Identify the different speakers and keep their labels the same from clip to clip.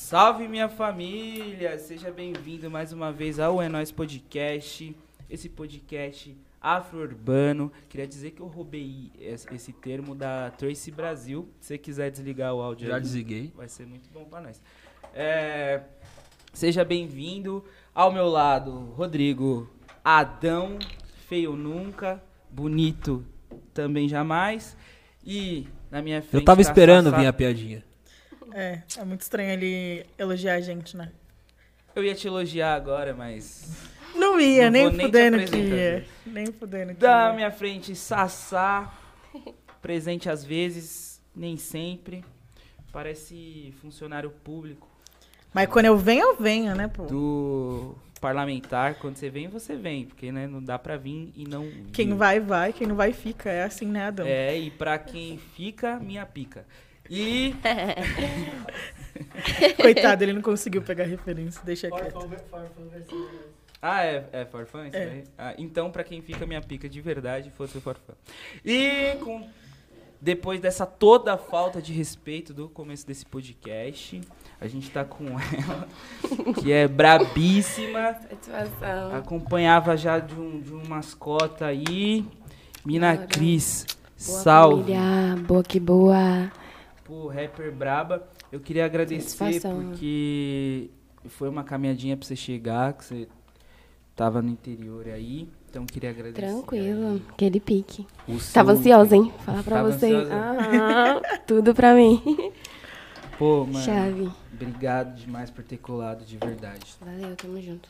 Speaker 1: Salve minha família! Seja bem-vindo mais uma vez ao É Nós Podcast, esse podcast afro-urbano. Queria dizer que eu roubei es- esse termo da Tracy Brasil. Se você quiser desligar o áudio
Speaker 2: Já
Speaker 1: aí,
Speaker 2: desliguei.
Speaker 1: vai ser muito bom pra nós. É, seja bem-vindo ao meu lado, Rodrigo Adão, feio nunca, bonito também jamais. E na minha frente.
Speaker 3: Eu tava
Speaker 1: tá
Speaker 3: esperando
Speaker 1: Sassá-
Speaker 3: vir a piadinha.
Speaker 4: É, é muito estranho ele elogiar a gente, né?
Speaker 1: Eu ia te elogiar agora, mas.
Speaker 4: Não ia,
Speaker 1: Não
Speaker 4: nem
Speaker 1: vou nem te
Speaker 4: fudendo que
Speaker 1: apresentar,
Speaker 4: ia.
Speaker 1: viu?
Speaker 4: Nem fudendo que
Speaker 1: Da
Speaker 4: ia.
Speaker 1: minha frente, Sassá. Presente às vezes, nem sempre. Parece funcionário público
Speaker 4: Mas quando eu venho, eu venho, né, pô?
Speaker 1: do parlamentar. Quando você vem, você vem. Porque né, não dá pra vir e não. vir.
Speaker 4: Quem vai, vai. Quem não vai, fica. É assim, né, Adão?
Speaker 1: É, e pra quem fica, minha pica. E.
Speaker 4: Coitado, ele não conseguiu pegar a referência. Deixa quieto.
Speaker 1: Ah, é, é forfã isso
Speaker 4: É.
Speaker 1: daí? Ah, então, pra quem fica, minha pica de verdade fosse o forfã. E com- depois dessa toda falta de respeito do começo desse podcast, a gente tá com ela, que é brabíssima. Ah,
Speaker 5: Satisfação.
Speaker 1: Acompanhava já de, um, de um mascota aí. Mina
Speaker 5: Bora.
Speaker 1: Cris,
Speaker 5: Boa
Speaker 1: salve
Speaker 5: família, boa que boa.
Speaker 1: pro rapper braba. Eu queria agradecer
Speaker 5: Satisfação.
Speaker 1: porque foi uma caminhadinha pra você chegar, que você tava no interior aí. Então queria agradecer.
Speaker 5: Tranquilo, aquele pique.
Speaker 1: O seu-
Speaker 5: Tava ansiosa, hein? Falar pra
Speaker 1: Tava
Speaker 5: vocês.
Speaker 1: ansiosa?
Speaker 5: Aham, tudo pra mim.
Speaker 1: Pô, mano,
Speaker 5: Ah, Chave.
Speaker 1: obrigado demais por ter colado de verdade.
Speaker 5: Valeu, tamo junto.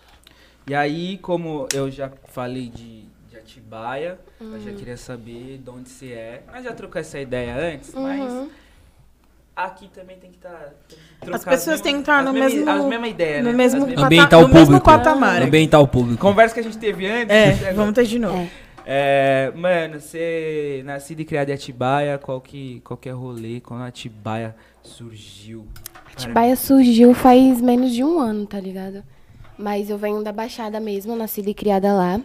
Speaker 1: E aí, como eu já falei de, de Atibaia, eu
Speaker 5: Hum.
Speaker 1: já queria saber de onde você é. Nós já trocou essa ideia antes, mas
Speaker 5: Uhum.
Speaker 1: aqui também tem que estar.
Speaker 4: As pessoas têm que estar no mesmo-
Speaker 1: As mesma ideia,
Speaker 4: No
Speaker 1: né?
Speaker 4: mesmo,
Speaker 1: As mesmas-
Speaker 4: pata-
Speaker 3: Ambiental
Speaker 4: no mesmo
Speaker 3: público.
Speaker 4: patamar.
Speaker 3: Ambiental tá público.
Speaker 1: Conversa que a gente teve antes.
Speaker 4: É, vamos ter de novo.
Speaker 5: É.
Speaker 1: É, mano, você é nascido e criado em Atibaia, qual que, qual que é o rolê? Quando a Atibaia surgiu?
Speaker 5: Atibaia surgiu faz menos de um ano, tá ligado? Mas eu venho da Baixada mesmo, nascida e criada lá.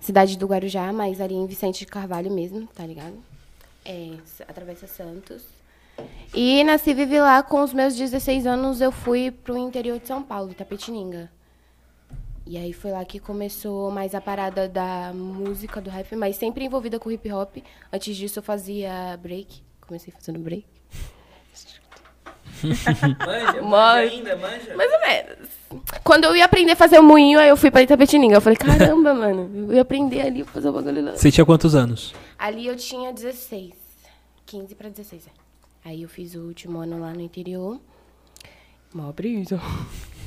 Speaker 5: Cidade do Guarujá, mas ali em Vicente de Carvalho mesmo, tá ligado? É, s- atravessa Santos. E nasci e vivi lá com os meus 16 anos, eu fui pro interior de São Paulo, Itapetininga. E aí foi lá que começou mais a parada da música, do rap, mas sempre envolvida com hip hop. Antes disso eu fazia break, comecei fazendo break.
Speaker 1: Manja? Manja
Speaker 5: Mas-
Speaker 1: ainda, manja?
Speaker 5: Mais ou menos. Quando eu ia aprender a fazer o moinho, aí eu fui pra Itapetininga. Eu falei, caramba, mano, eu ia aprender ali, vou fazer o bagulho lá.
Speaker 3: Você tinha quantos anos?
Speaker 5: Ali eu tinha 16. 15 pra 16, é. Aí eu fiz o último ano lá no interior. Mó brisa.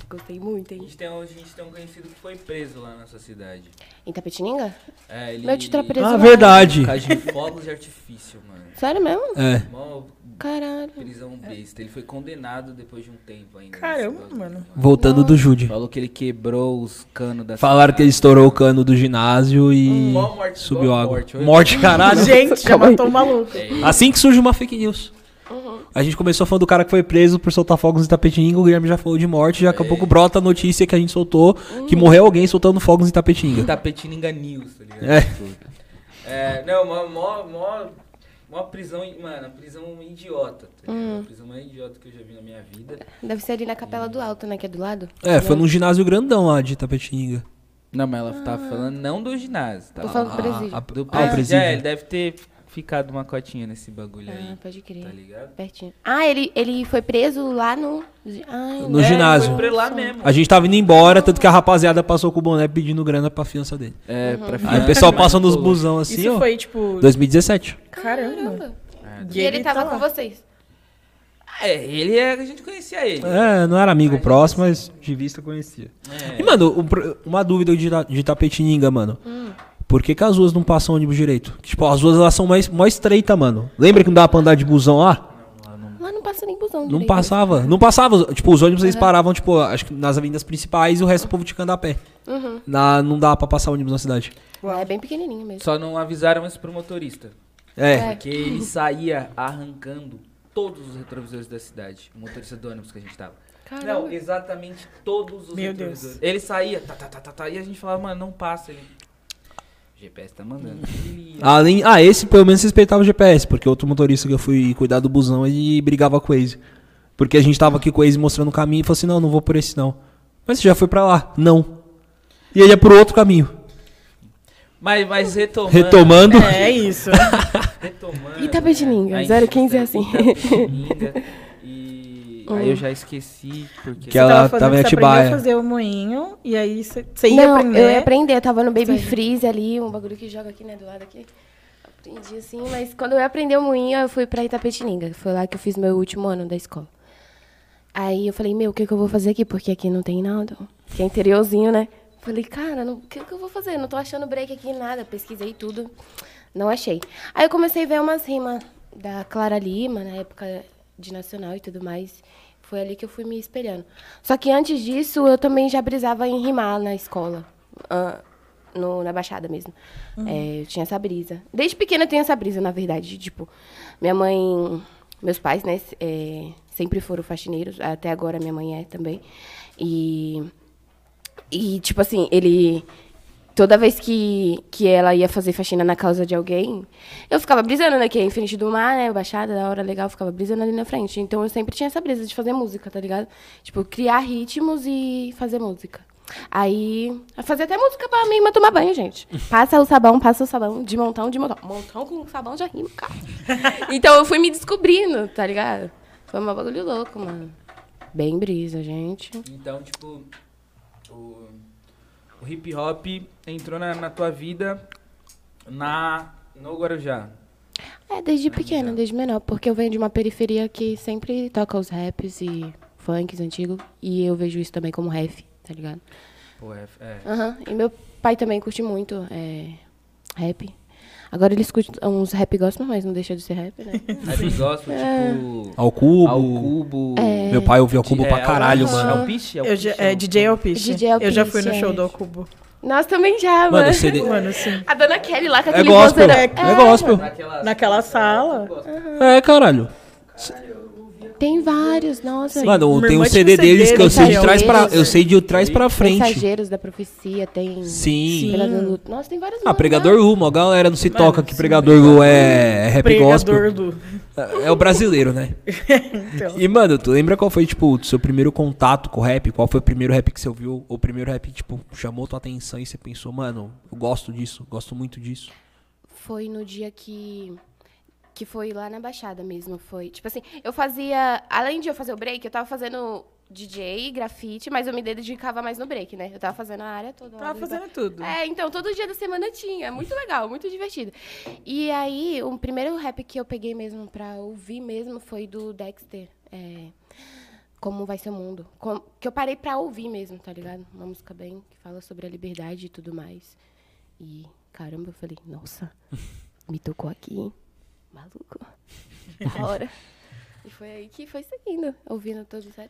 Speaker 5: Gostei muito,
Speaker 1: A
Speaker 5: hein?
Speaker 1: gente, tem, um- a gente tem um conhecido que foi preso lá na sua cidade.
Speaker 5: Em Itapetininga?
Speaker 1: É, ele...
Speaker 5: Meu tio tá preso.
Speaker 3: Ah,
Speaker 5: lá.
Speaker 3: verdade.
Speaker 1: Por causa de fogos de artifício, mano.
Speaker 5: Sério mesmo?
Speaker 3: É.
Speaker 1: Mó
Speaker 5: Caralho.
Speaker 1: prisão besta. Ele foi condenado depois de um tempo ainda.
Speaker 4: Caramba,
Speaker 1: nesse bagulho,
Speaker 4: mano.
Speaker 3: Voltando do Jude.
Speaker 1: Falou que ele quebrou os canos da
Speaker 3: Falaram que ele
Speaker 1: cidade.
Speaker 3: estourou o cano do ginásio e
Speaker 1: Mó morte,
Speaker 3: subiu
Speaker 1: mó
Speaker 3: água.
Speaker 1: morte,
Speaker 3: Morte,
Speaker 1: olha. É,
Speaker 3: caralho.
Speaker 4: Gente, já matou o maluco.
Speaker 3: Assim que surge uma fake news. A gente começou falando do cara que foi preso por soltar fogos em Tapetininga. O Guilherme já falou de morte. Já daqui a pouco brota a notícia que a gente soltou que morreu alguém soltando fogos em Tapetininga.
Speaker 1: Tá. Tapetininga News, tá ligado?
Speaker 3: É.
Speaker 1: É, não, mó, mó, mó, mó prisão, mano, prisão idiota, tá ligado?
Speaker 5: Hum.
Speaker 1: A prisão mais idiota que eu já vi na minha vida.
Speaker 5: Deve ser ali na Capela do Alto, né? Que é do lado.
Speaker 3: É, foi num ginásio grandão lá de Tapetininga.
Speaker 1: Não, mas ela tá falando não do ginásio, tá?
Speaker 5: Ah. Tô falando do presídio.
Speaker 3: Ah, a-
Speaker 1: Do
Speaker 3: ah, o presídio.
Speaker 1: É, ele deve ter ficado uma cotinha nesse bagulho aí,
Speaker 5: Ah, pode crer.
Speaker 1: tá ligado?
Speaker 5: Pertinho. Ah, ele, ele foi preso lá no. Ai,
Speaker 3: No
Speaker 1: É, ele
Speaker 3: ginásio.
Speaker 1: Foi pra lá mesmo.
Speaker 3: A gente tava indo embora, tanto que a rapaziada passou com o boné pedindo grana pra fiança dele.
Speaker 1: É, pra
Speaker 3: Aí
Speaker 1: fiança,
Speaker 3: o pessoal
Speaker 1: mas
Speaker 3: passa nos
Speaker 1: colou.
Speaker 3: busão assim,
Speaker 4: Isso
Speaker 3: ó.
Speaker 4: foi, tipo...
Speaker 3: 2017.
Speaker 4: Caramba.
Speaker 5: E ele
Speaker 4: tá
Speaker 5: tava
Speaker 4: lá.
Speaker 5: com vocês.
Speaker 1: É, ele é. A gente conhecia ele.
Speaker 3: É, não era amigo próximo, mas de vista conhecia.
Speaker 1: É.
Speaker 3: E, mano, um pro- uma dúvida de, Ita- de Tapetininga, mano.
Speaker 4: Hum.
Speaker 3: Por que, que as ruas não passam ônibus direito? Tipo, as ruas elas são mais, mais estreita, mano. Lembra que não dava pra andar de busão lá?
Speaker 5: Lá não passa nem busão.
Speaker 3: Não
Speaker 5: direito.
Speaker 3: passava. Não passava. Tipo, os ônibus eles paravam, tipo, acho que nas avenidas principais e o resto do povo tinha que andar a pé. Na, não dava pra passar ônibus na cidade.
Speaker 5: Uhum. É bem pequenininho mesmo.
Speaker 1: Só não avisaram isso pro motorista.
Speaker 3: É.
Speaker 1: Porque ele saía arrancando todos os retrovisores da cidade. O motorista do ônibus que a gente tava. Não, exatamente todos os
Speaker 4: Meu
Speaker 1: retrovisores.
Speaker 4: Deus.
Speaker 1: Ele saía, tá, tá, tá, tá, tá, e a gente falava, mano, não passa. Ele. O GPS tá mandando. Ele ia.
Speaker 3: Além, ah, esse pelo menos respeitava o GPS, porque outro motorista que eu fui cuidar do busão, ele brigava com o Waze. Porque a gente tava aqui com o ex mostrando o caminho e falou assim: não, não vou por esse não. Mas você já foi pra lá? Não. E aí é por outro caminho.
Speaker 1: Mas, mas retomando.
Speaker 3: Retomando.
Speaker 4: É isso.
Speaker 1: retomando né?
Speaker 5: Itapetininga,
Speaker 1: a
Speaker 5: 015 é assim.
Speaker 1: infância, Itapetininga, E aí eu já esqueci. Porque
Speaker 3: Que ela tava em
Speaker 4: você
Speaker 3: Atibaia.
Speaker 4: aprendeu a fazer o moinho e aí você você ia
Speaker 5: não,
Speaker 4: aprender.
Speaker 5: eu ia aprender. Eu tava no Baby Freeze ali, um bagulho que joga aqui, né, do lado aqui. Aprendi assim, mas quando eu ia aprender o moinho, eu fui pra Itapetininga. Foi lá que eu fiz meu último ano da escola. Aí eu falei, meu, o que, que eu vou fazer aqui? Porque aqui não tem nada. Que é interiorzinho, né? Falei, cara, não- o que, que eu vou fazer? Não tô achando break aqui em nada. Pesquisei tudo, não achei. Aí eu comecei a ver umas rimas da Clara Lima, na época de Nacional e tudo mais. Foi ali que eu fui me espelhando. Só que antes disso, eu também já brisava em rimar na escola. Ah, no- na Baixada mesmo. É, eu tinha essa brisa. Desde pequena eu tenho essa brisa, na verdade. Tipo, minha mãe. Meus pais, né, se- é, sempre foram faxineiros. Até agora minha mãe é também. E. E, tipo assim, ele. Toda vez que, que ela ia fazer faxina na causa de alguém, eu ficava brisando, né? Que é em frente do mar, né? Baixada, da hora legal, eu ficava brisando ali na frente. Então eu sempre tinha essa brisa de fazer música, tá ligado? Tipo, criar ritmos e fazer música. Aí, eu fazia até música pra minha irmã tomar banho, gente. Passa o sabão, passa o sabão, de montão, de montão. Montão com sabão já rima, cara. Então eu fui me descobrindo, tá ligado? Foi um bagulho louco, mano. Bem brisa, gente.
Speaker 1: Então, tipo, o, o hip hop entrou na, na tua vida na, no Guarujá.
Speaker 5: É, desde pequena, desde menor, porque eu venho de uma periferia que sempre toca os raps e funks antigos, e eu vejo isso também como ref, tá ligado?
Speaker 1: Pô, é, é.
Speaker 5: Aham, e meu pai também curte muito é, rap. Agora ele escuta uns rap gospel, mas não deixa de ser rap, né?
Speaker 1: Rap é gospel, tipo,
Speaker 3: Ao cubo.
Speaker 1: ao cubo.
Speaker 5: É.
Speaker 3: Meu pai ouvia ao cubo
Speaker 1: É,
Speaker 3: pra
Speaker 1: é o-
Speaker 3: caralho,
Speaker 1: é o
Speaker 3: mano.
Speaker 1: Piche? É o
Speaker 4: Eu já,
Speaker 1: Piche,
Speaker 4: é
Speaker 1: não?
Speaker 4: DJ Alpiche.
Speaker 5: DJ
Speaker 4: Eu já fui no
Speaker 5: Alpiche,
Speaker 4: show
Speaker 5: é.
Speaker 4: do Cubo.
Speaker 5: Nós também já, mano.
Speaker 3: Mano, CD.
Speaker 4: Mano, assim, sim.
Speaker 5: A dona Kelly lá tá com
Speaker 3: É
Speaker 5: aquele
Speaker 3: gospel.
Speaker 5: vozeirão.
Speaker 3: É, gospel.
Speaker 1: Naquelas-
Speaker 4: Naquela sala.
Speaker 3: É, caralho.
Speaker 5: Tem vários, nossa.
Speaker 3: Mano,
Speaker 4: Minha
Speaker 3: tem um
Speaker 4: irmã tinha
Speaker 3: CD
Speaker 4: um CD
Speaker 3: deles que eu sei de
Speaker 5: mensageiros,
Speaker 3: trás pra. Eu
Speaker 5: né?
Speaker 3: sei de trás pra frente.
Speaker 5: Mensageiros da profecia, tem...
Speaker 3: Sim.
Speaker 5: Pregador do Luto. Nossa, tem vários
Speaker 3: Ah,
Speaker 5: nomes,
Speaker 3: pregador
Speaker 5: né?
Speaker 3: Ru, mó galera não se toca que pregador Ru é rap
Speaker 4: Pregador do.
Speaker 3: gospel. É o brasileiro, né?
Speaker 4: Então.
Speaker 3: E, mano, tu lembra qual foi, tipo, o seu primeiro contato com o rap? Qual foi o primeiro rap que você ouviu? O primeiro rap que, tipo, chamou tua atenção e você pensou, mano, eu gosto disso, gosto muito disso.
Speaker 5: Foi no dia que. Que foi lá na Baixada mesmo. Foi. Tipo assim, eu fazia. Além de eu fazer o break, eu tava fazendo DJ, grafite, mas eu me dedicava mais no break, né? Eu tava fazendo a área toda.
Speaker 4: Tava fazendo tudo.
Speaker 5: É, então, todo dia da semana tinha. É Muito legal, muito divertido. E aí, o primeiro rap que eu peguei mesmo pra ouvir mesmo foi do Dexter. é, Como vai ser o mundo. Com- que eu parei pra ouvir mesmo, tá ligado? Uma música bem que fala sobre a liberdade e tudo mais. E, caramba, eu falei, nossa, me tocou aqui, hein? Maluco. Da hora. E foi aí que foi seguindo, ouvindo todos os rap.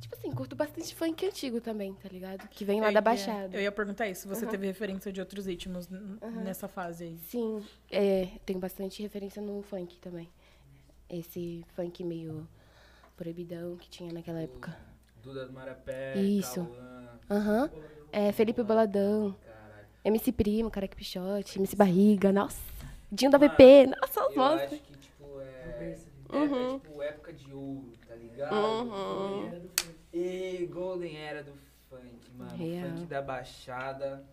Speaker 5: Tipo assim, curto bastante funk antigo também, tá ligado? Que vem lá
Speaker 4: Eu
Speaker 5: da
Speaker 4: ia-
Speaker 5: Baixada.
Speaker 4: Eu ia perguntar isso. Você teve referência de outros ritmos n- nessa fase aí?
Speaker 5: Sim, é, tenho bastante referência no funk também. Esse funk meio proibidão que tinha naquela época.
Speaker 1: Duda do Marapé,
Speaker 5: Isso.
Speaker 1: Cauã.
Speaker 5: Aham. É, Felipe Boladão, MC Primo, Caraca Pichote, MC Barriga, nossa. Dinho da VP, nossa,
Speaker 1: Eu
Speaker 5: nossa.
Speaker 1: acho que, tipo, é, é,
Speaker 5: Uhum.
Speaker 1: é, tipo época de ouro, tá ligado? E Golden era do funk, mano.
Speaker 5: Real.
Speaker 1: O funk da Baixada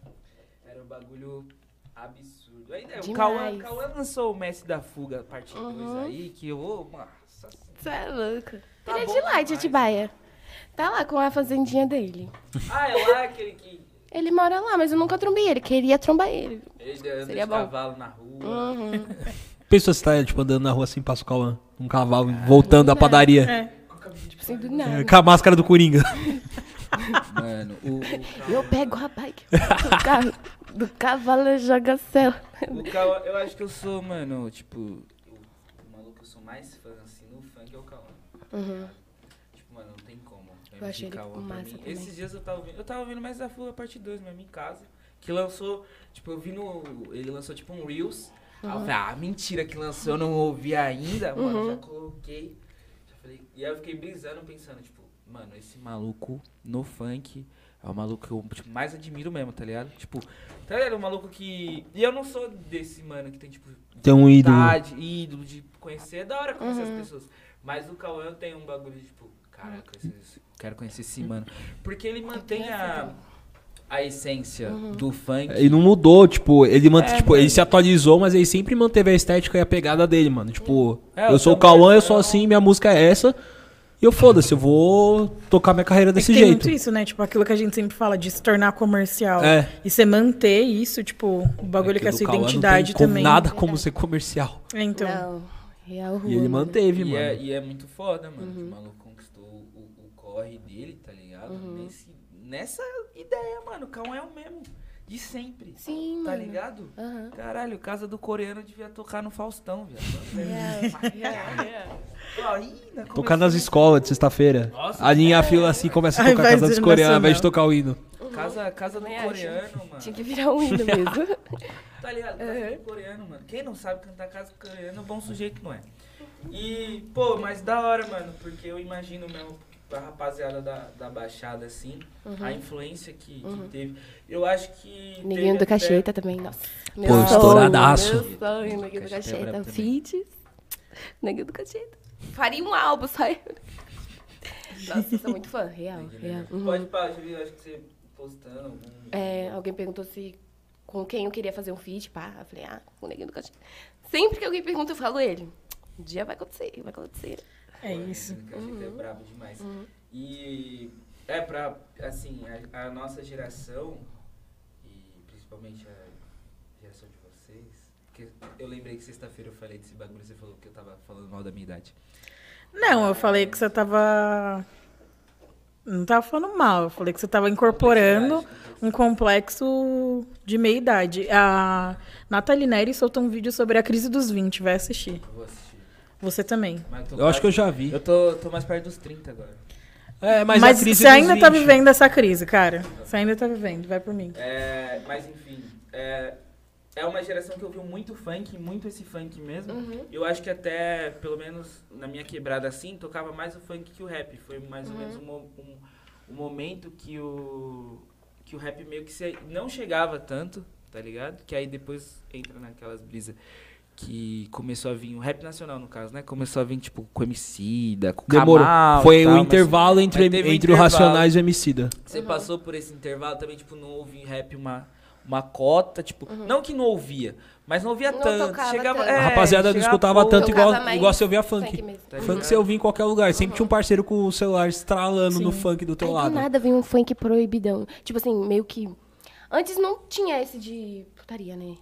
Speaker 1: era um bagulho absurdo. Ainda é, o
Speaker 5: Demais. Uhum.
Speaker 1: Cauã, Cauã lançou o Mestre da Fuga, parte 2 aí, que eu... ô, nossa,
Speaker 5: Você é louco.
Speaker 1: Tá
Speaker 5: Ele é
Speaker 1: bom
Speaker 5: de lá, de
Speaker 1: demais.
Speaker 5: Atibaia. Tá lá com a fazendinha dele.
Speaker 1: ah, é lá aquele que...
Speaker 5: Ele mora lá, mas eu nunca trombei ele. Queria trombar ele. Uhum.
Speaker 1: Ele anda
Speaker 5: Seria
Speaker 1: de
Speaker 5: bom. Hum.
Speaker 1: cavalo na rua.
Speaker 3: Pessoa se tá, tipo, andando na rua assim, passa o Cauã, um cavalo, voltando à padaria.
Speaker 4: É,
Speaker 5: Tipo assim, do nada.
Speaker 3: Com a máscara do Coringa.
Speaker 1: Mano, o, o
Speaker 5: Eu pego a bike do, carro, do cavalo e joga cela.
Speaker 1: O Cauã, eu acho que eu sou, mano, tipo, eu- o maluco que eu sou mais fã, assim, no funk é o Cauã.
Speaker 5: Uhum.
Speaker 1: Tipo, mano, não tem como.
Speaker 5: Eu acho ele massa também.
Speaker 1: Esses dias eu tava ouvindo, eu tava ouvindo mais da Fuga Parte 2 mesmo, em casa, que lançou, tipo, eu vi no, ele lançou, tipo, um Reels,
Speaker 5: Uhum.
Speaker 1: aí eu falei, ah, mentira que lançou, eu não ouvi ainda, mano, já coloquei, já falei, e aí eu fiquei brisando, pensando, tipo, mano, esse maluco no funk... É o maluco que eu tipo, mais admiro mesmo, tá ligado? Tipo, tá ligado? Um maluco que. E eu não sou desse, mano, que tem, tipo,
Speaker 3: Tem um ídolo.
Speaker 5: Uhum.
Speaker 1: vontade, ídolo, de conhecer. É da hora conhecer as pessoas. Mas o Cauã eu tenho um bagulho, tipo,
Speaker 5: Hum.
Speaker 1: Caraca, esses- quero conhecer esse mano. Porque ele mantém a, a essência
Speaker 5: Uhum.
Speaker 1: do funk.
Speaker 3: E não mudou, tipo, ele mant...
Speaker 1: É,
Speaker 3: tipo,
Speaker 1: mano.
Speaker 3: ele se atualizou, mas ele sempre manteve a estética e a pegada dele, mano. Tipo,
Speaker 1: É,
Speaker 3: eu
Speaker 1: o
Speaker 3: sou
Speaker 1: Samuel
Speaker 3: o Cauã, eu
Speaker 1: João-
Speaker 3: sou assim, minha música é essa. E eu foda-se, eu vou tocar minha carreira
Speaker 4: É que
Speaker 3: desse
Speaker 4: tem
Speaker 3: jeito.
Speaker 4: muito isso, né? Tipo, aquilo que a gente sempre fala de se tornar comercial.
Speaker 3: É.
Speaker 4: E você manter isso, tipo, o bagulho
Speaker 3: É
Speaker 4: que é a
Speaker 3: do
Speaker 4: sua
Speaker 3: Cauã não tem
Speaker 4: identidade
Speaker 3: como-
Speaker 4: também.
Speaker 3: Nada como ser comercial.
Speaker 4: É, então.
Speaker 5: Não,
Speaker 2: é
Speaker 5: real rua.
Speaker 3: E ele
Speaker 5: mano.
Speaker 3: manteve,
Speaker 1: E
Speaker 3: mano.
Speaker 1: é, e é muito foda, mano.
Speaker 5: Uhum.
Speaker 1: Que o maluco conquistou o, o corre dele, tá ligado?
Speaker 5: Uhum.
Speaker 1: Nesse- nessa ideia, mano. O Cauã é o mesmo. De sempre.
Speaker 5: Sim,
Speaker 1: Tá
Speaker 5: mano.
Speaker 1: ligado?
Speaker 5: Aham.
Speaker 1: Caralho, Casa do Coreano devia tocar no Faustão, viado.
Speaker 2: É,
Speaker 1: Ó, ih, na
Speaker 3: Tocar
Speaker 1: começou
Speaker 3: nas
Speaker 1: no-
Speaker 3: escolas de sexta-feira.
Speaker 1: Nossa. é.
Speaker 3: Alinha a fila assim, começa a
Speaker 4: Ai,
Speaker 3: tocar a
Speaker 4: vai
Speaker 3: casa dos
Speaker 4: ser
Speaker 3: coreanos, ao invés de
Speaker 4: nacional.
Speaker 3: tocar o hino.
Speaker 1: Casa, casa do
Speaker 5: Uhum.
Speaker 2: Também acho.
Speaker 1: Coreano, mano.
Speaker 2: Tinha que virar um hino mesmo.
Speaker 1: Tá ligado? Casa do Coreano, mano. Quem não sabe cantar Casa do Coreano, bom sujeito não é. E, pô, mas da hora, mano. Porque eu imagino mesmo a rapaziada da, da Baixada, assim, a influência que, que teve. Eu acho que.
Speaker 5: Neguinho
Speaker 1: teve
Speaker 5: do tá
Speaker 2: tá
Speaker 1: até-
Speaker 5: Cacheta também, nossa. Meu
Speaker 3: Pô,
Speaker 5: sonho.
Speaker 3: estouradaço.
Speaker 2: Meu sonho, Neguinho do
Speaker 1: Cacheta é
Speaker 2: Cacheta.
Speaker 1: brabo também.
Speaker 2: Feats. Neguinho do Cacheta. Faria um álbum, só eu. Nossa, eu sou muito fã, real, real. Uhum.
Speaker 1: Pode pá, eu vi, eu acho que você postando algum.
Speaker 2: É, alguém perguntou se com quem eu queria fazer um feat, pá. Eu falei, ah, com o Neguinho do Cacheta. Sempre que alguém pergunta, eu falo ele. Um dia vai acontecer, vai acontecer.
Speaker 4: É isso.
Speaker 1: Que a gente é brabo demais. E é pra, assim, a, a nossa geração, e principalmente a geração de vocês, porque eu lembrei que sexta-feira eu falei desse bagulho, você falou que eu tava falando mal da minha idade.
Speaker 4: Não, eu falei que você tava. Não tava falando mal, eu falei que você tava incorporando um complexo de meia idade. A Nathalie Neri soltou um vídeo sobre a crise dos 20, vai assistir.
Speaker 1: Eu vou assistir.
Speaker 4: Você também.
Speaker 1: Mas tô
Speaker 3: Eu acho que eu
Speaker 1: quase-
Speaker 3: já vi.
Speaker 1: Eu tô, tô mais perto dos 30 agora.
Speaker 3: É, mas,
Speaker 4: Mas,
Speaker 3: a crise
Speaker 4: você
Speaker 3: dos
Speaker 4: ainda tá
Speaker 3: 20.
Speaker 4: vivendo essa crise, cara. Você ainda tá vivendo, vai por mim.
Speaker 1: É, mas enfim, é, é uma geração que ouviu muito funk, muito esse funk mesmo. Eu acho que até, pelo menos na minha quebrada assim, tocava mais o funk que o rap. Foi mais ou menos um, mo- um, um momento que o, que o rap meio que se- não chegava tanto, tá ligado? Que aí depois entra naquelas brisas que começou a vir, o rap nacional no caso, né? Começou a vir tipo com Emicida, com
Speaker 3: Demorou.
Speaker 1: Kamal,
Speaker 3: Foi
Speaker 1: tal,
Speaker 3: o
Speaker 1: mas-
Speaker 3: intervalo entre,
Speaker 1: mas teve um
Speaker 3: entre o
Speaker 1: intervalo.
Speaker 3: Racionais e o Emicida.
Speaker 1: você passou por esse intervalo também, tipo, não houve em rap uma, uma cota, tipo, não que não ouvia, mas não ouvia
Speaker 2: Não
Speaker 1: tanto.
Speaker 2: tocava
Speaker 1: Chegava,
Speaker 2: tanto.
Speaker 1: é,
Speaker 3: a rapaziada não
Speaker 1: chegava
Speaker 3: escutava
Speaker 1: pouco.
Speaker 3: tanto igual,
Speaker 2: Tocava mais
Speaker 3: igual se eu via funk.
Speaker 5: Funk
Speaker 3: Funk,
Speaker 5: mesmo.
Speaker 1: Tá ligado?
Speaker 3: você ouvia em qualquer lugar. Sempre tinha um parceiro com o celular estralando no
Speaker 4: Sim.
Speaker 3: funk do teu
Speaker 5: Aí,
Speaker 3: lado.
Speaker 5: do nada veio um funk proibidão. Tipo assim, meio que. Antes não tinha esse de putaria, né?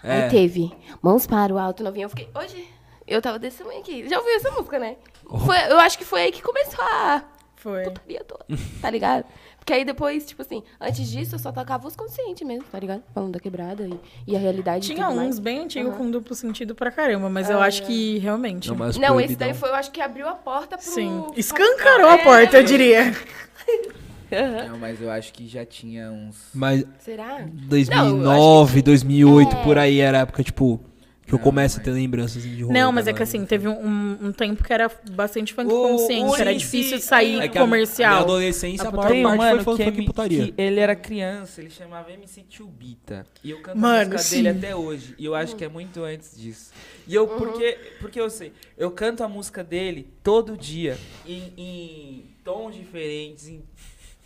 Speaker 3: É.
Speaker 5: Aí teve Mãos para o Alto Novinho. Eu fiquei. Hoje eu tava desse tamanho aqui. Já ouviu essa música, né? Foi- eu acho que foi aí que começou a
Speaker 4: Foi.
Speaker 5: putaria toda, tá ligado? Porque aí depois, tipo assim, antes disso eu só tocava os conscientes mesmo, tá ligado? Falando da quebrada e, e a realidade. e
Speaker 4: Tinha
Speaker 5: tudo mais.
Speaker 4: uns bem antigos
Speaker 5: Aham.
Speaker 4: com duplo sentido pra caramba, mas eu acho que realmente.
Speaker 3: Não, mas
Speaker 2: Não, esse
Speaker 3: proibidão.
Speaker 2: daí foi, eu acho que abriu a porta pro...
Speaker 4: Sim.
Speaker 5: Uh, É.
Speaker 4: Escancarou a porta, eu diria.
Speaker 2: Aham.
Speaker 1: Não, mas eu acho que já tinha uns.
Speaker 3: Mas
Speaker 2: Será?
Speaker 3: 2009, 2008, por aí era a época, tipo, que eu começo a ter lembranças assim, de rolê.
Speaker 4: Não, mas é
Speaker 3: tá
Speaker 4: que
Speaker 3: ligado?
Speaker 4: assim, teve um, um tempo que era bastante funk
Speaker 1: O-
Speaker 4: consciente,
Speaker 1: o
Speaker 4: era
Speaker 1: Ulisse-
Speaker 4: difícil
Speaker 1: é
Speaker 4: sair
Speaker 3: É que a- A minha
Speaker 4: comercial.
Speaker 3: adolescência, a
Speaker 4: Ah,
Speaker 3: maior
Speaker 4: tem
Speaker 3: parte foi falando
Speaker 1: um que,
Speaker 3: funk e putaria.
Speaker 1: ele era criança, ele chamava MC Tchubita. E eu canto a
Speaker 4: Mano,
Speaker 1: música
Speaker 4: sim.
Speaker 1: dele até hoje. E eu acho
Speaker 3: Uhum.
Speaker 1: que é muito antes disso. E eu, porque, porque eu sei, eu canto a música dele todo dia, em, em tons diferentes, em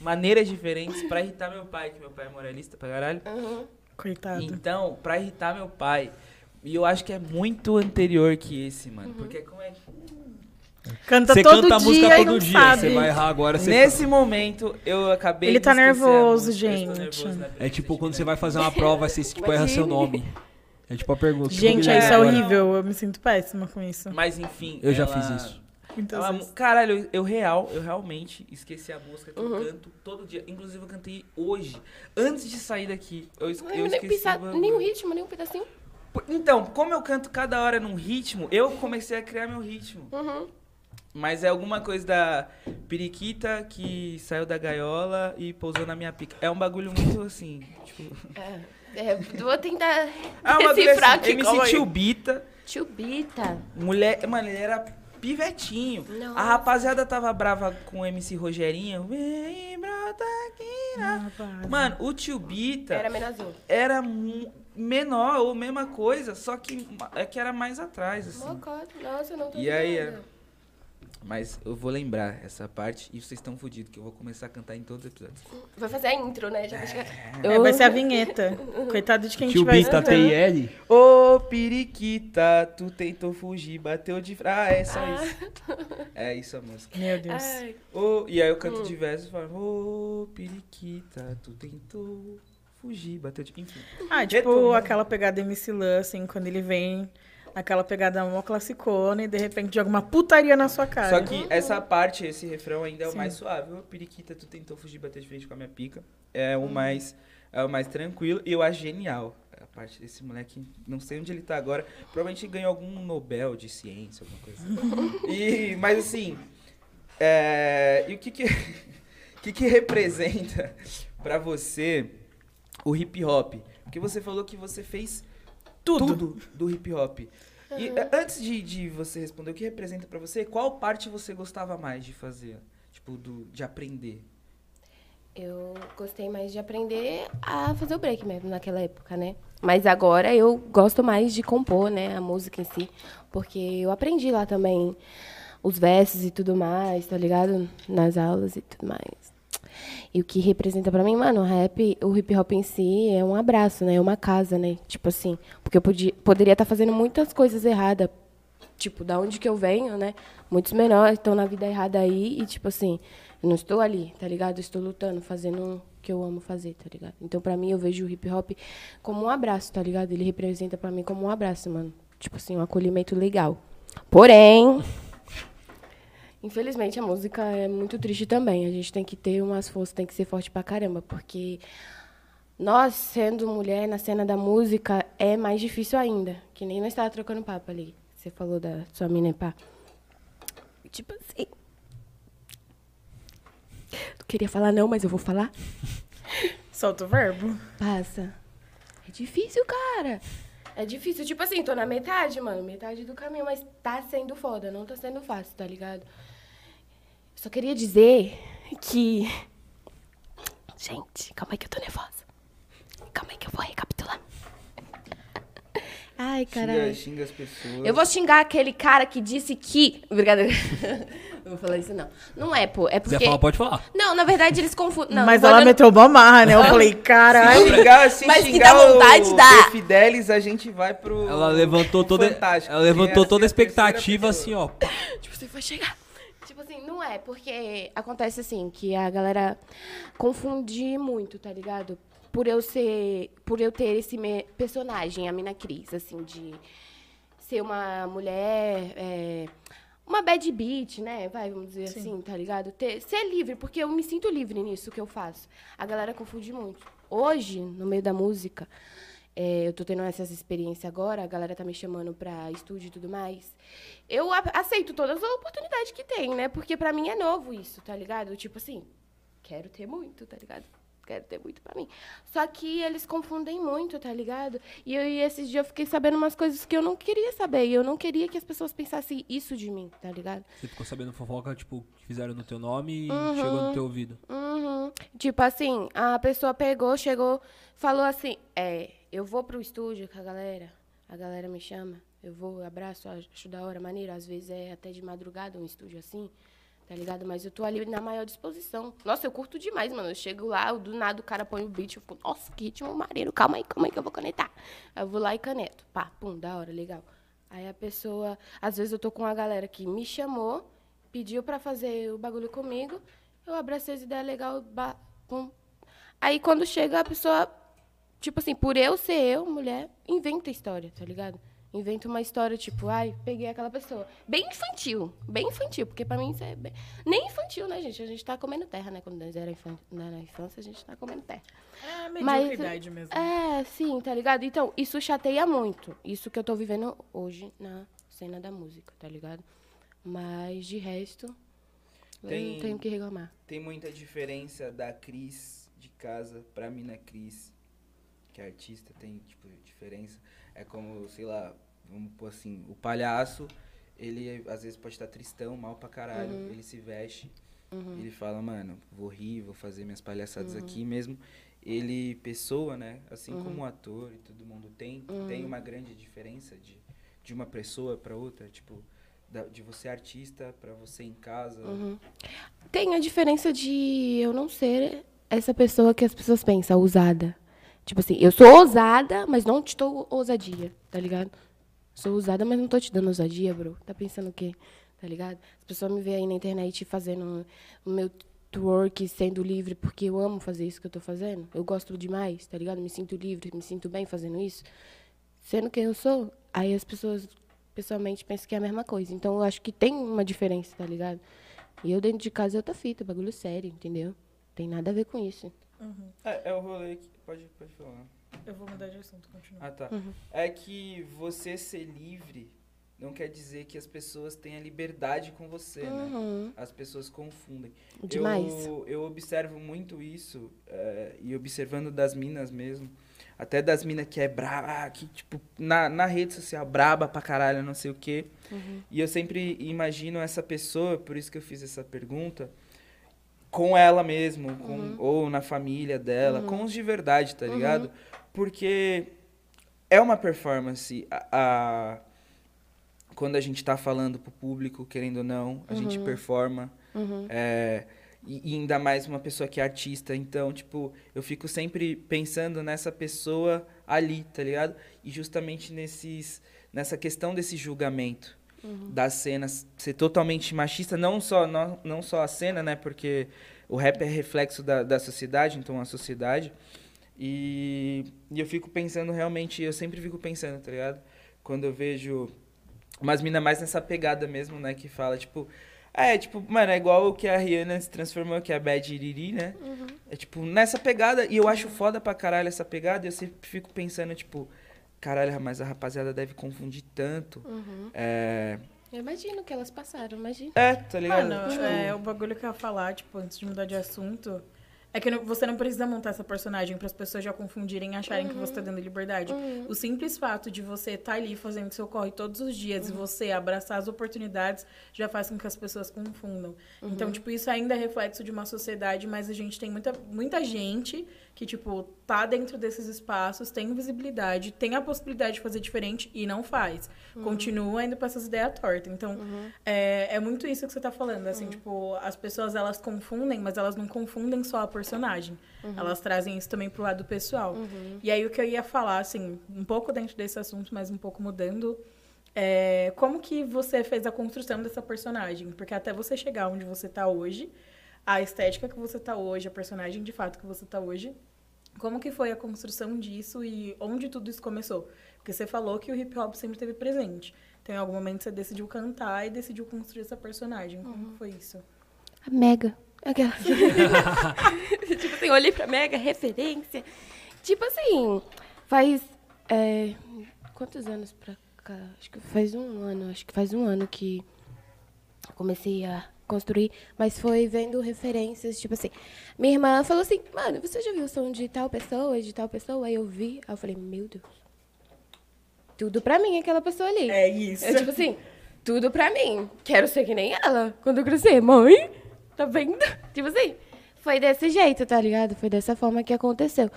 Speaker 1: maneiras diferentes, pra irritar meu pai, que meu pai é moralista pra caralho.
Speaker 4: Coitado.
Speaker 1: Então, pra irritar meu pai. E eu acho que é muito anterior que esse, mano.
Speaker 4: Uhum.
Speaker 1: Porque como é que.
Speaker 4: Canta
Speaker 3: Você
Speaker 4: todo
Speaker 3: canta a
Speaker 4: dia
Speaker 3: música
Speaker 4: e
Speaker 3: todo
Speaker 4: não
Speaker 3: dia,
Speaker 4: sabe.
Speaker 3: você vai errar agora. Você...
Speaker 1: Nesse momento, eu acabei.
Speaker 4: Ele
Speaker 1: de
Speaker 4: tá
Speaker 1: esquecer a
Speaker 4: nervoso,
Speaker 1: música, eu estou
Speaker 4: gente.
Speaker 1: nervoso na
Speaker 3: É
Speaker 1: presença
Speaker 3: tipo
Speaker 1: de
Speaker 3: quando você
Speaker 1: grande
Speaker 3: vai fazer uma prova, você tipo, erra seu nome. É tipo a pergunta. tipo,
Speaker 4: Gente,
Speaker 3: Guilherme
Speaker 4: isso é
Speaker 1: agora.
Speaker 4: horrível. Eu me sinto péssima com isso.
Speaker 1: Mas enfim.
Speaker 3: Eu já
Speaker 1: ela-
Speaker 3: fiz isso.
Speaker 4: Então,
Speaker 1: ela-
Speaker 4: vocês-
Speaker 1: caralho, eu, eu real, eu realmente esqueci a música que
Speaker 4: Uhum.
Speaker 1: eu canto todo dia. Inclusive, eu cantei hoje. Antes de sair daqui, eu, es-
Speaker 5: Ai,
Speaker 1: eu
Speaker 5: nem,
Speaker 1: esqueci.
Speaker 5: pisa,
Speaker 1: o bagulho.
Speaker 5: nem um ritmo, nem um pedacinho.
Speaker 1: Por- Então, como eu canto cada hora num ritmo, eu comecei a criar meu ritmo.
Speaker 5: Uhum.
Speaker 1: Mas é alguma coisa da periquita que saiu da gaiola e pousou na minha pica. É um bagulho muito assim, tipo...
Speaker 2: É, é, vou tentar
Speaker 1: É um bagulho
Speaker 2: decifrar aqui.
Speaker 1: assim, MC
Speaker 2: como é.
Speaker 1: Tilbita,
Speaker 5: Tchubita.
Speaker 1: mulher... Mano, ele era pivetinho.
Speaker 5: Nossa.
Speaker 1: A rapaziada tava brava com o MC Rogerinho. Vem, brota aqui na...
Speaker 5: Ah,
Speaker 1: Mano, o
Speaker 4: Tá.
Speaker 1: Tilbita
Speaker 2: Era um.
Speaker 1: era,
Speaker 2: menorzinho.
Speaker 1: mu- menor ou mesma coisa, só que ma- é que era mais atrás, assim.
Speaker 2: Mocota, nossa, eu não tô
Speaker 4: é?
Speaker 1: E aí,
Speaker 2: ligada.
Speaker 1: Mas eu vou lembrar essa parte e vocês estão fodidos, que eu vou começar a cantar em todos os episódios.
Speaker 2: Vai fazer a intro, né? Já vai chegar.
Speaker 4: É, vai ser a vinheta. Coitado de quem
Speaker 3: Tio
Speaker 4: tiver
Speaker 3: Bista
Speaker 4: escutando.
Speaker 3: TL.
Speaker 1: Ô, periquita, tu tentou fugir, bateu de... fra- Ah, é só isso. É isso a música.
Speaker 4: Meu Deus.
Speaker 5: É.
Speaker 2: Ai,
Speaker 1: Ô, e aí eu canto de versos e falo... Ô, periquita, tu tentou fugir, bateu de... Enfim.
Speaker 4: Ah, tipo
Speaker 1: Retomando.
Speaker 4: aquela pegada MC Lan, assim, quando ele vem, aquela pegada mó classicona e de repente joga uma putaria na sua cara.
Speaker 1: Só que essa parte, esse refrão ainda é o
Speaker 4: Sim.
Speaker 1: mais suave. Ô, periquita, tu tentou fugir, bater de frente com a minha pica. É o mais, é o mais tranquilo e eu acho genial. A parte desse moleque, não sei onde ele tá agora. Provavelmente ganhou algum Nobel de ciência, alguma coisa assim. E, mas assim, é, e o que que, o que que representa pra você o hip hop? Porque você falou que você fez tudo, do hip hop. E eh, antes de, de você responder, o que representa pra você? Qual parte você gostava mais de fazer? Tipo, do, de aprender?
Speaker 5: Eu gostei mais de aprender a fazer o break mesmo naquela época, né? Mas agora eu gosto mais de compor, né? A música em si. Porque eu aprendi lá também os versos e tudo mais, tá ligado? Nas aulas e tudo mais. E o que representa pra mim, mano, o rap, o hip hop em si é um abraço, né? É uma casa, né? Tipo assim, porque eu podia, poderia estar fazendo muitas coisas erradas. Tipo, da onde que eu venho, né? Muitos menores estão na vida errada aí e, tipo assim, eu não estou ali, tá ligado? Eu Estou lutando, fazendo o que eu amo fazer, tá ligado? Então, pra mim, eu vejo o hip hop como um abraço, tá ligado? Ele representa pra mim como um abraço, mano. Tipo assim, um acolhimento legal. Porém, Infelizmente, a música é muito triste também. A gente tem que ter umas forças, tem que ser forte pra caramba, porque nós, sendo mulher na cena da música, é mais difícil ainda. Que nem nós estava trocando papo ali. Você falou da sua mina e pá. Tipo assim. Não queria falar, não, mas eu vou falar.
Speaker 4: Solta o verbo.
Speaker 5: Passa. É difícil, cara. É difícil. Tipo assim, tô na metade, mano. Metade do caminho, mas tá sendo foda. Não tá sendo fácil, tá ligado? Só queria dizer que. Gente, calma aí que eu tô nervosa. Calma aí que eu vou recapitular. Ai,
Speaker 1: Xinga,
Speaker 5: caralho.
Speaker 1: xinga as pessoas.
Speaker 5: Eu vou xingar aquele cara que disse que. Brincadeira. Não vou falar isso, não. Não é, pô. É
Speaker 3: Se
Speaker 5: porque.
Speaker 3: quiser falar, pode falar.
Speaker 5: Não, na verdade eles confundem. Não,
Speaker 4: Mas
Speaker 5: não Ah. vou
Speaker 4: ela
Speaker 5: olhando-
Speaker 4: meteu uma marra, né? Eu falei, caralho.
Speaker 1: xingar, se
Speaker 5: Mas que
Speaker 1: xingar
Speaker 5: dá vontade,
Speaker 1: o
Speaker 5: dá.
Speaker 1: The Fidelis, a gente vai pro...
Speaker 3: Ela levantou toda,
Speaker 1: Fantástico,
Speaker 3: ela levantou
Speaker 1: que é
Speaker 3: toda a
Speaker 1: assim, terceira
Speaker 3: expectativa, assim,
Speaker 1: pessoa.
Speaker 3: ó.
Speaker 5: Tipo, você vai chegar. Tipo assim, não é, porque acontece assim, que a galera confunde muito, tá ligado? Por eu ser. Por eu ter esse me- personagem, a mina Cris, assim, de ser uma mulher. é, uma bad beat, né? Vai, vamos dizer assim, tá ligado? Ter- ser livre, porque eu me sinto livre nisso que eu faço. A galera confunde muito. Hoje, no meio da música, é, eu tô tendo essas experiências agora, a galera tá me chamando pra estúdio e tudo mais. Eu a- aceito todas as oportunidades que tem, né? Porque pra mim é novo isso, tá ligado? Tipo assim, quero ter muito, tá ligado? Quero ter muito pra mim. Só que eles confundem muito, tá ligado? E, eu, e esses dias eu fiquei sabendo umas coisas que eu não queria saber. E eu não queria que as pessoas pensassem isso de mim, tá ligado?
Speaker 3: Você ficou sabendo fofoca, tipo, que fizeram no teu nome e chegou no teu ouvido.
Speaker 5: Uhum. Tipo assim, a pessoa pegou, chegou, falou assim: É, eu vou pro estúdio com a galera, a galera me chama, eu vou, eu abraço, acho da hora, maneiro. Às vezes é até de madrugada um estúdio assim, tá ligado? Mas eu tô ali na maior disposição. Nossa, eu curto demais, mano. Eu chego lá, eu- do nada o cara põe o beat, eu fico, nossa, que ritmo maneiro, calma aí, calma aí que eu vou conectar. Aí eu vou lá e caneto, pá, pum, da hora, legal. Aí a pessoa, às vezes eu tô com a galera que me chamou, pediu pra fazer o bagulho comigo, eu abracei as ideias legal, ba- pum. Aí quando chega a pessoa, tipo assim, por eu ser eu, mulher, inventa história, tá ligado? Inventa uma história, tipo, ai, peguei aquela pessoa. Bem infantil, bem infantil, porque pra mim isso é bem... Nem infantil, né, gente? A gente tá comendo terra, né? Quando nós era infan... na na infância, a gente tá comendo terra.
Speaker 4: É
Speaker 5: Mas-
Speaker 4: mediocridade mesmo.
Speaker 5: É, sim, tá ligado? Então, isso chateia muito. Isso que eu tô vivendo hoje na cena da música, tá ligado? Mas de resto, eu
Speaker 1: Tem-
Speaker 5: não tenho o que reclamar.
Speaker 1: Tem muita diferença da Cris de casa pra mina Cris, que é artista, tem, tipo, diferença. É como, sei lá, vamos pôr assim, o palhaço, ele às vezes pode estar tristão, mal pra caralho, ele se veste, ele fala, mano, vou rir, vou fazer minhas palhaçadas aqui mesmo. Ele, pessoa, né, assim como o ator e todo mundo tem, tem uma grande diferença de, de uma pessoa pra outra, tipo, da- de você artista pra você em casa?
Speaker 5: Tem a diferença de eu não ser essa pessoa que as pessoas pensam, ousada. Tipo assim, eu sou ousada, mas não te dou ousadia, tá ligado? Sou ousada, mas não tô te dando ousadia, bro. Tá pensando o quê? Tá ligado? As pessoas me veem aí na internet fazendo o meu twerk sendo livre, porque eu amo fazer isso que eu tô fazendo. Eu gosto demais, tá ligado? Me sinto livre, me sinto bem fazendo isso. Sendo quem eu sou, aí as pessoas pessoalmente pensam que é a mesma coisa. Então eu acho que tem uma diferença, tá ligado? E eu dentro de casa é outra fita, bagulho sério, entendeu? Tem nada a ver com isso.
Speaker 1: É, é o rolê que. Pode, pode falar.
Speaker 4: Eu vou mudar de assunto, continua.
Speaker 1: Ah, tá. É que você ser livre não quer dizer que as pessoas tenham liberdade com você, né?
Speaker 5: Uhum.
Speaker 1: As pessoas confundem.
Speaker 5: Demais.
Speaker 1: Eu, eu observo muito isso, eh, e observando das minas mesmo, até das minas que é braba, que, tipo, na, na rede social, braba pra caralho, não sei o quê. E eu sempre imagino essa pessoa, por isso que eu fiz essa pergunta, com ela mesmo, com- ou na família dela, com os de verdade, tá ligado? Porque é uma performance. A, a- quando a gente tá falando pro público, querendo ou não, a gente performa. É, e, e ainda mais uma pessoa que é artista. Então, tipo, eu fico sempre pensando nessa pessoa ali, tá ligado? E justamente nesses, nessa questão desse julgamento das cenas ser totalmente machista, não só, não, não só a cena, né? Porque o rap é reflexo da, da sociedade, então a sociedade. E, e eu fico pensando realmente, eu sempre fico pensando, tá ligado? Quando eu vejo umas minas mais nessa pegada mesmo, né? Que fala, tipo. É, tipo, mano, é igual o que a Rihanna se transformou, que é a Bad Iriri, né? É tipo, nessa pegada, e eu acho foda pra caralho essa pegada, e eu sempre fico pensando, tipo, caralho, mas a rapaziada deve confundir tanto. É,
Speaker 5: Eu imagino que elas passaram, imagina.
Speaker 1: é, tá ligado?
Speaker 4: Mano,
Speaker 1: Tipo,
Speaker 4: é, o bagulho que eu ia falar, tipo, antes de mudar de assunto, é que não- você não precisa montar essa personagem para as pessoas já confundirem e acharem que
Speaker 1: Uhum.
Speaker 4: você tá dando liberdade. O simples fato de você estar ali fazendo seu corre todos os dias
Speaker 1: Uhum.
Speaker 4: e você abraçar as oportunidades já faz com que as pessoas confundam. Então,
Speaker 1: Uhum.
Speaker 4: tipo, isso ainda é reflexo de uma sociedade, mas a gente tem muita, muita gente que, tipo, tá dentro desses espaços, tem visibilidade, tem a possibilidade de fazer diferente e não faz. Continua indo pra essas ideias tortas. Então, é, é muito isso que você tá falando. Assim, tipo, as pessoas elas confundem, mas elas não confundem só a personagem. Elas trazem isso também pro lado pessoal. E aí o que eu ia falar, assim, um pouco dentro desse assunto, mas um pouco mudando. É, como que você fez a construção dessa personagem? Porque até você chegar onde você tá hoje, a estética que você tá hoje, a personagem de fato que você tá hoje, como que foi a construção disso e onde tudo isso começou? Porque você falou que o hip hop sempre esteve presente. Então, em algum momento, você decidiu cantar e decidiu construir essa personagem. Como foi isso?
Speaker 5: A Mega. Aquela.
Speaker 2: tipo assim, eu olhei pra Mega, referência.
Speaker 5: tipo assim, faz. é, quantos anos pra cá? Acho que faz um ano, acho que faz um ano que eu comecei a construir, mas foi vendo referências, tipo assim. Minha irmã falou assim, mano, você já viu o som de tal pessoa, de tal pessoa? Aí eu vi, aí eu falei, meu Deus. Tudo pra mim, aquela pessoa ali.
Speaker 4: isso.
Speaker 5: É tipo assim, tudo pra mim. Quero ser que nem ela. Quando eu crescer, mãe, tá vendo? Tipo assim, foi desse jeito, tá ligado? Foi dessa forma que aconteceu.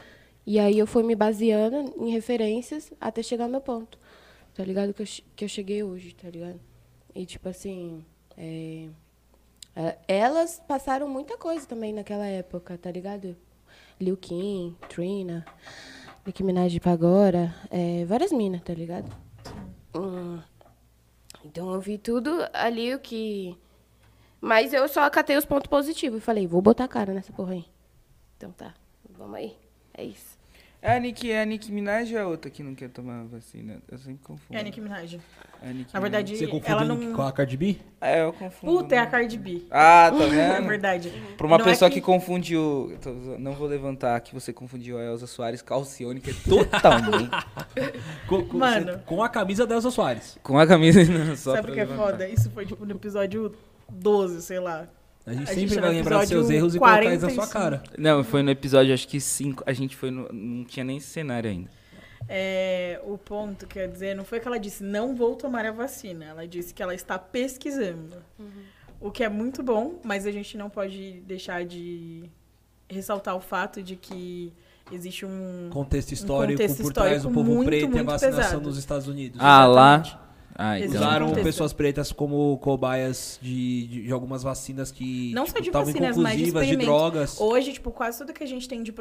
Speaker 5: E aí eu fui me baseando em referências até chegar ao meu ponto, tá ligado? Que eu, che- que eu cheguei hoje, tá ligado? E tipo assim, é, é, elas passaram muita coisa também naquela época, tá ligado? Liu Kim, Trina, Nicki Minaj pra agora, é, várias minas, tá ligado? Hum. Então eu vi tudo ali o que. Mas eu só acatei os pontos positivos e falei, vou botar a cara nessa porra aí. Então tá, vamos aí. É isso.
Speaker 1: É a Nick, é a Nick Minaj ou é a outra que não quer tomar a vacina? Eu sempre confundo.
Speaker 4: É a Nicki Minaj.
Speaker 1: É a Nicki
Speaker 4: Na verdade,
Speaker 3: Você
Speaker 4: ela
Speaker 3: confundiu
Speaker 4: não...
Speaker 3: com a Cardi B?
Speaker 1: É, eu confundo.
Speaker 4: Puta, é a
Speaker 1: né?
Speaker 4: Cardi B.
Speaker 1: Ah, tá
Speaker 4: É
Speaker 1: vendo?
Speaker 4: verdade.
Speaker 1: Pra uma
Speaker 4: Não é
Speaker 1: pessoa que...
Speaker 4: que-
Speaker 1: confundiu. eu tô zoando, Não vou levantar que você confundiu a Elza Soares Calcione, que é totalmente.
Speaker 3: Com, com-
Speaker 4: Mano.
Speaker 3: você- com a camisa da Elsa Soares.
Speaker 1: com a camisa não, só
Speaker 4: Sabe
Speaker 1: pra
Speaker 4: o que é
Speaker 1: levantar.
Speaker 4: foda? Isso foi, tipo, no episódio 12, sei lá.
Speaker 3: A gente
Speaker 4: A
Speaker 3: sempre
Speaker 4: gente tá
Speaker 3: vai
Speaker 4: no
Speaker 3: lembrar dos seus
Speaker 4: episódio
Speaker 3: erros e colocar eles na
Speaker 4: 45.
Speaker 3: sua cara.
Speaker 1: Não, foi no episódio, acho que 5. A gente foi no. Não tinha nem cenário ainda.
Speaker 4: É, o ponto, quer dizer, não foi que ela disse não vou tomar a vacina. Ela disse que ela está pesquisando. O que é muito bom, mas a gente não pode deixar de ressaltar o fato de que existe um
Speaker 3: Contexto histórico
Speaker 4: contexto
Speaker 3: por trás do
Speaker 4: histórico
Speaker 3: povo
Speaker 4: muito,
Speaker 3: preto e a
Speaker 4: muito
Speaker 3: vacinação
Speaker 4: pesado.
Speaker 3: nos Estados Unidos.
Speaker 1: Ah lá. Ah, então.
Speaker 4: Exato.
Speaker 3: Usaram
Speaker 4: aconteceu.
Speaker 3: pessoas pretas como cobaias de, de, de algumas vacinas que
Speaker 4: Não só de
Speaker 3: estavam
Speaker 4: vacinas, mas de
Speaker 3: inconclusivas, de
Speaker 4: experimentos.
Speaker 3: drogas.
Speaker 4: Hoje, tipo, quase tudo que a gente tem de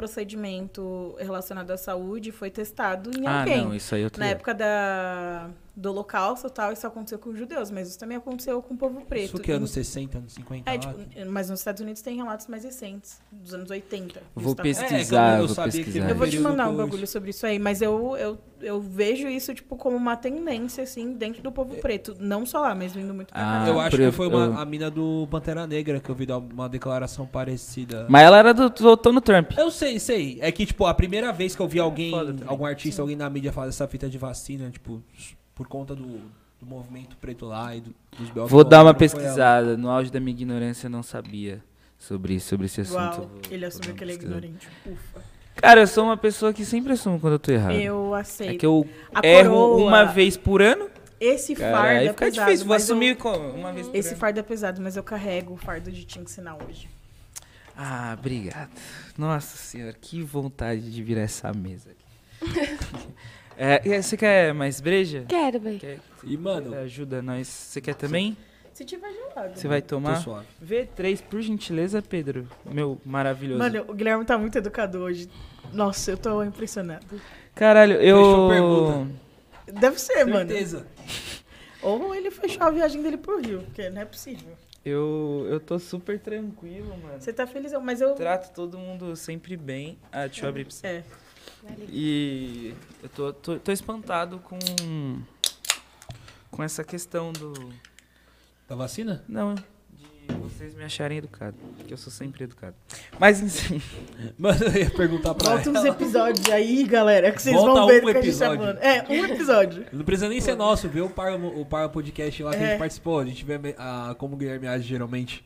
Speaker 4: procedimento relacionado à saúde foi testado em
Speaker 1: Ah,
Speaker 4: alguém.
Speaker 1: não, isso aí eu tô.
Speaker 4: Na época da, do holocausto e tal, isso aconteceu com os judeus, mas isso também aconteceu com o povo preto.
Speaker 3: Isso que é,
Speaker 1: é,
Speaker 3: anos 60, anos 50?
Speaker 4: É,
Speaker 3: lá?
Speaker 4: tipo, mas nos Estados Unidos tem relatos mais recentes, dos anos 80. Isso
Speaker 1: Vou
Speaker 4: tá
Speaker 1: pesquisar,
Speaker 3: É, eu
Speaker 1: vou
Speaker 3: sabia que
Speaker 1: pesquisar.
Speaker 3: teve
Speaker 4: Eu vou te
Speaker 3: período
Speaker 4: mandar
Speaker 3: que
Speaker 4: um
Speaker 3: eu-
Speaker 4: bagulho sobre isso aí, mas eu, eu, eu vejo isso, tipo, como uma tendência, assim, dentro do povo preto. Não só lá, mas vindo muito pra
Speaker 1: É. Ah,
Speaker 4: cá.
Speaker 3: eu acho
Speaker 1: pre-
Speaker 3: que foi uma,
Speaker 1: eu-
Speaker 3: a mina do Pantera Negra que eu vi dar uma declaração parecida.
Speaker 1: Mas ela era do, do Tono Trump.
Speaker 3: Eu sei, sei. É que, tipo, a primeira vez que eu vi alguém,
Speaker 1: foda também.
Speaker 3: algum artista, alguém na mídia fazer essa fita de vacina, tipo, por conta do, do movimento preto lá e do- dos belgas.
Speaker 1: Vou dar uma
Speaker 3: não foi ela.
Speaker 1: pesquisada. No auge da minha ignorância, eu não sabia sobre, isso- sobre esse assunto.
Speaker 4: Uau,
Speaker 1: Vou-
Speaker 4: ele
Speaker 1: vou dar
Speaker 4: assumiu
Speaker 1: uma
Speaker 4: que ele é
Speaker 1: pesquisada.
Speaker 4: ignorante. Ufa.
Speaker 1: Cara, eu sou uma pessoa que sempre assumo quando eu tô errado.
Speaker 4: Eu aceito.
Speaker 1: Ah. É que eu
Speaker 4: A
Speaker 1: erro
Speaker 4: coroa-
Speaker 1: uma vez por ano.
Speaker 4: Esse
Speaker 1: Cara,
Speaker 4: fardo
Speaker 1: aí
Speaker 4: é
Speaker 1: fica
Speaker 4: pesado.
Speaker 1: difícil. Vou
Speaker 4: mas
Speaker 1: assumir
Speaker 4: eu-
Speaker 1: como? Uma vez por
Speaker 4: Esse
Speaker 1: ano.
Speaker 4: fardo é pesado, mas eu carrego o fardo de te ensinar hoje.
Speaker 1: Ah, obrigado. Nossa senhora, que vontade de virar essa mesa aqui. É, e aí, você quer mais breja?
Speaker 5: Quero, bem.
Speaker 1: Quer-
Speaker 3: E, mano,
Speaker 1: Ajuda nós. Você quer também?
Speaker 4: Se tiver gelado.
Speaker 1: Você vai
Speaker 3: tô
Speaker 1: tomar?
Speaker 3: suave.
Speaker 1: V3, por gentileza, Pedro. Meu maravilhoso.
Speaker 4: Mano, o Guilherme tá muito educado hoje. Nossa, eu tô impressionado.
Speaker 1: Caralho,
Speaker 3: Fechou a
Speaker 1: eu.
Speaker 3: pergunta.
Speaker 4: Deve ser, É, mano.
Speaker 3: Certeza.
Speaker 4: Ou ele fechou a viagem dele pro Rio, porque não é possível.
Speaker 1: Eu, eu tô super tranquilo, mano.
Speaker 4: Você tá feliz, mas eu.
Speaker 1: Trato todo mundo sempre bem. Ah, deixa eu abrir pra você.
Speaker 4: É.
Speaker 1: E eu tô, tô, tô espantado com. com essa questão do.
Speaker 3: Da vacina?
Speaker 1: Não, de vocês me acharem educado. Porque eu sou sempre educado. Mas enfim.
Speaker 3: Mano, eu ia perguntar pra
Speaker 4: Volta
Speaker 3: ela.
Speaker 4: uns episódios aí, galera, que vocês
Speaker 3: Volta
Speaker 4: vão ver
Speaker 3: um
Speaker 4: do que a gente tá
Speaker 3: episódio.
Speaker 4: falando. É, um episódio.
Speaker 3: Não precisa nem ser nosso, viu? O Parla, o Parla Podcast lá que a
Speaker 4: É.
Speaker 3: gente participou. A gente vê a, como o Guilherme age geralmente.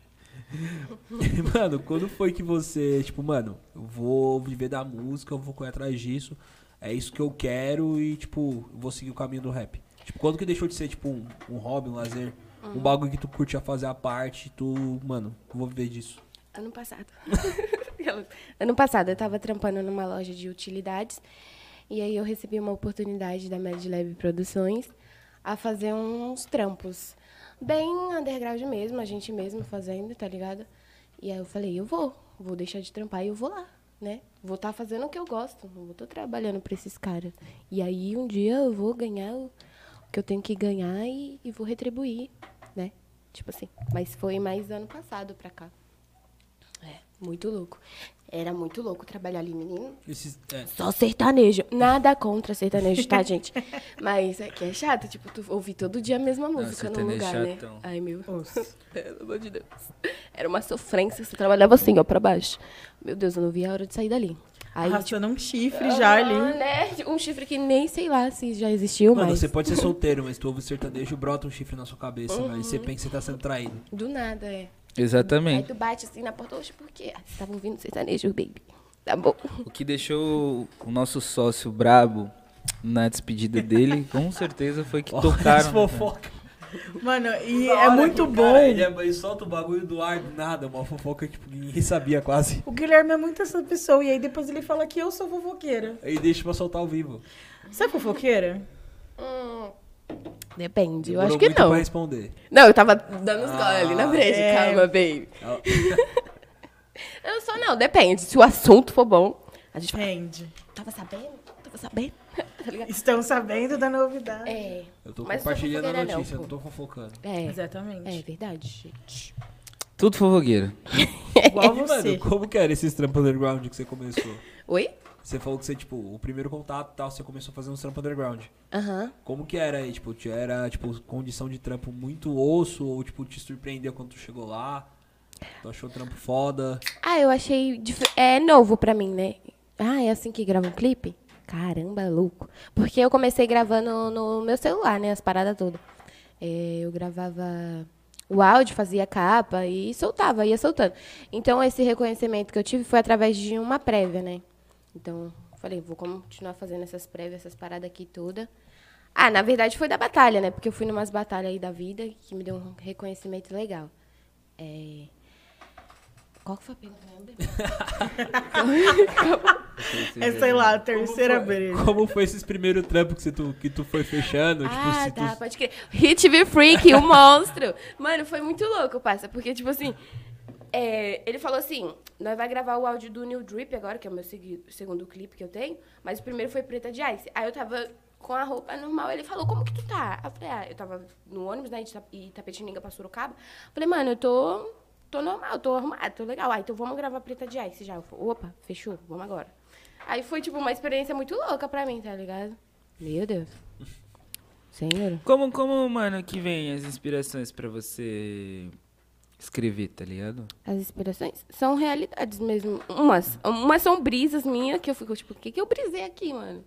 Speaker 3: mano, quando foi que você, tipo, mano, eu vou viver da música, eu vou correr atrás disso, é isso que eu quero e, tipo, eu vou seguir o caminho do rap? Tipo, quando que deixou de ser, tipo, um, um hobby, um lazer, um bagulho que tu curtia fazer à parte, tu, mano, eu vou viver disso.
Speaker 5: Ano passado. Aquelas. ano passado eu tava trampando numa loja de utilidades e aí eu recebi uma oportunidade da Mad Lab Produções a fazer uns trampos. Bem underground mesmo, a gente mesmo fazendo, tá ligado? E aí eu falei, eu vou, vou deixar de trampar e eu vou lá, né? Vou estar fazendo o que eu gosto, não vou estar trabalhando pra esses caras. E aí um dia eu vou ganhar o o que eu tenho que ganhar e, e vou retribuir, né? Tipo assim. Mas foi mais ano passado pra cá. É, muito louco. Era muito louco trabalhar ali, menino.
Speaker 3: Esses, é,
Speaker 5: Só sertanejo. Nada contra sertanejo, tá, gente? Mas é que é chato, tipo, tu ouvir todo dia a mesma música num
Speaker 1: sertanejo
Speaker 5: lugar,
Speaker 1: é
Speaker 5: né?
Speaker 1: chatão.
Speaker 5: Ai, meu.
Speaker 4: Nossa.
Speaker 5: Pelo amor de Deus. Era uma sofrência, você trabalhava assim, ó, pra baixo. Meu Deus, eu não via a hora de sair dali. Aí, tipo,
Speaker 4: Arrastando um chifre já
Speaker 5: ah,
Speaker 4: ali.
Speaker 5: né? Um chifre que nem sei lá se já existiu,
Speaker 3: Mano,
Speaker 5: mas.
Speaker 3: você pode ser solteiro, mas tu ouve sertanejo, brota um chifre na sua cabeça, mas você pensa que você tá sendo traído.
Speaker 5: Do nada, é. Aí
Speaker 1: Exatamente.
Speaker 5: tu bate assim na porta, oxe, por quê? Ah, você tava ouvindo sertanejo, baby. Tá bom.
Speaker 1: O que deixou o nosso sócio brabo na despedida dele, com certeza, foi que tocaram. né,
Speaker 3: Fofoca.
Speaker 4: Mano, e
Speaker 3: Da
Speaker 4: é
Speaker 3: hora
Speaker 4: muito
Speaker 3: que o
Speaker 4: bom.
Speaker 3: cara, Ele, é, ele solta o bagulho do ar do nada, uma fofoca que tipo, ninguém sabia quase.
Speaker 4: O Guilherme é muito essa pessoa. E aí depois ele fala que eu sou fofoqueira.
Speaker 3: Aí deixa pra soltar ao vivo.
Speaker 4: Você é fofoqueira?
Speaker 5: Depende, eu
Speaker 3: Demorou
Speaker 5: acho que
Speaker 3: muito
Speaker 5: não.
Speaker 3: Pra responder.
Speaker 5: Não, eu tava dando os goles ali na breja,
Speaker 4: é.
Speaker 5: calma, baby.
Speaker 3: Ela-
Speaker 5: Eu sou não, depende. Se o assunto for bom, a gente fala,
Speaker 4: Entende.
Speaker 5: tava sabendo? Tava sabendo? tá ligado?
Speaker 4: Estão sabendo da novidade.
Speaker 5: É.
Speaker 3: Eu tô
Speaker 5: Mas
Speaker 3: compartilhando
Speaker 5: eu sou
Speaker 3: a
Speaker 5: fofoqueira
Speaker 3: notícia,
Speaker 5: não,
Speaker 3: não tô fofocando.
Speaker 5: É. É
Speaker 4: Exatamente.
Speaker 5: verdade, gente.
Speaker 1: Tudo fofogueira.
Speaker 5: É.
Speaker 4: Igual
Speaker 3: E,
Speaker 4: você.
Speaker 3: É, mano, como que era esses trampos underground que você começou?
Speaker 5: Oi?
Speaker 3: Você falou que você, tipo, o primeiro contato e tal, você começou a fazer uns trampos underground.
Speaker 5: Aham.
Speaker 3: Como que era aí? Tipo, te- era, tipo, condição de trampo muito osso ou, tipo, te surpreendeu quando tu chegou lá? Tu achou o trampo foda?
Speaker 5: Ah, eu achei. dif- É novo pra mim, né? Ah, é assim que grava um clipe? Caramba, louco. Porque eu comecei gravando no meu celular, né? As paradas todas. É, eu gravava o áudio, fazia capa e soltava, ia soltando. Então, esse reconhecimento que eu tive foi através de uma prévia, né? Então, falei, vou continuar fazendo essas prévias, essas paradas aqui toda. Ah, na verdade foi da batalha, né? Porque eu fui numas batalhas aí da vida que me deu um reconhecimento legal. É, qual que foi a pergunta? mesmo?
Speaker 4: É, sei lá, a terceira
Speaker 3: né? foi-
Speaker 4: vez.
Speaker 3: Como foi esses primeiros trampos que, você tu, que tu foi fechando? tipo,
Speaker 5: Ah,
Speaker 3: se tu-
Speaker 5: tá, pode crer. Hit TV Freak, o monstro. Mano, foi muito louco, parça. Porque, tipo assim, é, ele falou assim: nós vai gravar o áudio do New Drip agora, que é o meu segui- segundo clipe que eu tenho. Mas o primeiro foi Preta de Ice. Aí eu tava com a roupa normal. Ele falou: como que tu tá? Eu falei: ah, eu tava no ônibus, né, de Ita- Itapetininga pra Sorocaba. Eu falei, mano, eu tô, tô normal, tô arrumada, tô legal. Ah, então vamos gravar Preta de Ice já. Eu falei, opa, fechou, vamos agora. Aí foi, tipo, uma experiência muito louca pra mim, tá ligado? Meu Deus. Senhor.
Speaker 1: Como, como, mano, que vem as inspirações pra você escrever, tá ligado?
Speaker 6: As inspirações?
Speaker 5: São realidades mesmo. Umas, umas são brisas minhas que eu fico, tipo, o que, que eu brisei aqui, mano?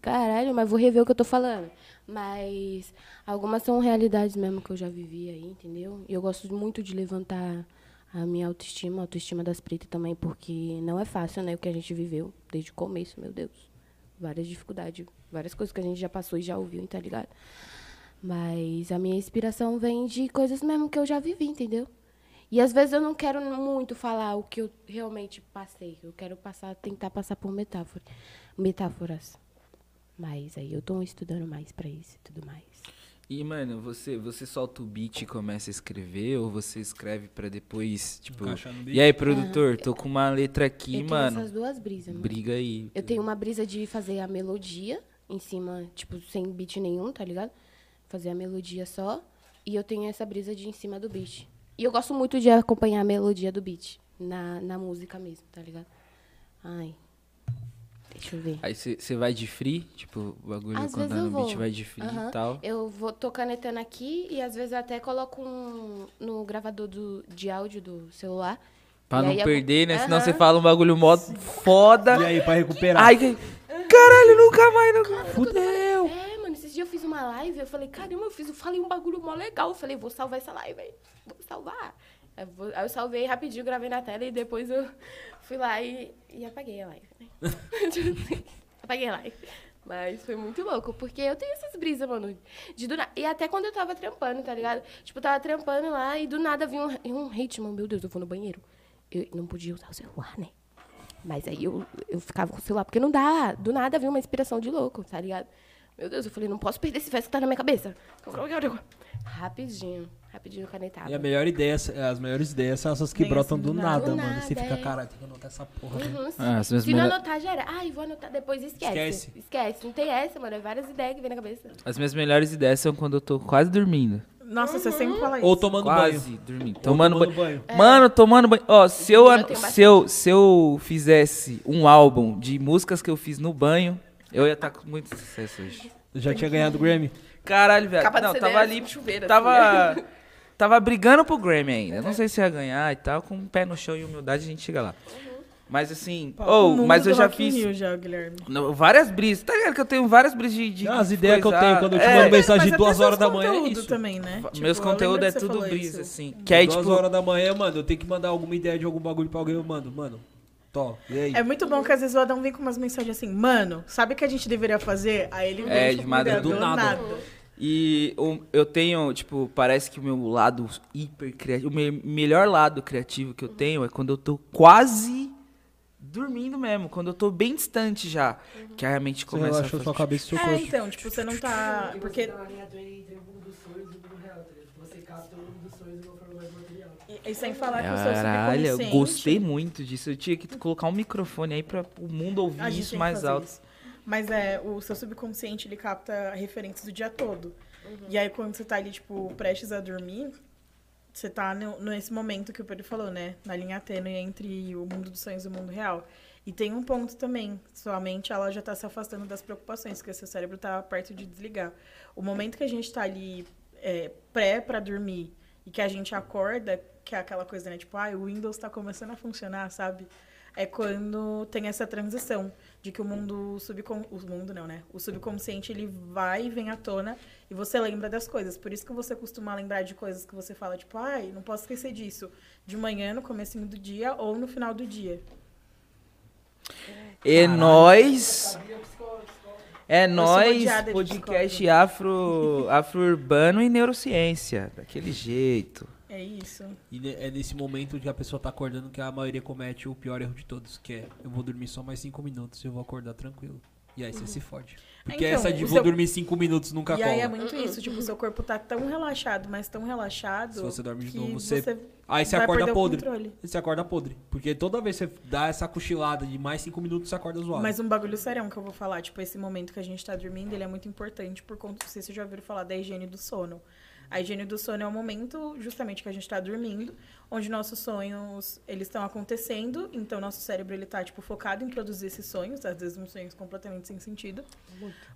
Speaker 5: Caralho, mas vou rever o que eu tô falando. Mas algumas são realidades mesmo que eu já vivi aí, entendeu? E eu gosto muito de levantar a minha autoestima, a autoestima das pretas também, porque não é fácil, né? O que a gente viveu desde o começo, meu Deus. Várias dificuldades, várias coisas que a gente já passou e já ouviu, tá ligado? Mas a minha inspiração vem de coisas mesmo que eu já vivi, entendeu? E às vezes eu não quero muito falar o que eu realmente passei. Eu quero passar, tentar passar por metáfora, metáforas. Mas aí eu tô estudando mais pra isso e tudo mais.
Speaker 1: E, mano, você, você solta o beat e começa a escrever, ou você escreve pra depois, tipo.
Speaker 3: Encaixar no beat?
Speaker 1: E aí, produtor, tô com uma letra aqui,
Speaker 5: eu tenho
Speaker 1: mano.
Speaker 5: essas duas brisas, mano.
Speaker 1: Briga aí.
Speaker 5: Eu tenho uma brisa de fazer a melodia em cima, tipo, sem beat nenhum, tá ligado? Fazer a melodia só. E eu tenho essa brisa de em cima do beat. E eu gosto muito de acompanhar a melodia do beat na, na música mesmo, tá ligado? Ai. Deixa eu ver.
Speaker 1: Aí você vai de free, tipo, o bagulho
Speaker 5: Às
Speaker 1: quando
Speaker 5: vezes
Speaker 1: tá no
Speaker 5: eu
Speaker 1: beat
Speaker 5: vou.
Speaker 1: vai de free
Speaker 5: Aham.
Speaker 1: e tal.
Speaker 5: Eu vou, tô canetando aqui e às vezes eu até coloco um- no gravador do, de áudio do celular.
Speaker 1: Pra
Speaker 5: E
Speaker 1: não
Speaker 5: aí eu-
Speaker 1: perder, né? Senão
Speaker 5: Aham.
Speaker 1: você fala um bagulho mó foda.
Speaker 3: E aí, pra recuperar?
Speaker 1: Ai, que- caralho, nunca mais. Nunca...
Speaker 5: Eu
Speaker 1: Fudeu.
Speaker 5: falei, É, mano, esses dias eu fiz uma live, eu falei, caramba, eu fiz, eu falei um bagulho mó legal. Eu falei, vou salvar essa live aí. Vou salvar. Aí eu vou- aí eu salvei rapidinho, gravei na tela e depois eu fui lá e, e apaguei a live. né? Tipo assim, apaguei a live. Mas foi muito louco, porque eu tenho essas brisas, mano. De do na- E até quando eu tava trampando, tá ligado? Tipo, eu tava trampando lá e do nada vi um, um ritmo. Meu Deus, eu vou no banheiro. Eu não podia usar o celular, né? Mas aí eu, eu ficava com o celular, porque não dá. Do nada veio uma inspiração de louco, tá ligado? Meu Deus, eu falei, não posso perder esse verso que tá na minha cabeça. Rapidinho, rapidinho canetava.
Speaker 3: E a melhor ideia, as melhores ideias são essas que
Speaker 4: Vem
Speaker 3: brotam
Speaker 4: assim
Speaker 3: do
Speaker 4: do
Speaker 3: nada,
Speaker 5: nada.
Speaker 3: mano.
Speaker 5: Do
Speaker 3: Você
Speaker 5: nada,
Speaker 3: fica,
Speaker 5: é.
Speaker 3: caralho, tem que anotar essa porra. né?"
Speaker 5: Uhum, se-
Speaker 1: Ah, as minhas
Speaker 5: se não
Speaker 1: melhor-
Speaker 5: anotar, já era. Ai, vou anotar depois, esquece.
Speaker 3: Esquece.
Speaker 5: Esquece. Não tem essa, mano. É várias ideias que vem na cabeça.
Speaker 1: As minhas melhores ideias são quando eu tô quase dormindo.
Speaker 4: Nossa, você sempre fala isso.
Speaker 3: Ou tomando
Speaker 1: Quase
Speaker 3: banho.
Speaker 1: dormindo.
Speaker 3: Ou
Speaker 1: Tomando,
Speaker 3: tomando
Speaker 1: banho.
Speaker 3: banho.
Speaker 1: Mano, tomando banho. Ó, se eu,
Speaker 5: É. Eu
Speaker 1: an-
Speaker 5: tenho
Speaker 1: se, eu, se eu fizesse um álbum de músicas que eu fiz no banho, eu ia estar com muito sucesso hoje.
Speaker 3: Já tinha ganhado o Grammy.
Speaker 1: Caralho, velho.
Speaker 5: Capa do
Speaker 1: Não,
Speaker 5: CD,
Speaker 1: tava ali.
Speaker 5: um chuveiro, assim, né? Uhum.
Speaker 1: Tava. Tava brigando pro Grammy ainda. Não sei se ia ganhar e tal. Com o pé no chão e humildade, a gente chega lá.
Speaker 5: Uhum.
Speaker 1: Mas assim.
Speaker 4: O
Speaker 1: Ou,
Speaker 4: mundo
Speaker 1: mas eu
Speaker 4: do
Speaker 1: já
Speaker 4: Rock in Rio
Speaker 1: fiz.
Speaker 4: já, Guilherme.
Speaker 1: não, várias brisas. Tá ligado que eu tenho várias brisas de. de
Speaker 3: As ideias que eu
Speaker 1: coisar.
Speaker 3: tenho quando eu te
Speaker 1: É.
Speaker 3: mando mensagem
Speaker 4: Mas até
Speaker 3: duas
Speaker 4: seus
Speaker 3: horas da manhã é
Speaker 4: conteúdos
Speaker 3: isso.
Speaker 4: também, né? Tipo,
Speaker 1: Meus
Speaker 4: eu
Speaker 1: conteúdos
Speaker 4: lembro
Speaker 1: é
Speaker 4: que você
Speaker 1: tudo
Speaker 4: falou
Speaker 1: brisa,
Speaker 4: isso. Hum.
Speaker 1: assim. Que aí,
Speaker 3: duas
Speaker 1: tipo,
Speaker 3: horas da manhã, mano, eu tenho que mandar alguma ideia de algum bagulho pra alguém, eu mando. Mano, to, e
Speaker 1: assim.
Speaker 3: aí?
Speaker 4: É muito bom que às vezes o Adão vem com umas mensagens assim, mano, sabe o que a gente deveria fazer? Aí ele vem
Speaker 1: É,
Speaker 4: tipo,
Speaker 1: de madrugada.
Speaker 4: do
Speaker 1: Do
Speaker 4: nada. É,
Speaker 3: nada.
Speaker 1: E o- eu tenho, tipo, parece que o meu lado hiper criativo, o me- melhor lado criativo que eu tenho é quando eu tô quase dormindo mesmo, quando eu tô bem distante já, que aí a mente
Speaker 3: Você
Speaker 1: começa a
Speaker 3: relaxou
Speaker 1: fazer...
Speaker 3: sua cabeça e seu
Speaker 4: É,
Speaker 3: corpo.
Speaker 4: então, tipo, você não tá. Porque. E, e sem falar que o seu é
Speaker 1: Caralho, eu
Speaker 4: subconsciente.
Speaker 1: gostei muito disso. Eu tinha que colocar um microfone aí pra o mundo ouvir
Speaker 4: A gente tem
Speaker 1: isso
Speaker 4: que
Speaker 1: mais
Speaker 4: fazer
Speaker 1: alto.
Speaker 4: isso. Mas é, o seu subconsciente ele capta referências o dia todo. E aí quando você tá ali, tipo, prestes a dormir, você tá no, nesse momento que o Pedro falou, né? Na linha tênue entre o mundo dos sonhos e o mundo real. E tem um ponto também, sua mente ela já tá se afastando das preocupações, porque seu cérebro tá perto de desligar. O momento que a gente tá ali é, pré pra dormir e que a gente acorda, que é aquela coisa, né? Tipo, ah, o Windows tá começando a funcionar, sabe? É quando tem essa transição de que o mundo subcon... o mundo não, né? O subconsciente ele vai e vem à tona e você lembra das coisas. Por isso que você costuma lembrar de coisas que você fala tipo, ai, não posso esquecer disso, de manhã, no comecinho do dia ou no final do dia.
Speaker 1: É nóis. É
Speaker 4: sou
Speaker 1: nóis,
Speaker 4: rodeada de
Speaker 1: podcast afro, afro-urbano e neurociência. Daquele jeito.
Speaker 4: É isso.
Speaker 3: E ne- é nesse momento que a pessoa tá acordando que a maioria comete o pior erro de todos, que é eu vou dormir só mais 5 minutos e eu vou acordar tranquilo. E aí você se fode. Porque
Speaker 4: Uhum. então,
Speaker 3: essa de
Speaker 4: o
Speaker 3: vou
Speaker 4: seu-
Speaker 3: dormir 5 minutos nunca
Speaker 4: e
Speaker 3: cola.
Speaker 4: aí é muito isso, tipo, seu corpo tá tão relaxado, mas tão relaxado.
Speaker 3: Se você dorme de
Speaker 4: que
Speaker 3: novo, você-
Speaker 4: você,
Speaker 3: Aí você
Speaker 4: vai
Speaker 3: acorda
Speaker 4: perder
Speaker 3: podre.
Speaker 4: o controle.
Speaker 3: Você acorda podre. Porque toda vez que você dá essa cochilada de mais 5 minutos, você acorda zoado.
Speaker 4: Mas um bagulho serão que eu vou falar, tipo, esse momento que a gente tá dormindo, ele é muito importante por conta, não sei se vocês já ouviram falar da higiene do sono. A higiene do sono é o momento justamente que a gente tá dormindo, onde nossos sonhos, eles estão acontecendo, então nosso cérebro, ele tá, tipo, focado em produzir esses sonhos, às vezes uns sonhos completamente sem sentido,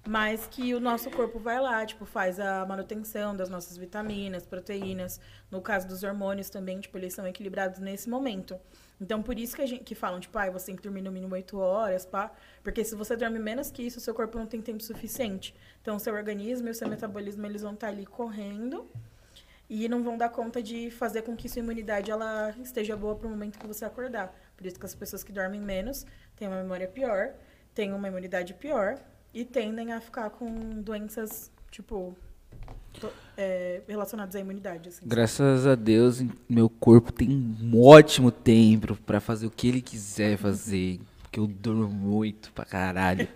Speaker 4: mas que o nosso corpo vai lá, tipo, faz a manutenção das nossas vitaminas, proteínas, no caso dos hormônios também, tipo, eles são equilibrados nesse momento. Então, por isso que, a gente, que falam, tipo, ah, você tem que dormir no mínimo 8 horas, pá. Porque se você dorme menos que isso, seu corpo não tem tempo suficiente. Então, o seu organismo e o seu metabolismo, eles vão estar ali correndo e não vão dar conta de fazer com que sua imunidade ela esteja boa para o momento que você acordar. Por isso que as pessoas que dormem menos têm uma memória pior, têm uma imunidade pior e tendem a ficar com doenças, tipo, to- é, relacionadas à imunidade, assim.
Speaker 1: Graças a Deus, em- meu corpo tem um ótimo tempo pra fazer o que ele quiser fazer. Porque eu durmo muito pra caralho.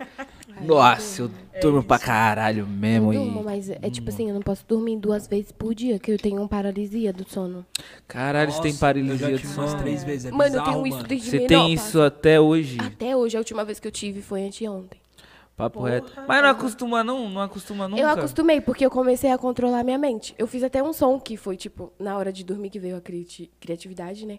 Speaker 1: Nossa, eu durmo pra caralho
Speaker 5: É Eu
Speaker 1: mesmo.
Speaker 5: durmo,
Speaker 1: e-
Speaker 5: mas é tipo assim, eu não posso dormir duas vezes por dia, que eu tenho um paralisia do sono.
Speaker 1: Caralho, você tem paralisia
Speaker 3: eu já
Speaker 1: do
Speaker 3: tive umas
Speaker 1: sono.
Speaker 3: três vezes, é
Speaker 5: mano, eu
Speaker 3: bizarro,
Speaker 5: tenho isso
Speaker 3: mano.
Speaker 5: desde
Speaker 1: Você
Speaker 5: menor, Ah,
Speaker 1: tem
Speaker 5: pá.
Speaker 1: isso até hoje.
Speaker 5: Até hoje, a última vez que eu tive foi anteontem.
Speaker 1: Papo
Speaker 4: Porra,
Speaker 1: reto. Mas não acostuma, não? Não acostuma nunca?
Speaker 5: Eu acostumei, porque eu comecei a controlar minha mente. Eu fiz até um som que foi, tipo, na hora de dormir que veio a criati- criatividade, né?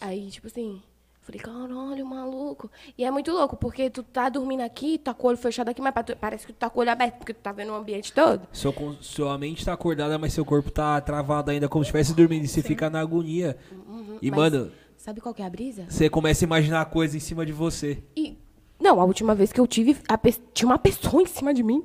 Speaker 5: Aí, tipo assim, falei, caralho, maluco. E é muito louco, porque tu tá dormindo aqui, tá com o olho fechado aqui, mas pa- tu- parece que tu tá com o olho aberto, porque tu tá vendo o ambiente todo.
Speaker 3: Seu, con- sua mente tá acordada, mas seu corpo tá travado ainda, como se estivesse dormindo. E você fica na agonia. e,
Speaker 5: Uhum, mas-
Speaker 3: mano,
Speaker 5: Sabe qual que é a brisa?
Speaker 3: você começa a imaginar coisa em cima de você.
Speaker 5: E, não, a última vez que eu tive, a pe- tinha uma pessoa em cima de mim.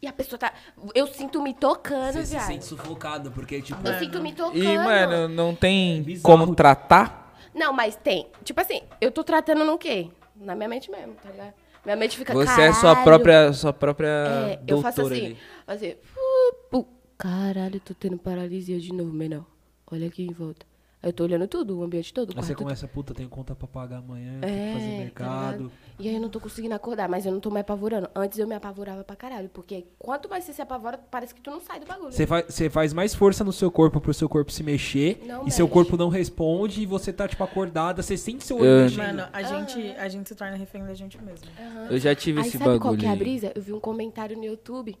Speaker 5: E a pessoa tá. Eu sinto me tocando,
Speaker 3: Você se
Speaker 5: viado.
Speaker 3: sente sufocado, porque, tipo,
Speaker 5: Eu sinto me tocando.
Speaker 1: E, mano, não tem
Speaker 3: É bizarro.
Speaker 1: como tratar?
Speaker 5: Não, mas tem. Tipo assim, eu tô tratando no quê? Na minha mente mesmo, tá ligado? Minha mente fica.
Speaker 1: Você
Speaker 5: caralho.
Speaker 1: é sua própria, sua própria
Speaker 5: É,
Speaker 1: doutora
Speaker 5: eu faço assim.
Speaker 1: ali.
Speaker 5: assim pu, pu. Caralho, tô tendo paralisia de novo, menor. Olha aqui em volta. Aí eu tô olhando tudo, o ambiente todo. o
Speaker 3: aí você
Speaker 5: quarto, tudo.
Speaker 3: começa, puta, tenho conta pra pagar amanhã, tenho que
Speaker 5: É,
Speaker 3: fazer
Speaker 5: tá
Speaker 3: mercado.
Speaker 5: ligado? e aí eu não tô conseguindo acordar, mas eu não tô me apavorando. Antes eu me apavorava pra caralho, porque quanto mais você se apavora, parece que tu não sai do bagulho.
Speaker 3: Você faz, você faz mais força no seu corpo pro seu corpo se mexer.
Speaker 5: Não
Speaker 3: e seu
Speaker 5: mexe.
Speaker 3: corpo não responde. E você tá, tipo, acordada. Você sente seu olho
Speaker 1: Eu-
Speaker 3: mexendo.
Speaker 4: Mano, a gente, a gente se torna refém da gente mesmo.
Speaker 1: Eu já tive
Speaker 5: Aí
Speaker 1: esse
Speaker 5: sabe
Speaker 1: bagulho.
Speaker 5: qual que é a
Speaker 1: aí.
Speaker 5: brisa? Eu vi um comentário no YouTube.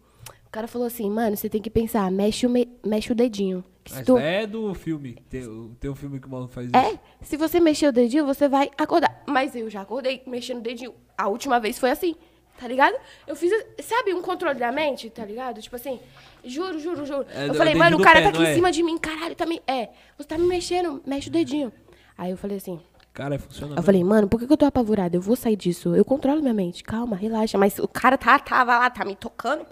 Speaker 5: O cara falou assim, mano, você tem que pensar, mexe o, me- mexe o dedinho.
Speaker 1: Ah,
Speaker 5: Que se
Speaker 3: Mas
Speaker 5: tu-
Speaker 3: é do filme. Tem, tem um filme que o maluco faz isso.
Speaker 5: É, se você mexer o dedinho, você vai acordar. Mas eu já acordei mexendo o dedinho. A última vez foi assim, tá ligado? Eu fiz, sabe, um controle da mente, tá ligado? Tipo assim, juro, juro, juro.
Speaker 3: É, é o
Speaker 5: eu falei,
Speaker 3: dedinho
Speaker 5: mano,
Speaker 3: do
Speaker 5: o cara
Speaker 3: pé,
Speaker 5: tá aqui
Speaker 3: não
Speaker 5: em
Speaker 3: é?
Speaker 5: cima de mim, caralho, tá me... É, você tá me mexendo, mexe o dedinho. Aí eu falei assim,
Speaker 3: Cara, é funciona.
Speaker 5: eu
Speaker 3: mesmo.
Speaker 5: falei, mano, por que, que eu tô apavorada? Eu vou sair disso. Eu controlo minha mente. Calma, relaxa. Mas o cara tá, tava lá, tá me tocando.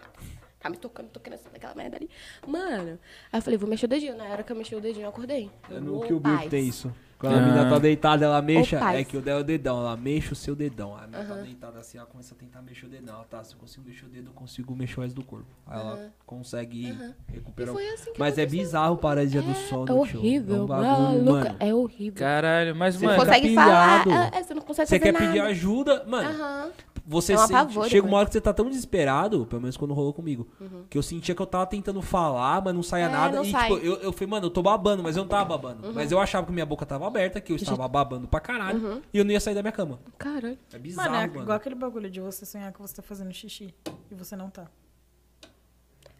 Speaker 5: Tá me tocando, tocando essa, daquela merda ali. Mano. Aí eu falei, vou mexer o dedinho. Na hora que eu mexi o dedinho, eu acordei.
Speaker 3: É no
Speaker 5: Ô,
Speaker 3: que o Bill
Speaker 5: paz.
Speaker 3: tem isso. Quando a mina tá deitada, ela mexa.
Speaker 5: paz.
Speaker 3: É que eu der o dedão, ela mexe o seu dedão. A mina tá deitada assim, ela começa a tentar mexer o dedão. Ela tá, se eu consigo mexer o dedo, eu consigo mexer o resto do corpo. Aí ela consegue recuperar. o-
Speaker 5: E foi assim que
Speaker 3: Mas é bizarro a paralisia do sono,
Speaker 5: É
Speaker 3: tio.
Speaker 5: horrível,
Speaker 3: É um bagulho,
Speaker 5: maluco.
Speaker 3: mano.
Speaker 5: É horrível.
Speaker 1: Caralho, mas,
Speaker 5: Você
Speaker 1: mano,
Speaker 5: não consegue falar.
Speaker 3: pilhado.
Speaker 5: ah, é, Você não consegue
Speaker 3: Você quer
Speaker 5: fazer nada.
Speaker 3: pedir ajuda, mano.
Speaker 5: Aham.
Speaker 3: Você
Speaker 5: É um
Speaker 3: sente-
Speaker 5: apavoro,
Speaker 3: chega uma
Speaker 5: mano.
Speaker 3: hora que você tá tão desesperado, pelo menos quando rolou comigo, que eu sentia que eu tava tentando falar, mas não saia
Speaker 5: É,
Speaker 3: nada.
Speaker 5: não
Speaker 3: e
Speaker 5: sai. Uhum.
Speaker 3: tipo, eu, eu falei, mano, eu tô babando, mas eu não tava babando. Mas eu achava que minha boca tava aberta, que eu estava babando pra caralho,
Speaker 5: Uhum.
Speaker 3: e eu não ia sair da minha cama.
Speaker 5: Caralho.
Speaker 3: É bizarro,
Speaker 4: Mano, é
Speaker 3: mano.
Speaker 4: igual aquele bagulho de você sonhar que você tá fazendo xixi e você não tá.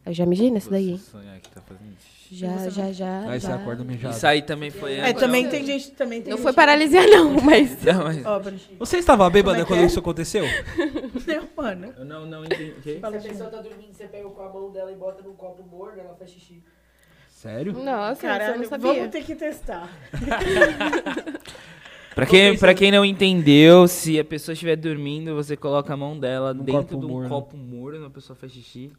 Speaker 5: Eu já mijei nessa daí, hein?
Speaker 1: Sonhar que tá fazendo xixi.
Speaker 5: Já, já, já.
Speaker 3: Aí você
Speaker 5: já.
Speaker 3: acorda mijado.
Speaker 1: Isso aí também foi
Speaker 4: É,
Speaker 1: antes.
Speaker 4: também tem gente, também tem
Speaker 5: Não
Speaker 4: gente
Speaker 5: foi paralisia, não, mas.
Speaker 1: Não, mas-
Speaker 4: pobre.
Speaker 3: Você estava bêbada
Speaker 4: Como é que
Speaker 3: quando
Speaker 4: é?
Speaker 3: isso aconteceu?
Speaker 4: Não, mano.
Speaker 1: Eu não, não entendi.
Speaker 4: Fala
Speaker 7: Se a
Speaker 4: assim.
Speaker 7: pessoa tá dormindo, você pega com a mão dela e bota num copo morno, ela faz xixi.
Speaker 3: Sério?
Speaker 5: Nossa, eu não
Speaker 4: Caralho,
Speaker 5: sabia.
Speaker 4: vamos ter que testar.
Speaker 1: Pra quem, pra quem não entendeu, se a pessoa estiver dormindo, você coloca a mão dela
Speaker 3: Num
Speaker 1: dentro
Speaker 3: copo
Speaker 1: de um
Speaker 3: morno.
Speaker 1: copo morno, a pessoa faz xixi.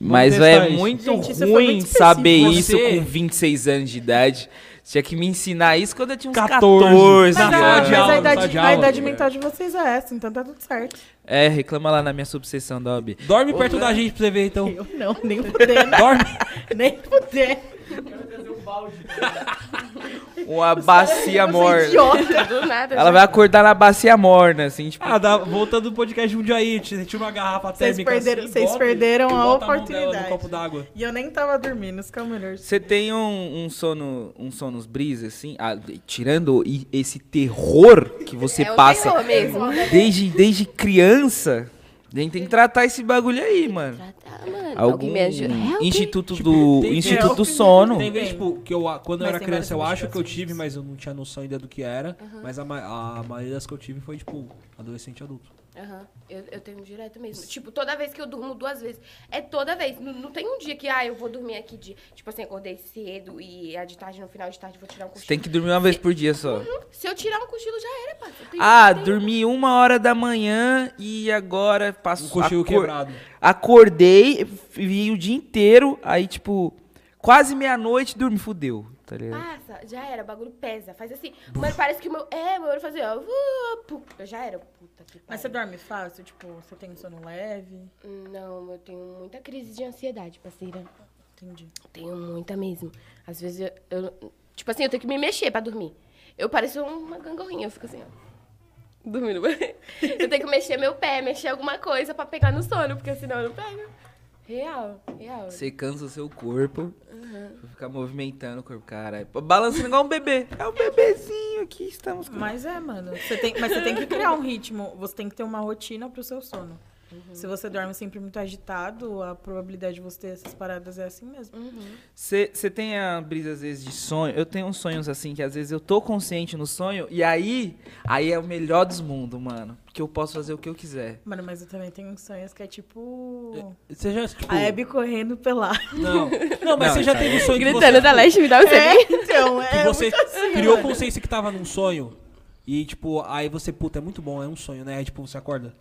Speaker 1: Mas
Speaker 3: testar
Speaker 1: é
Speaker 3: isso.
Speaker 1: muito
Speaker 4: Gente, isso foi
Speaker 1: ruim
Speaker 4: muito específico.
Speaker 1: saber isso
Speaker 3: Você-
Speaker 1: com 26 anos de idade. Você tinha que me ensinar isso quando eu tinha uns 14.
Speaker 3: 14.
Speaker 4: Mas,
Speaker 3: Sala
Speaker 4: a,
Speaker 3: de
Speaker 4: mas a
Speaker 3: aula, sala
Speaker 4: idade,
Speaker 3: de
Speaker 4: a
Speaker 3: aula.
Speaker 4: idade mental de vocês é essa, então tá tudo certo.
Speaker 1: É, reclama lá na minha subseção da OB.
Speaker 3: Dorme perto da gente pra você ver, então.
Speaker 4: Eu não, nem fudendo.
Speaker 3: Dorme.
Speaker 4: nem fudendo.
Speaker 7: Quero trazer um balde.
Speaker 1: Uma bacia morna.
Speaker 2: Idiota, do nada.
Speaker 1: Ela vai acordar na bacia morna, assim, tipo.
Speaker 8: Ah, dá, voltando do podcast
Speaker 3: um
Speaker 8: Jundiaí, tinha tinha uma garrafa
Speaker 4: Vocês
Speaker 8: térmica.
Speaker 4: perderam-
Speaker 8: assim,
Speaker 4: vocês
Speaker 8: bota-
Speaker 4: perderam
Speaker 8: bota
Speaker 4: a
Speaker 8: mão dela
Speaker 4: oportunidade.
Speaker 8: No copo d'água.
Speaker 4: E eu nem tava dormindo, isso que é o melhor.
Speaker 1: Você tem um, um sono, um sonos brisa, assim, ah, de- tirando i- esse terror que você
Speaker 2: É um
Speaker 1: passa
Speaker 2: terror mesmo.
Speaker 1: Desde, desde criança. A gente tem que tratar esse bagulho aí,
Speaker 5: assim.
Speaker 1: mano.
Speaker 2: Tratar, tá, mano.
Speaker 1: Algum
Speaker 2: Alguém me ajuda. Help.
Speaker 1: instituto
Speaker 3: Tipo,
Speaker 1: do
Speaker 8: tem-
Speaker 1: instituto
Speaker 4: é,
Speaker 1: do sono.
Speaker 3: Tem vezes,
Speaker 4: Tem.
Speaker 3: tipo, que eu, quando eu
Speaker 4: Mas
Speaker 3: era
Speaker 4: tem
Speaker 3: criança, eu
Speaker 4: várias
Speaker 3: acho que eu tive, mas eu não tinha noção ainda do que era. Mas a, ma- a maioria das que eu tive foi, tipo, adolescente e adulto.
Speaker 2: Aham. Eu, eu tenho direto mesmo. Tipo, toda vez que eu durmo duas vezes. É toda vez. Não, não tem um dia que, ah, eu vou dormir aqui de. Tipo assim, acordei cedo e a de tarde, no final de tarde, vou tirar um
Speaker 1: Você
Speaker 2: cochilo.
Speaker 1: tem que dormir uma vez por dia só.
Speaker 2: Se eu tirar um cochilo, já era, pá. Eu tenho-
Speaker 1: Ah,
Speaker 2: eu tenho-
Speaker 1: dormi uma hora da manhã e agora passou.
Speaker 3: Um cochilo
Speaker 1: acor-
Speaker 3: quebrado.
Speaker 1: Acordei, vi o dia inteiro, aí, tipo, quase meia-noite dormi, fudeu. Tá ligado?
Speaker 2: Passa, já era, o bagulho pesa. Faz assim. Mano, parece que o meu. É, meu olho fazia, ó. vu, pu. Eu já era, puta que
Speaker 4: Mas você
Speaker 2: pariu.
Speaker 4: dorme fácil? Tipo, você tem sono leve?
Speaker 2: Não, eu tenho muita crise de ansiedade, parceira.
Speaker 4: Entendi.
Speaker 2: Tenho muita mesmo. Às vezes eu, eu- Tipo assim, eu tenho que me mexer pra dormir. Eu pareço uma gangorrinha, eu fico assim, ó. Dormindo. eu tenho que mexer meu pé, mexer alguma coisa pra pegar no sono, porque senão eu não pego. Real, real.
Speaker 1: Você cansa o seu corpo.
Speaker 2: Uhum.
Speaker 1: Pra ficar movimentando o corpo, caralho. Balançando igual um bebê. É um bebezinho que estamos com.
Speaker 4: Mas é, mano. Você tem, mas você tem que criar um ritmo. Você tem que ter uma rotina pro seu sono. Se você dorme sempre muito agitado, a probabilidade de você ter essas paradas é assim mesmo.
Speaker 2: Uhum.
Speaker 1: Você tem a brisa, às vezes, de sonho. Eu tenho uns sonhos assim, que às vezes eu tô consciente no sonho, e aí, aí é o melhor dos mundos, mano. Porque eu posso fazer o que eu quiser.
Speaker 4: Mano, mas eu também tenho uns sonhos que é tipo.
Speaker 3: Você já, tipo...
Speaker 4: A Hebe correndo pela.
Speaker 3: Não, não mas
Speaker 1: Não,
Speaker 3: você já
Speaker 1: então-
Speaker 3: teve um sonho que
Speaker 2: Gritando
Speaker 3: você,
Speaker 2: da leste, me dá um CD.
Speaker 4: Então,
Speaker 3: que
Speaker 4: é.
Speaker 3: você
Speaker 4: muito assim,
Speaker 3: criou
Speaker 4: mano.
Speaker 3: consciência que tava num sonho. E, tipo, aí você, puta, é muito bom, é um sonho, né? Aí, tipo, você acorda.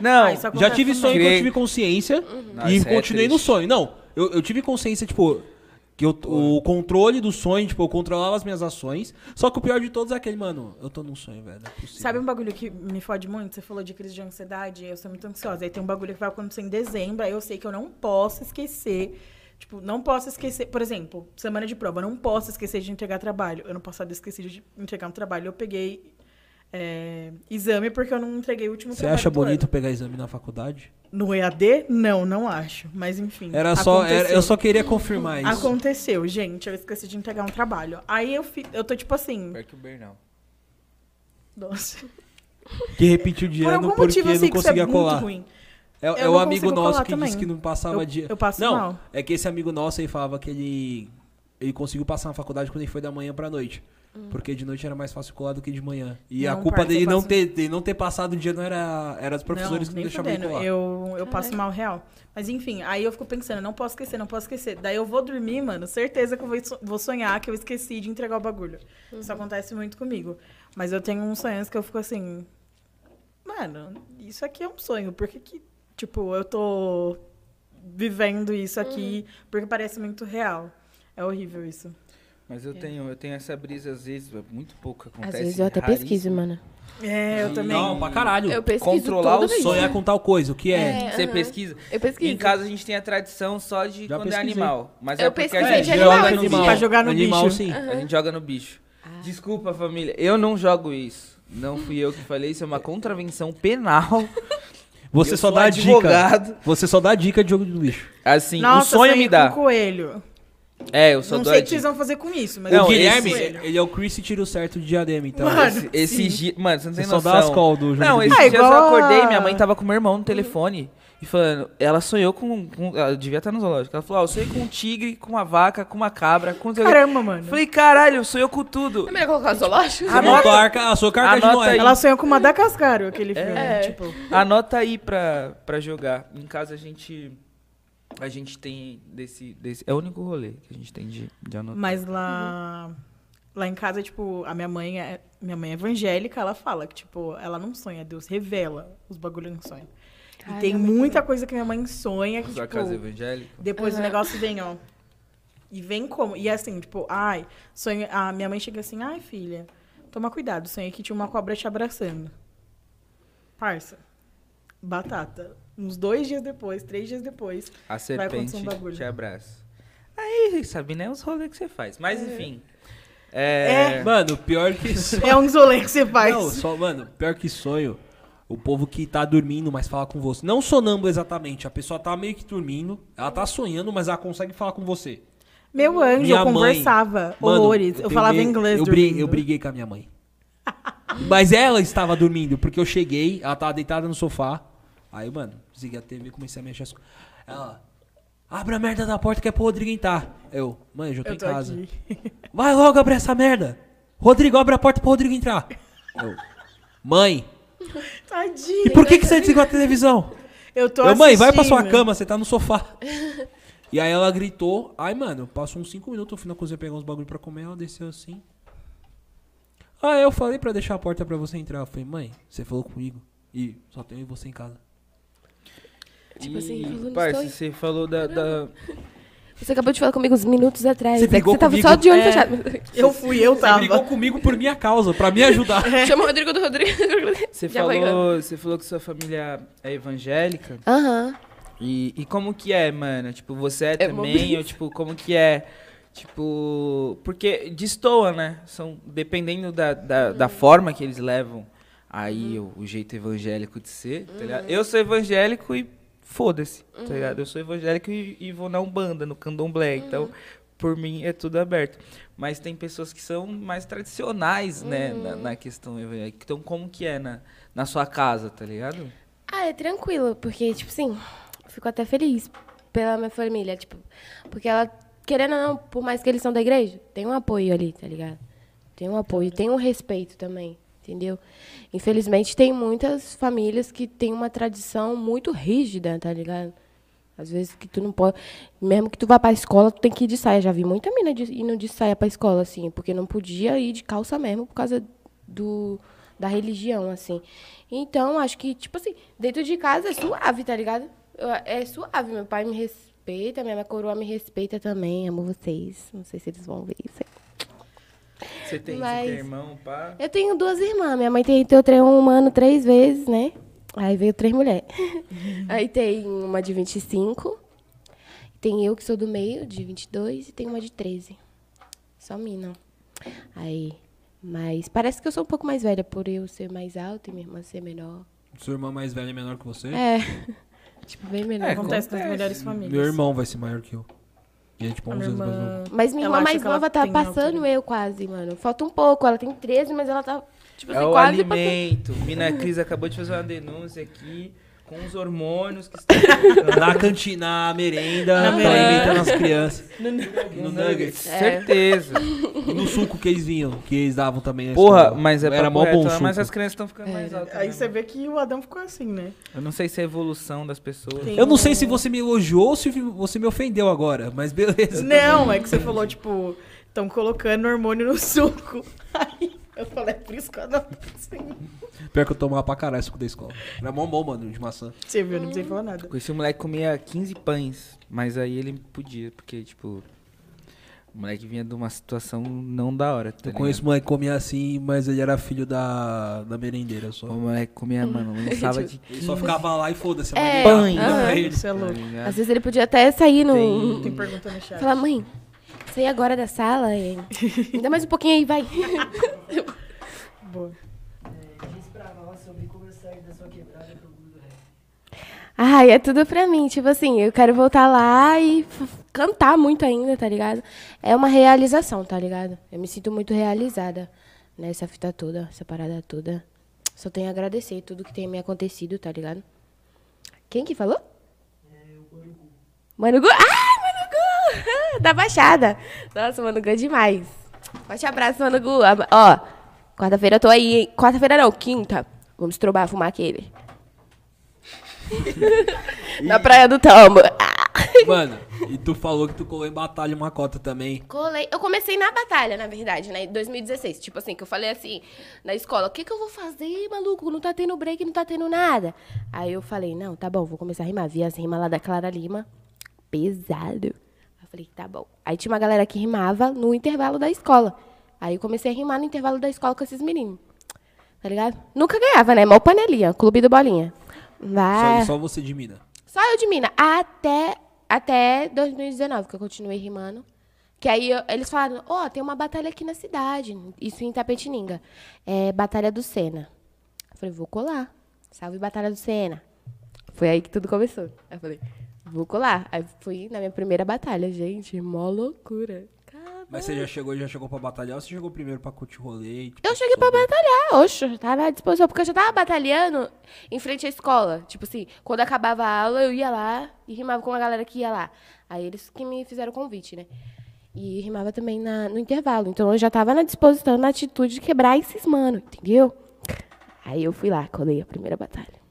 Speaker 1: Não,
Speaker 4: Ah, isso
Speaker 3: Já
Speaker 4: acontece
Speaker 3: tive
Speaker 4: também.
Speaker 3: sonho que eu
Speaker 1: Criei-
Speaker 3: tive consciência
Speaker 1: Não,
Speaker 3: e
Speaker 1: isso é
Speaker 3: continuei no
Speaker 1: triste.
Speaker 3: sonho. Não, eu, eu tive consciência, tipo, que eu, o controle do sonho, tipo, eu controlava as minhas ações. Só que o pior de todos é aquele, mano, eu tô num sonho, velho. Não é possível.
Speaker 4: Sabe um bagulho que me fode muito? Você falou de crise de ansiedade, eu sou muito ansiosa. Aí tem um bagulho que vai acontecer em dezembro, aí eu sei que eu não posso esquecer. Tipo, não posso esquecer. Por exemplo, semana de prova, eu não posso esquecer de entregar trabalho. Ano passado eu esqueci de entregar um trabalho. Eu peguei é, exame porque eu não entreguei o último
Speaker 3: Você
Speaker 4: trabalho.
Speaker 3: acha
Speaker 4: do
Speaker 3: bonito
Speaker 4: ano.
Speaker 3: pegar exame na faculdade?
Speaker 4: No EAD? Não, não acho. Mas enfim.
Speaker 3: Era só, era-
Speaker 4: aconteceu.
Speaker 3: eu só queria confirmar isso.
Speaker 4: Aconteceu, gente. Eu esqueci de entregar um trabalho. Aí eu, fi- eu tô tipo assim.
Speaker 1: Pior que o Bernal.
Speaker 4: Nossa.
Speaker 3: Que repetiu de
Speaker 4: Por
Speaker 3: ano
Speaker 4: algum
Speaker 3: porque
Speaker 4: motivo eu sei
Speaker 3: não
Speaker 4: que isso é
Speaker 3: conseguia
Speaker 4: muito
Speaker 3: colar.
Speaker 4: ruim.
Speaker 3: É, é
Speaker 4: Eu
Speaker 3: o
Speaker 4: não
Speaker 3: amigo
Speaker 4: consigo
Speaker 3: nosso
Speaker 4: colar
Speaker 3: que
Speaker 4: também.
Speaker 3: disse que não passava
Speaker 4: Eu-
Speaker 3: dia.
Speaker 4: eu passo
Speaker 3: não,
Speaker 4: mal.
Speaker 3: é que esse amigo nosso aí falava que ele ele conseguiu passar na faculdade quando ele foi da manhã pra noite. Porque de noite era mais fácil colar do que de manhã. E a
Speaker 4: Não,
Speaker 3: culpa
Speaker 4: parça, eu
Speaker 3: dele não
Speaker 4: passo-
Speaker 3: ter, de não ter passado o dia não era era os professores que não
Speaker 4: nem
Speaker 3: deixavam ele
Speaker 4: fudendo.
Speaker 3: colar.
Speaker 4: Eu, eu passo mal real. Mas enfim, aí eu fico pensando, não posso esquecer, não posso esquecer. Daí eu vou dormir, mano, certeza que eu vou so- vou sonhar que eu esqueci de entregar o bagulho. Isso acontece muito comigo. Mas eu tenho uns sonhos que eu fico assim, mano, isso aqui é um sonho. Por que que, tipo, eu tô vivendo isso aqui? Porque parece muito real. É horrível isso.
Speaker 1: Mas eu tenho, eu tenho essa brisa, às vezes, é muito pouco
Speaker 2: É. Às
Speaker 1: acontece. né?
Speaker 2: vezes eu até
Speaker 1: raríssimo.
Speaker 2: pesquiso, mano.
Speaker 4: É, eu também.
Speaker 3: Não, pra caralho.
Speaker 2: Eu pesquiso
Speaker 1: Controlar
Speaker 2: toda
Speaker 1: o
Speaker 2: vez.
Speaker 3: Sonhar com tal coisa, o que é?
Speaker 2: É,
Speaker 1: Você
Speaker 2: aham.
Speaker 1: pesquisa?
Speaker 2: Eu pesquiso.
Speaker 1: Em casa a gente tem a tradição só de
Speaker 3: Já
Speaker 1: quando é
Speaker 3: pesquisei.
Speaker 1: animal. Mas
Speaker 2: Eu
Speaker 1: é porque a
Speaker 2: pesquisei
Speaker 1: gente
Speaker 2: de
Speaker 1: joga
Speaker 2: animal,
Speaker 1: no
Speaker 2: assim,
Speaker 1: bicho.
Speaker 4: pra jogar no
Speaker 3: Animal,
Speaker 4: bicho.
Speaker 3: sim.
Speaker 1: A gente joga no bicho.
Speaker 4: Ah.
Speaker 1: Desculpa, família. Eu não jogo isso. Não fui eu que falei, isso é uma contravenção penal.
Speaker 3: Você
Speaker 1: Eu
Speaker 3: só
Speaker 1: sou
Speaker 3: dá a
Speaker 1: advogado.
Speaker 3: dica. Você só dá a dica de jogo do bicho.
Speaker 1: Assim,
Speaker 4: Nossa,
Speaker 1: o sonho
Speaker 4: sonhei
Speaker 1: me dá.
Speaker 4: com coelho.
Speaker 1: É, eu só
Speaker 4: não
Speaker 1: dou
Speaker 4: sei
Speaker 1: a
Speaker 4: o que vocês
Speaker 1: dica.
Speaker 4: vão fazer com isso, mas
Speaker 1: Não,
Speaker 3: o Guilherme,
Speaker 1: esse-
Speaker 3: ele- ele é o Chris e tira o certo de diadema, então.
Speaker 4: Mano,
Speaker 1: Esse, esse gi- Mano, você não
Speaker 3: Você
Speaker 1: tem
Speaker 3: só
Speaker 1: noção.
Speaker 3: dá as call do jogo
Speaker 1: Não,
Speaker 3: do
Speaker 1: esse
Speaker 3: bicho.
Speaker 4: Ah,
Speaker 1: dia eu só
Speaker 4: igual a-
Speaker 1: acordei, minha mãe tava com meu irmão no telefone. E falando, ela sonhou com, com- Ela devia estar no zoológico. Ela falou, ó, eu sonhei com um tigre, com uma vaca, com uma cabra, com...
Speaker 4: Caramba, mano.
Speaker 1: Falei, caralho, sonhou com tudo.
Speaker 2: É melhor colocar o zoológico?
Speaker 1: Ah,
Speaker 3: Você montou a arca- a sua carta de
Speaker 1: Anota
Speaker 3: Noé.
Speaker 1: aí.
Speaker 4: Ela sonhou com Madagascar, aquele filme. Tipo,
Speaker 1: Anota aí pra, pra jogar. Em casa a gente. A gente tem desse, desse. É o único rolê que a gente tem de, de anotar.
Speaker 4: mas lá. Lá em casa, tipo, a minha mãe é. Minha mãe é evangélica, ela fala que, tipo, ela não sonha, Deus revela os bagulhos no sonho. E
Speaker 2: Ai, é
Speaker 4: tem
Speaker 2: minha mãe
Speaker 4: muita coisa que minha mãe sonha que,
Speaker 1: Sua
Speaker 4: tipo,
Speaker 1: casa evangélica.
Speaker 4: depois o
Speaker 2: Aham.
Speaker 4: negócio vem, ó. E vem como? E assim, tipo, ai, sonho. A minha mãe chega assim, ai, filha, toma cuidado, sonhei que tinha uma cobra te abraçando. Parça, batata. Uns dois dias depois, três dias depois,
Speaker 1: A
Speaker 4: acontecer um
Speaker 1: serpente
Speaker 4: bagulho.
Speaker 1: te abraça. Aí, Sabina, é os rolês que você faz. Mas, enfim. É.
Speaker 3: Mano, pior que sonho.
Speaker 4: É um isolê que você faz.
Speaker 3: Não, só, mano, pior que sonho. O povo que tá dormindo, mas fala com você. Não sonâmbulo exatamente. A pessoa tá meio que dormindo. Ela tá sonhando, mas ela consegue falar com você.
Speaker 4: Meu anjo,
Speaker 3: Minha
Speaker 4: eu
Speaker 3: mãe-
Speaker 4: conversava
Speaker 3: Mano,
Speaker 4: horrores. Eu
Speaker 3: tenho
Speaker 4: falava
Speaker 3: medo-
Speaker 4: inglês
Speaker 3: Eu, bri-
Speaker 4: dormindo.
Speaker 3: eu briguei com a minha mãe. Mas ela estava dormindo, porque eu cheguei, ela tava deitada no sofá. Aí, mano, desliguei a TV e comecei a mexer as coisas. Ela, abre a merda da porta que é pro Rodrigo entrar. Eu, mãe, eu já tô
Speaker 4: Eu
Speaker 3: em
Speaker 4: tô
Speaker 3: casa.
Speaker 4: aqui.
Speaker 3: Vai logo abrir essa merda. Rodrigo, abre a porta pro Rodrigo entrar. Eu, mãe, e
Speaker 4: Tadinho.
Speaker 3: por que, que você desligou a televisão?
Speaker 4: Eu tô
Speaker 3: Eu, mãe, vai pra
Speaker 4: assistindo.
Speaker 3: sua cama, você tá no sofá. e aí ela gritou. Ai, mano, passou uns 5 minutos, eu fui na cozinha pegar uns bagulho pra comer, ela desceu assim. Ah, eu falei pra deixar a porta pra você entrar. Eu falei, mãe, você falou comigo. E só tem eu e você em casa.
Speaker 5: Tipo assim,
Speaker 1: Ih,
Speaker 5: eu não
Speaker 1: parça,
Speaker 5: estou-
Speaker 1: você falou da. da-
Speaker 5: Você acabou de falar comigo uns minutos atrás.
Speaker 3: Você
Speaker 5: é que
Speaker 3: brigou
Speaker 5: você tava
Speaker 3: comigo?
Speaker 5: só de olho
Speaker 3: É.
Speaker 5: fechado.
Speaker 4: Eu fui, eu
Speaker 3: Você brigou
Speaker 4: tava.
Speaker 3: comigo por minha causa, pra me ajudar.
Speaker 5: Chama o Rodrigo do Rodrigo.
Speaker 1: Você
Speaker 5: Já vai
Speaker 1: falou, você falou que sua família é evangélica.
Speaker 5: Aham.
Speaker 1: E, e como que é, mano? Tipo, você é, também?
Speaker 5: momento.
Speaker 1: Ou, tipo, como que é? Tipo, porque destoa, né? São, dependendo da, da,
Speaker 5: Uhum.
Speaker 1: da forma que eles levam aí o, o jeito evangélico de ser, tá
Speaker 5: Uhum.
Speaker 1: ligado? Eu sou evangélico e foda-se, tá ligado? Eu sou evangélico e, e vou na Umbanda, no Candomblé,
Speaker 5: Uhum.
Speaker 1: então... Por mim é tudo aberto. Mas tem pessoas que são mais tradicionais, né?
Speaker 5: Uhum.
Speaker 1: Na, na questão evangélica. Então, como que é na, na sua casa, tá ligado?
Speaker 5: Ah, é tranquilo, porque, tipo assim, fico até feliz pela minha família, tipo, porque ela, querendo ou não, por mais que eles são da igreja, tem um apoio ali, tá ligado? Tem um apoio, tem um respeito também, entendeu? Infelizmente, tem muitas famílias que têm uma tradição muito rígida, tá ligado? Às vezes que tu não pode, mesmo que tu vá pra escola, tu tem que ir de saia. Já vi muita mina de, indo de saia pra escola, assim, porque não podia ir de calça mesmo por causa do, da religião, assim. Então, acho que, tipo assim, dentro de casa é suave, tá ligado? Eu- É suave, meu pai me respeita, minha coroa me respeita também, amo vocês. Não sei se eles vão ver isso aí.
Speaker 1: Você tem,
Speaker 5: Mas-
Speaker 1: você tem irmão, pá?
Speaker 5: Eu tenho duas irmãs. Minha mãe tem, tem outra um ano três vezes, né? Aí veio três mulheres. Aí tem uma de 25. Tem eu que sou do meio, de 22. E tem uma de 13. Só mina. Aí. Mas parece que eu sou um pouco mais velha por eu ser mais alta e minha irmã ser menor.
Speaker 3: Sua irmã mais velha é menor que você?
Speaker 5: É. tipo, bem menor.
Speaker 1: É,
Speaker 4: Acontece nas melhores famílias.
Speaker 3: Meu irmão vai ser maior que eu. E é tipo
Speaker 4: A
Speaker 3: 11
Speaker 4: minha
Speaker 3: anos mais novo.
Speaker 4: irmã...
Speaker 5: Mas minha
Speaker 4: Ela
Speaker 5: irmã
Speaker 4: acha
Speaker 5: mais
Speaker 4: que ela
Speaker 5: nova tá
Speaker 4: tem alta
Speaker 5: passando
Speaker 4: também.
Speaker 5: eu quase, mano. Falta um pouco. Ela tem 13, mas ela tá, tipo
Speaker 1: É
Speaker 5: assim,
Speaker 1: o
Speaker 5: quase
Speaker 4: né?
Speaker 5: passando.
Speaker 1: alimento. Mina Cris acabou de fazer uma denúncia aqui com os hormônios que estão chegando
Speaker 3: Na cantina, na merenda,
Speaker 4: Na
Speaker 3: tá
Speaker 4: merenda.
Speaker 3: alimentando as crianças.
Speaker 1: no
Speaker 3: No
Speaker 1: Nuggets.
Speaker 3: Nuggets.
Speaker 1: Certeza.
Speaker 3: E no suco que eles vinham, que eles davam também. na
Speaker 1: Porra,
Speaker 3: escola.
Speaker 1: mas é
Speaker 3: Era
Speaker 1: pra
Speaker 3: mó bom o suco.
Speaker 1: Mas as crianças estão ficando mais altas. né?
Speaker 4: Aí
Speaker 1: Aí
Speaker 4: você vê que o Adão ficou assim, né?
Speaker 1: Eu não sei se é a evolução das pessoas.
Speaker 4: Tem
Speaker 3: Eu não
Speaker 4: um-
Speaker 3: sei se você me elogiou ou se você me ofendeu agora, mas beleza.
Speaker 4: Não, é que você falou, tipo, estão colocando hormônio no suco. Aí eu falei, é por isso que eu não assim.
Speaker 3: Pior que eu tomava pra caralho suco da escola. Era mó bom, mano, de maçã.
Speaker 4: Você viu, eu não precisei falar nada.
Speaker 1: Esse um moleque comia 15 pães, mas aí ele podia, porque, tipo... O moleque vinha de uma situação não da hora. Tá
Speaker 3: Eu conheço
Speaker 1: ligado?
Speaker 3: um moleque que comia assim, mas ele era filho da, da merendeira só.
Speaker 1: O moleque comia, mano, lançava de
Speaker 3: Ele só ficava lá e foda-se.
Speaker 5: É.
Speaker 3: Pãe.
Speaker 4: Não, Isso Tipo, é louco.
Speaker 1: Tá
Speaker 5: Às vezes ele podia até sair no.
Speaker 4: Tem pergunta no chat.
Speaker 5: Falar, mãe, saí agora da sala e... Me dá mais um pouquinho aí, vai.
Speaker 4: Boa.
Speaker 9: Diz pra nós sobre como eu saí da sua quebrada pro mundo real.
Speaker 5: Ai, é tudo pra mim. Tipo assim, eu quero voltar lá e f- cantar muito ainda, tá ligado? É uma realização, tá ligado? Eu me sinto muito realizada nessa fita toda, essa parada toda. Só tenho a agradecer tudo que tem me acontecido, tá ligado? Quem que falou? Mano Gu. Ah, Mano Gu! Da Baixada. Nossa, Mano Gu é demais. Forte abraço, Mano Gu. Ab- Ó, quarta-feira eu tô aí, hein? Quarta-feira não, quinta. Vamos trobar, fumar aquele. Na Praia do Tombo. Ah.
Speaker 3: Mano, e tu falou que tu colou em batalha uma cota também.
Speaker 5: Colei. Eu comecei na batalha, na verdade, né? Em 2016. Tipo assim, que eu falei assim, na escola, o que, que eu vou fazer, maluco? Não tá tendo break, não tá tendo nada. Aí eu falei, não, tá bom, vou começar a rimar. Vi as rimas lá da Clara Lima. Pesado. Aí eu falei, tá bom. Aí tinha uma galera que rimava no intervalo da escola. Aí eu comecei a rimar no intervalo da escola com esses meninos. Tá ligado? Nunca ganhava, né? Mó panelinha, clube do bolinha.
Speaker 3: Só,
Speaker 5: Vai.
Speaker 3: só você de mina.
Speaker 5: Só eu de mina. Até até 2019, que eu continuei rimando. Que aí eu- eles falaram, ó, tem uma batalha aqui na cidade, isso em Tapetininga. É Batalha do Sena. Eu falei, vou colar. Salve Batalha do Sena. Foi aí que tudo começou. Aí eu falei, vou colar. Aí fui na minha primeira batalha, gente, mó loucura. Caramba.
Speaker 3: Mas você já chegou, já chegou pra batalhar ou você chegou primeiro pra curtir o rolê? e, tipo,
Speaker 5: Eu cheguei pra
Speaker 3: sobre-
Speaker 5: batalhar, oxe, eu tava à disposição, porque eu já tava batalhando em frente à escola. Tipo assim, quando acabava a aula, eu ia lá e rimava com a galera que ia lá. Aí eles que me fizeram o convite, né? E rimava também na- no intervalo. Então eu já tava na disposição, na atitude de quebrar esses mano, entendeu? Aí eu fui lá, colei a primeira batalha.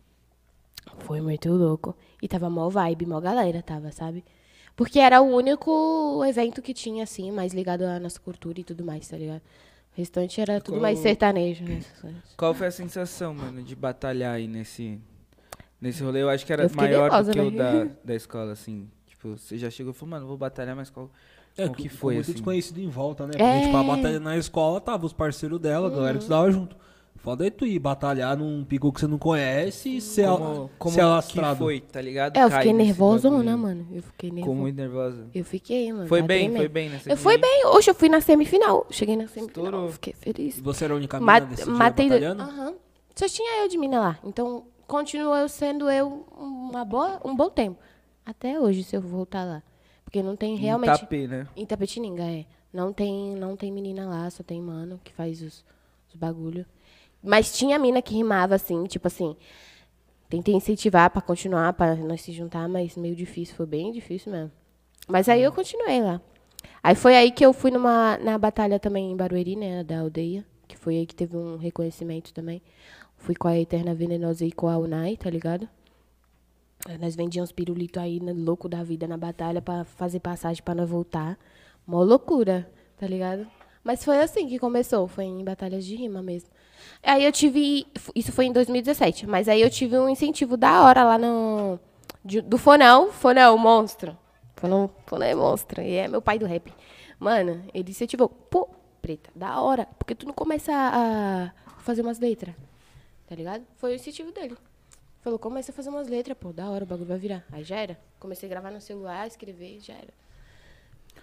Speaker 5: Foi muito louco. E tava mó vibe, mó galera tava, sabe? Porque era o único evento que tinha, assim, mais ligado à nossa cultura e tudo mais, tá ligado? O restante era tudo mais
Speaker 1: Qual-
Speaker 5: sertanejo, né? essas coisas.
Speaker 1: Qual foi a sensação, mano, de batalhar aí nesse, nesse rolê? Eu acho que era
Speaker 5: Eu fiquei
Speaker 1: maior
Speaker 5: nervosa,
Speaker 1: do que
Speaker 5: né?
Speaker 1: o da, da escola, assim. Tipo, você já chegou e falou, mano, vou batalhar, mas qual,
Speaker 3: É,
Speaker 1: qual
Speaker 3: com-
Speaker 1: que
Speaker 3: com
Speaker 1: foi,
Speaker 3: muito
Speaker 1: assim?
Speaker 3: desconhecido em volta,
Speaker 5: É.
Speaker 3: né? Porque, tipo, a batalha na escola tava os parceiros dela, a
Speaker 5: Uhum.
Speaker 3: galera que estudava junto. Foda aí tu ir batalhar num pico que você não conhece e ser, al-
Speaker 1: Como, como
Speaker 3: ser
Speaker 1: que
Speaker 3: alastrado.
Speaker 1: foi, tá ligado?
Speaker 5: É, eu
Speaker 1: Cai
Speaker 5: fiquei
Speaker 1: nesse
Speaker 5: nervosona,
Speaker 1: bagulho.
Speaker 5: mano. Eu fiquei
Speaker 1: Ficou
Speaker 5: nervosa.
Speaker 1: muito nervosa.
Speaker 5: Eu fiquei, mano.
Speaker 1: Foi
Speaker 5: tava
Speaker 1: bem,
Speaker 5: tremendo.
Speaker 1: foi bem nessa
Speaker 5: Eu fui
Speaker 1: dia aí?
Speaker 5: bem. Hoje eu fui na semifinal. Cheguei na semifinal.
Speaker 1: Estourou.
Speaker 5: Fiquei feliz.
Speaker 3: E Você era a única mina
Speaker 5: Ma-
Speaker 3: desse
Speaker 5: matei Ah,
Speaker 3: dia
Speaker 5: dois.
Speaker 3: batalhando?
Speaker 5: Aham. Só tinha eu de mina lá. Então, continuo eu sendo eu uma boa, um bom tempo. Até hoje, se eu voltar lá. Porque não tem realmente.
Speaker 1: Um tapê, né?
Speaker 5: Em Tapetininga, é. Não tem, não tem menina lá, só tem mano que faz os, os bagulho. Mas tinha mina que rimava assim, tipo assim. Tentei incentivar pra continuar, pra nós se juntar, mas meio difícil, foi bem difícil mesmo. Mas aí eu continuei lá. Aí foi aí que eu fui numa, na batalha também em Barueri, né, da aldeia, que foi aí que teve um reconhecimento também. Fui com a Eterna Venenosa e com a Unai, tá ligado? Aí É, Nós vendíamos pirulito aí, né, louco da vida, na batalha, pra fazer passagem pra nós voltar. Mó loucura, tá ligado? Mas foi assim que começou, foi em batalhas de rima mesmo. Aí eu tive. Isso foi em 2017, mas aí eu tive um incentivo da hora lá no. de- do Fonel, Fonel, monstro. Fonel, Fonel é monstro, e é meu pai do rap. Mano, ele incentivou. Pô, preta, da hora. Porque tu não começa a a fazer umas letras, tá ligado? Foi o incentivo dele. Falou, começa a fazer umas letras, pô, da hora, o bagulho vai virar. Aí já era. Comecei a gravar no celular, escrever, já era.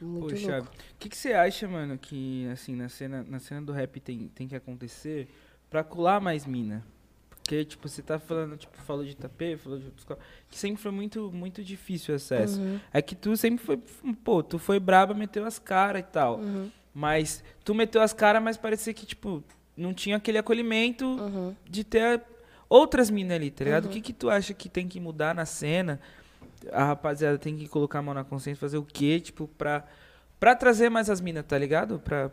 Speaker 5: Muito
Speaker 1: Poxa,
Speaker 5: louco.
Speaker 1: o que, que você acha, mano, que assim, na cena, na cena do rap tem, tem que acontecer pra colar mais mina? Porque, tipo, você tá falando, tipo, falou de Itapê, falou de outros co- que sempre foi muito, muito difícil o
Speaker 5: Uhum.
Speaker 1: acesso. É que tu sempre foi, pô, tu foi braba, meteu as caras e tal.
Speaker 5: Uhum.
Speaker 1: Mas tu meteu as caras, mas parecia que, tipo, não tinha aquele acolhimento
Speaker 5: uhum.
Speaker 1: de ter outras minas ali, tá ligado? O que, que tu acha que tem que mudar na cena? A rapaziada tem que colocar a mão na consciência, fazer o quê, tipo, pra, pra trazer mais as minas, tá ligado? Pra,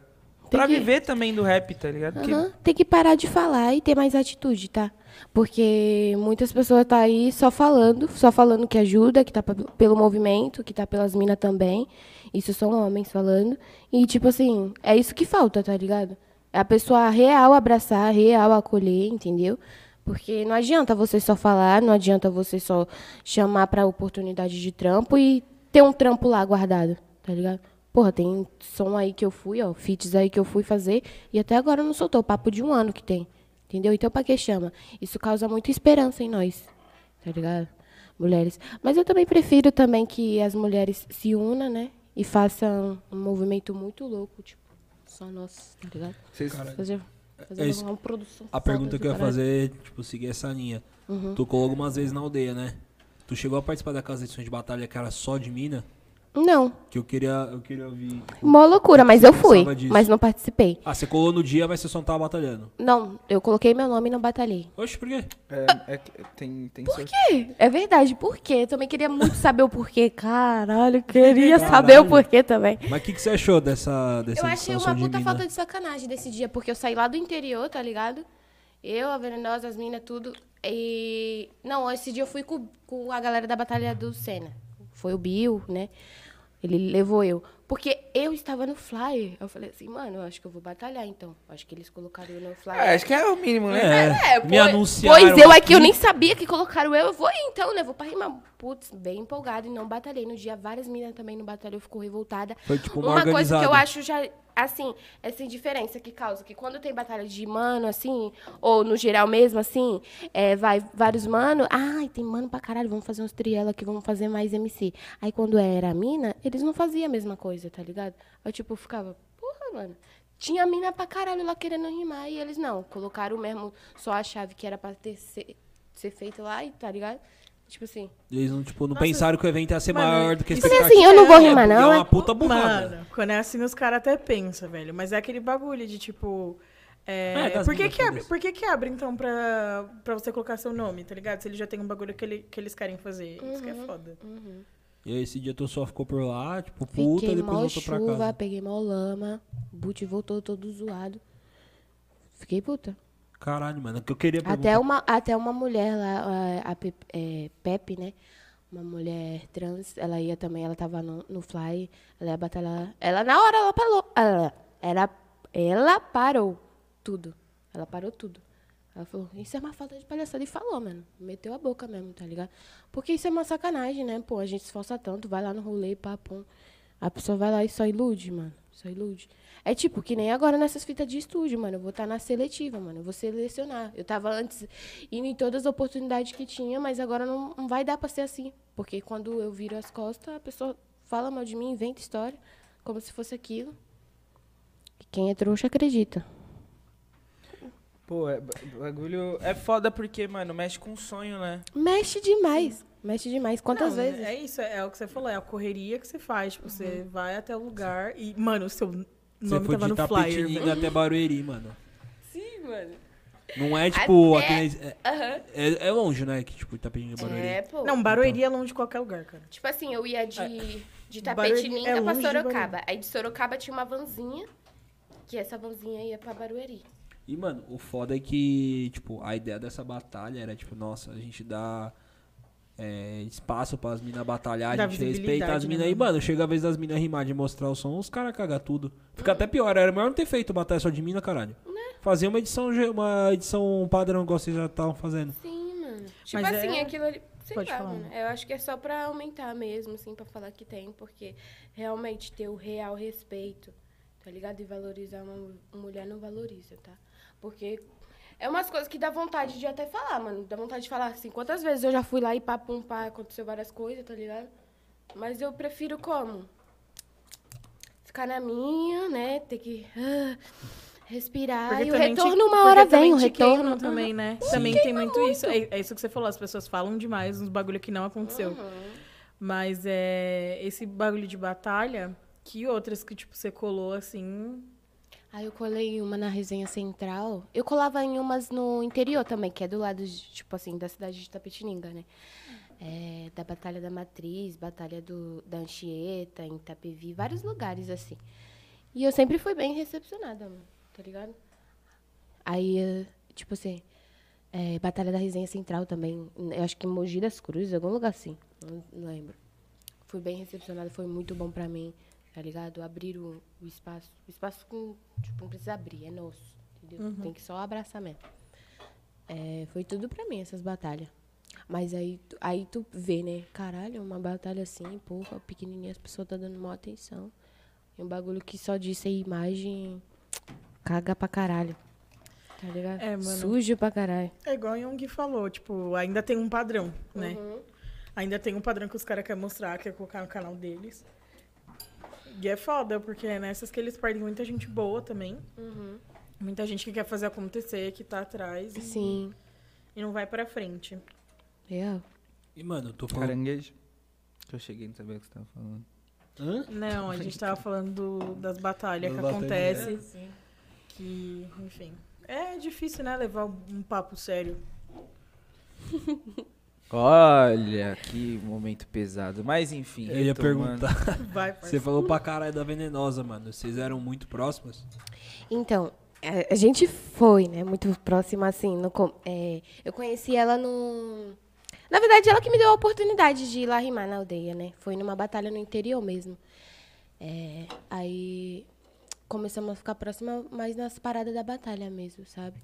Speaker 1: pra
Speaker 5: que-
Speaker 1: viver também do rap, tá ligado? Porque-
Speaker 5: Aham, Tem que parar de falar e ter mais atitude, tá? Porque muitas pessoas tá aí só falando, só falando que ajuda, que tá pe- pelo movimento, que tá pelas minas também. Isso são homens falando. E, tipo assim, é isso que falta, tá ligado? É a pessoa real abraçar, real acolher, entendeu? Porque não adianta você só falar, não adianta você só chamar pra oportunidade de trampo e ter um trampo lá guardado, tá ligado? Porra, tem som aí que eu fui, ó, feats aí que eu fui fazer e até agora não soltou. Papo de um ano que tem, entendeu? Então pra que chama? Isso causa muita esperança em nós, tá ligado? Mulheres. Mas eu também prefiro também que as mulheres se unam, né? E façam um movimento muito louco, tipo, só nosso, tá ligado?
Speaker 1: Vocês-
Speaker 5: Fazer, fazer
Speaker 3: esse-
Speaker 5: uma produção.
Speaker 3: é A
Speaker 5: foda
Speaker 3: pergunta
Speaker 5: do
Speaker 3: que eu ia
Speaker 5: caralho. Uhum.
Speaker 3: fazer, tipo, seguir essa linha. Tu colou algumas vezes na aldeia, né? Tu chegou a participar daquelas edições de batalha que era só de mina?
Speaker 5: Não,
Speaker 3: Que eu queria, eu queria ouvir. tipo,
Speaker 5: mó loucura, mas eu fui,
Speaker 3: Pensava disso.
Speaker 5: mas não participei.
Speaker 3: Ah, você colou no dia, mas você só não tava batalhando.
Speaker 5: Não, eu coloquei meu nome e não batalhei.
Speaker 3: Oxe, por quê?
Speaker 1: É, é que- tem, tem sorte.
Speaker 5: É verdade, por quê? Eu também queria muito saber o porquê. Caralho, queria saber o porquê também.
Speaker 3: Mas o que, que você achou dessa, dessa
Speaker 5: Eu achei
Speaker 3: edição
Speaker 5: uma
Speaker 3: de
Speaker 5: puta
Speaker 3: mina?
Speaker 5: falta de sacanagem desse dia, porque eu saí lá do interior, tá ligado? Eu, a Venenosa, as minas, tudo. E. Não, esse dia eu fui com, com a galera da Batalha do Senna. Foi o Bill, né? Ele levou eu. Porque eu estava no flyer. Eu falei assim, mano, eu acho que eu vou batalhar então. Acho que eles colocaram eu no flyer.
Speaker 1: Ah, acho que é o mínimo, né?
Speaker 3: É,
Speaker 5: É,
Speaker 3: me
Speaker 5: pois-
Speaker 3: anunciaram.
Speaker 5: Pois eu aqui, eu nem sabia que colocaram eu. Eu vou ir então, né? Vou pra rimar. Putz, bem empolgada e não batalhei. No dia, várias meninas também não batalhou, ficou revoltada.
Speaker 3: Foi tipo uma
Speaker 5: coisa que eu
Speaker 3: organizada.
Speaker 5: acho já assim, essa indiferença que causa, que quando tem batalha de mano, assim, ou no geral mesmo, assim, é, vai vários mano, ai, tem mano pra caralho, vamos fazer uns triela aqui, vamos fazer mais MC. Aí quando era a mina, eles não faziam a mesma coisa, tá ligado? Eu, tipo, ficava, porra, mano. Tinha mina pra caralho lá querendo rimar e eles não. Colocaram mesmo só a chave que era pra ter, ser, ser feito lá e tá ligado? Tipo assim.
Speaker 3: Eles não, tipo, não
Speaker 4: Nossa,
Speaker 3: pensaram que o evento ia ser
Speaker 4: mano,
Speaker 3: maior do que a
Speaker 4: isso é
Speaker 3: expectativa.
Speaker 5: assim, eu não vou rimar,
Speaker 3: É,
Speaker 5: não,
Speaker 3: É
Speaker 5: é-
Speaker 3: uma puta burrada.
Speaker 4: Mano, quando é assim, os caras até pensam, velho. Mas é aquele bagulho de tipo.
Speaker 3: É,
Speaker 4: É,
Speaker 3: das
Speaker 4: por, que
Speaker 3: minas,
Speaker 4: que abre,
Speaker 3: foda-se.
Speaker 4: por que que abre, então, pra, pra você colocar seu nome, tá ligado? Se ele já tem um bagulho que, ele- que eles querem fazer. Isso
Speaker 5: Uhum.
Speaker 4: que é foda.
Speaker 3: E aí esse dia tu só ficou por lá, tipo, puta,
Speaker 5: Fiquei
Speaker 3: depois
Speaker 5: mal
Speaker 3: voltou pra
Speaker 5: chuva,
Speaker 3: casa.
Speaker 5: peguei mal lama, o boot voltou todo zoado. Fiquei puta.
Speaker 3: Caralho, mano, é o que eu queria perguntar.
Speaker 5: Até uma, até uma mulher lá, a, a Pe- é, Pepe, né? Uma mulher trans, ela ia também, ela tava no, no fly, ela ia batalhar. Ela na hora ela parou. Ela, era, ela parou tudo. Ela parou tudo. Ela falou, isso é uma falta de palhaçada. E falou, mano. Meteu a boca mesmo, tá ligado? Porque isso é uma sacanagem, né? Pô, a gente se esforça tanto, vai lá no rolê, papum. A pessoa vai lá e só ilude, mano. Só ilude. É tipo, que nem agora nessas fitas de estúdio, mano. Eu vou estar na seletiva, mano. Eu vou selecionar. Eu tava antes indo em todas as oportunidades que tinha, mas agora não, não vai dar pra ser assim. Porque quando eu viro as costas, a pessoa fala mal de mim, inventa história, como se fosse aquilo. E quem é trouxa acredita.
Speaker 1: Pô, é, ba- bagulho. É foda porque, mano, mexe com o sonho, né?
Speaker 5: Mexe demais. Mexe demais. Quantas
Speaker 4: Não,
Speaker 5: vezes? Uhum.
Speaker 4: É isso, é, o que você falou, é a correria que você faz. Tipo, você vai até o lugar e, mano, o seu
Speaker 3: Você
Speaker 4: nome
Speaker 3: foi
Speaker 4: tava
Speaker 3: de
Speaker 4: no flyer.
Speaker 5: né?
Speaker 3: Tapetininga até Barueri, mano.
Speaker 5: Sim, mano.
Speaker 3: Não é, tipo,
Speaker 5: Até-
Speaker 3: aqui na- é, é- é longe, né, que, tipo, Itapetininga e Barueri.
Speaker 5: É, pô.
Speaker 4: Não, Barueri
Speaker 3: Então.
Speaker 4: é longe de qualquer lugar, cara.
Speaker 5: Tipo assim, eu ia de, de
Speaker 4: É, Barueri-
Speaker 5: Tapetininga
Speaker 4: é
Speaker 5: pra
Speaker 4: longe de
Speaker 5: Sorocaba. Aí de Sorocaba tinha uma vanzinha, que essa vanzinha ia pra Barueri.
Speaker 3: E, mano, o foda é que, tipo, a ideia dessa batalha era, tipo, nossa, a gente dá é, espaço pras minas batalhar,
Speaker 4: Dá
Speaker 3: a gente respeita as
Speaker 4: visibilidade, né,
Speaker 3: minas. E,
Speaker 4: mano?
Speaker 3: mano, chega a vez das minas rimar de mostrar o som, os caras cagam tudo. Fica
Speaker 4: Uhum.
Speaker 3: até pior, era melhor não ter feito batalha só de mina, caralho.
Speaker 4: Né?
Speaker 3: Fazer uma edição, ge- uma edição padrão, igual vocês já estavam fazendo.
Speaker 5: Sim, mano. Tipo
Speaker 4: Mas
Speaker 5: assim,
Speaker 4: é-
Speaker 5: aquilo ali. Sei
Speaker 4: Pode
Speaker 5: lá,
Speaker 4: falar. né?
Speaker 5: mano. Eu acho que é só pra aumentar mesmo, assim, pra falar que tem, porque realmente ter o real respeito, tá ligado? E valorizar uma mu- mulher não valoriza, tá? Porque é umas coisas que dá vontade de até falar, mano. Dá vontade de falar assim, quantas vezes eu já fui lá e papum pá, aconteceu várias coisas, tá ligado? Mas eu prefiro como? Ficar na minha, né? Ter que ah, respirar. e o
Speaker 4: também
Speaker 5: retorno
Speaker 4: te-
Speaker 5: uma
Speaker 4: porque
Speaker 5: hora
Speaker 4: também
Speaker 5: vem, o
Speaker 4: te
Speaker 5: retorno.
Speaker 4: queimam também, né? Também tem muito, isso. É, é isso que você falou, as pessoas falam demais uns bagulho que não aconteceu. Mas é esse bagulho de batalha, que outras que tipo você colou assim,
Speaker 5: Aí eu colei uma na resenha central. Eu colava em umas no interior também, que é do lado, de, tipo assim, da cidade de Tapetininga, né? É, da Batalha da Matriz, Batalha do, da Anchieta, em Itapevi, vários lugares assim. E eu sempre fui bem recepcionada, mano, tá ligado? Aí, eh, tipo assim, eh, Batalha da Resenha Central também. Eu acho que em Mogi das Cruzes, algum lugar assim. Não, não lembro. Fui bem recepcionada, foi muito bom pra mim, tá ligado? Abrir o, o espaço. O espaço com, tipo, não precisa abrir, é nosso. Entendeu?
Speaker 4: Uhum.
Speaker 5: Tem que só abraçar mesmo. Eh, foi tudo pra mim, essas batalhas. Mas aí, tu- aí tu vê, né? Caralho, uma batalha assim, porra, pequenininha, as pessoas tá dando maior atenção. E um bagulho que só diz ser imagem caga pra caralho. Tá ligado?
Speaker 4: É, mano.
Speaker 5: Sujo pra caralho.
Speaker 4: é igual o Young falou, tipo, ainda tem um padrão, né? Ainda tem um padrão que os caras querem mostrar, quer colocar no canal deles. E é foda, porque nessas que eles perdem muita gente boa também. Uhum. Muita gente que quer fazer acontecer, que tá atrás e,
Speaker 5: Sim.
Speaker 4: e não vai pra frente.
Speaker 5: Real.
Speaker 3: E, mano, tô falando...
Speaker 10: Caranguejo? Que eu cheguei, não sabia o que você tava falando.
Speaker 3: Hã?
Speaker 4: Não, a gente tava falando do- das batalhas
Speaker 3: Das
Speaker 4: que
Speaker 3: batalhas.
Speaker 4: acontecem. Que, enfim. É difícil, né? Levar um papo sério.
Speaker 1: Olha, que momento pesado. Mas enfim.
Speaker 3: Eu ia
Speaker 1: retomando.
Speaker 3: perguntar.
Speaker 4: Vai,
Speaker 3: Você falou pra caralho da Venenosa, mano. Vocês eram muito próximas?
Speaker 5: Então, a a gente foi, né? Muito próxima, assim. No, com- é, eu conheci ela no. Na verdade, ela que me deu a oportunidade de ir lá rimar na aldeia, né? Foi numa batalha no interior mesmo. É, aí começamos a ficar próxima, mas nas paradas da batalha mesmo, sabe?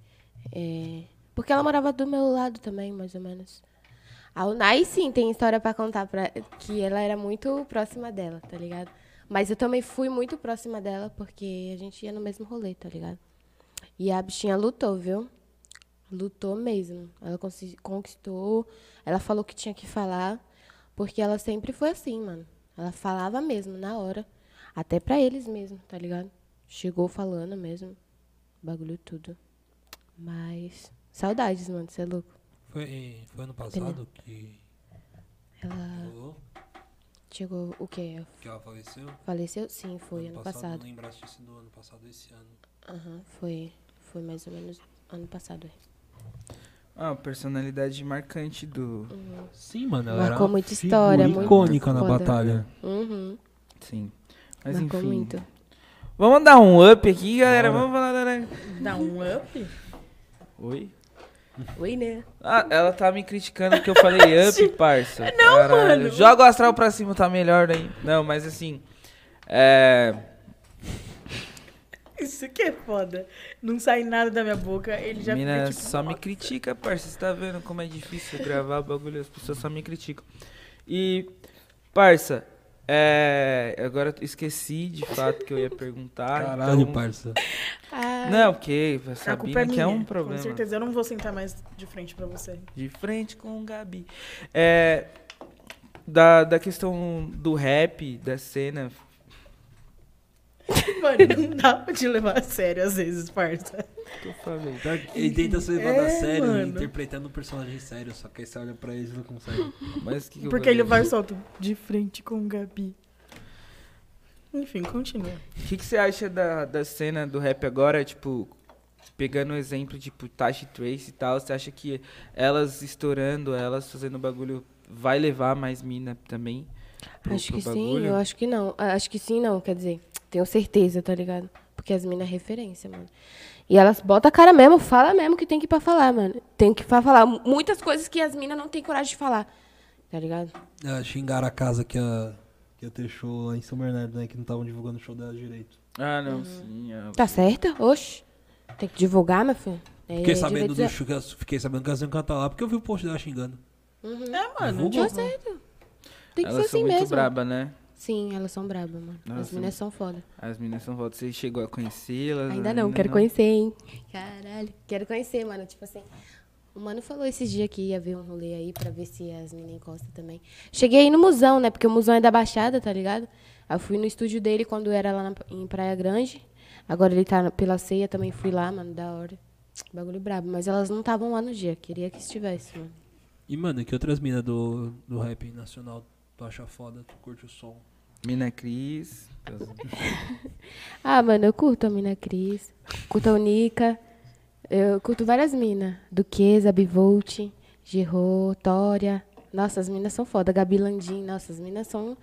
Speaker 5: É, porque ela morava do meu lado também, mais ou menos. A Unai, sim, tem história pra contar, pra, que ela era muito próxima dela, tá ligado? Mas eu também fui muito próxima dela, porque a gente ia no mesmo rolê, tá ligado? E a bichinha lutou, viu? Lutou mesmo. Ela consi- conquistou, ela falou o que tinha que falar, porque ela sempre foi assim, mano. Ela falava mesmo, na hora. Até pra eles mesmo, tá ligado? Chegou falando mesmo. Bagulho tudo. Mas. Saudades, mano, você é louco.
Speaker 3: Foi, foi ano passado que.
Speaker 5: Ela
Speaker 3: rolou?
Speaker 5: chegou o quê?
Speaker 3: Que ela faleceu?
Speaker 5: Faleceu? Sim, foi ano
Speaker 3: Eu
Speaker 5: passado.
Speaker 1: né?
Speaker 3: Não lembro se tinha sido ano passado esse ano.
Speaker 5: Aham, foi, foi mais ou menos ano passado. é.
Speaker 1: Ah, personalidade marcante do.
Speaker 3: Sim, mano,
Speaker 5: ela Marcou era muita figura história, muito
Speaker 3: icônica
Speaker 5: icônica na
Speaker 3: na
Speaker 5: foda.
Speaker 3: batalha.
Speaker 5: Uhum,
Speaker 1: Sim. Mas
Speaker 5: marcou
Speaker 1: enfim.
Speaker 5: muito.
Speaker 1: Vamos dar um up aqui, galera.
Speaker 3: Bora.
Speaker 1: Vamos falar. da-
Speaker 4: Dá um up?
Speaker 1: Oi?
Speaker 5: Oi, né?
Speaker 1: Ah, ela tá me criticando porque eu falei up, parça. Não,
Speaker 4: mano.
Speaker 1: Joga o astral pra cima, tá melhor daí. Não, mas assim. É.
Speaker 4: Isso que é foda. Não sai nada da minha boca. Ele já
Speaker 1: Mina
Speaker 4: fica tipo,
Speaker 1: só me
Speaker 4: "Nossa".
Speaker 1: critica, parça. Você tá vendo como é difícil gravar bagulho? As pessoas só me criticam. E, parça, é. Agora eu esqueci de fato que eu ia perguntar.
Speaker 3: Caralho,
Speaker 1: então-
Speaker 3: parça.
Speaker 5: Ah,
Speaker 1: Não, porque a
Speaker 4: A culpa
Speaker 1: Sabina
Speaker 4: é
Speaker 1: que
Speaker 4: minha.
Speaker 1: é um problema.
Speaker 4: Com certeza eu não vou sentar mais de frente pra você.
Speaker 1: De frente com o Gabi. É, da, da questão do rap, da cena.
Speaker 4: Mano, não dá pra te levar a sério às vezes, parça.
Speaker 1: que eu falei?
Speaker 3: Ele tenta se levar
Speaker 4: É,
Speaker 3: a sério,
Speaker 4: mano.
Speaker 3: interpretando um personagem sério, só que aí você olha pra ele e não consegue.
Speaker 1: Mas que que eu
Speaker 4: Porque
Speaker 1: falei?
Speaker 4: ele vai solto de frente com o Gabi. Enfim, continua.
Speaker 1: O que, que você acha da, da cena do rap agora? Tipo, pegando o exemplo, tipo, Tashi Trace e tal, você acha que elas estourando, elas fazendo bagulho, vai levar mais mina também? pro-
Speaker 5: acho
Speaker 1: pro
Speaker 5: que sim,
Speaker 1: bagulho?
Speaker 5: eu acho que não. Ah, Acho que sim, não, quer dizer, tenho certeza, tá ligado? Porque as minas é referência, mano. E elas botam a cara mesmo, fala mesmo que tem que ir pra falar, mano. Tem que ir pra falar mu- muitas coisas que as minas não têm coragem de falar, tá ligado?
Speaker 3: Ah, xingaram a casa que a.
Speaker 11: Que ia ter show lá em São Bernardo, né? Que não estavam divulgando o show dela direito.
Speaker 5: É,
Speaker 1: Ah, não, sim. ah,
Speaker 5: Tá certa? Oxe. Tem que divulgar, meu filho. É,
Speaker 3: Fiquei
Speaker 5: é
Speaker 3: sabendo, do,
Speaker 5: direito-
Speaker 3: chu- que eu- fiquei sabendo que elas iam cantar lá porque eu vi o post dela xingando.
Speaker 4: É, mano.
Speaker 5: Tá certo. Tem que
Speaker 1: elas
Speaker 5: ser
Speaker 1: são
Speaker 5: assim
Speaker 1: muito
Speaker 5: mesmo.
Speaker 1: braba, né?
Speaker 5: Sim, elas são brabas, mano.
Speaker 1: Elas
Speaker 5: as
Speaker 1: são- Ah,
Speaker 5: minas são foda.
Speaker 1: As minas são voltas. Você chegou a conhecê-las? né?
Speaker 5: Ainda não, quero conhecer, hein? Caralho, quero conhecer, mano. Tipo assim, o mano falou esses dias que ia ver um rolê aí pra ver se as meninas encostam também. Cheguei aí no musão, né? Porque o musão é da Baixada, tá ligado? Aí eu fui no estúdio dele quando era lá na- em Praia Grande. Agora ele tá na- pela ceia, também fui lá, mano, da hora. Bagulho brabo. Mas elas não estavam lá no dia, queria que estivesse, mano.
Speaker 3: E, mano, que outras minas do, do rap nacional tu acha foda, tu curte o som?
Speaker 1: Mina Cris.
Speaker 5: Ah, mano, eu curto a mina Cris, curto a Unica, eu curto várias minas. Duquesa, Bivolt, Gerô, Tória. Nossa, as minas são foda. Gabi Landim, nossa, as minas são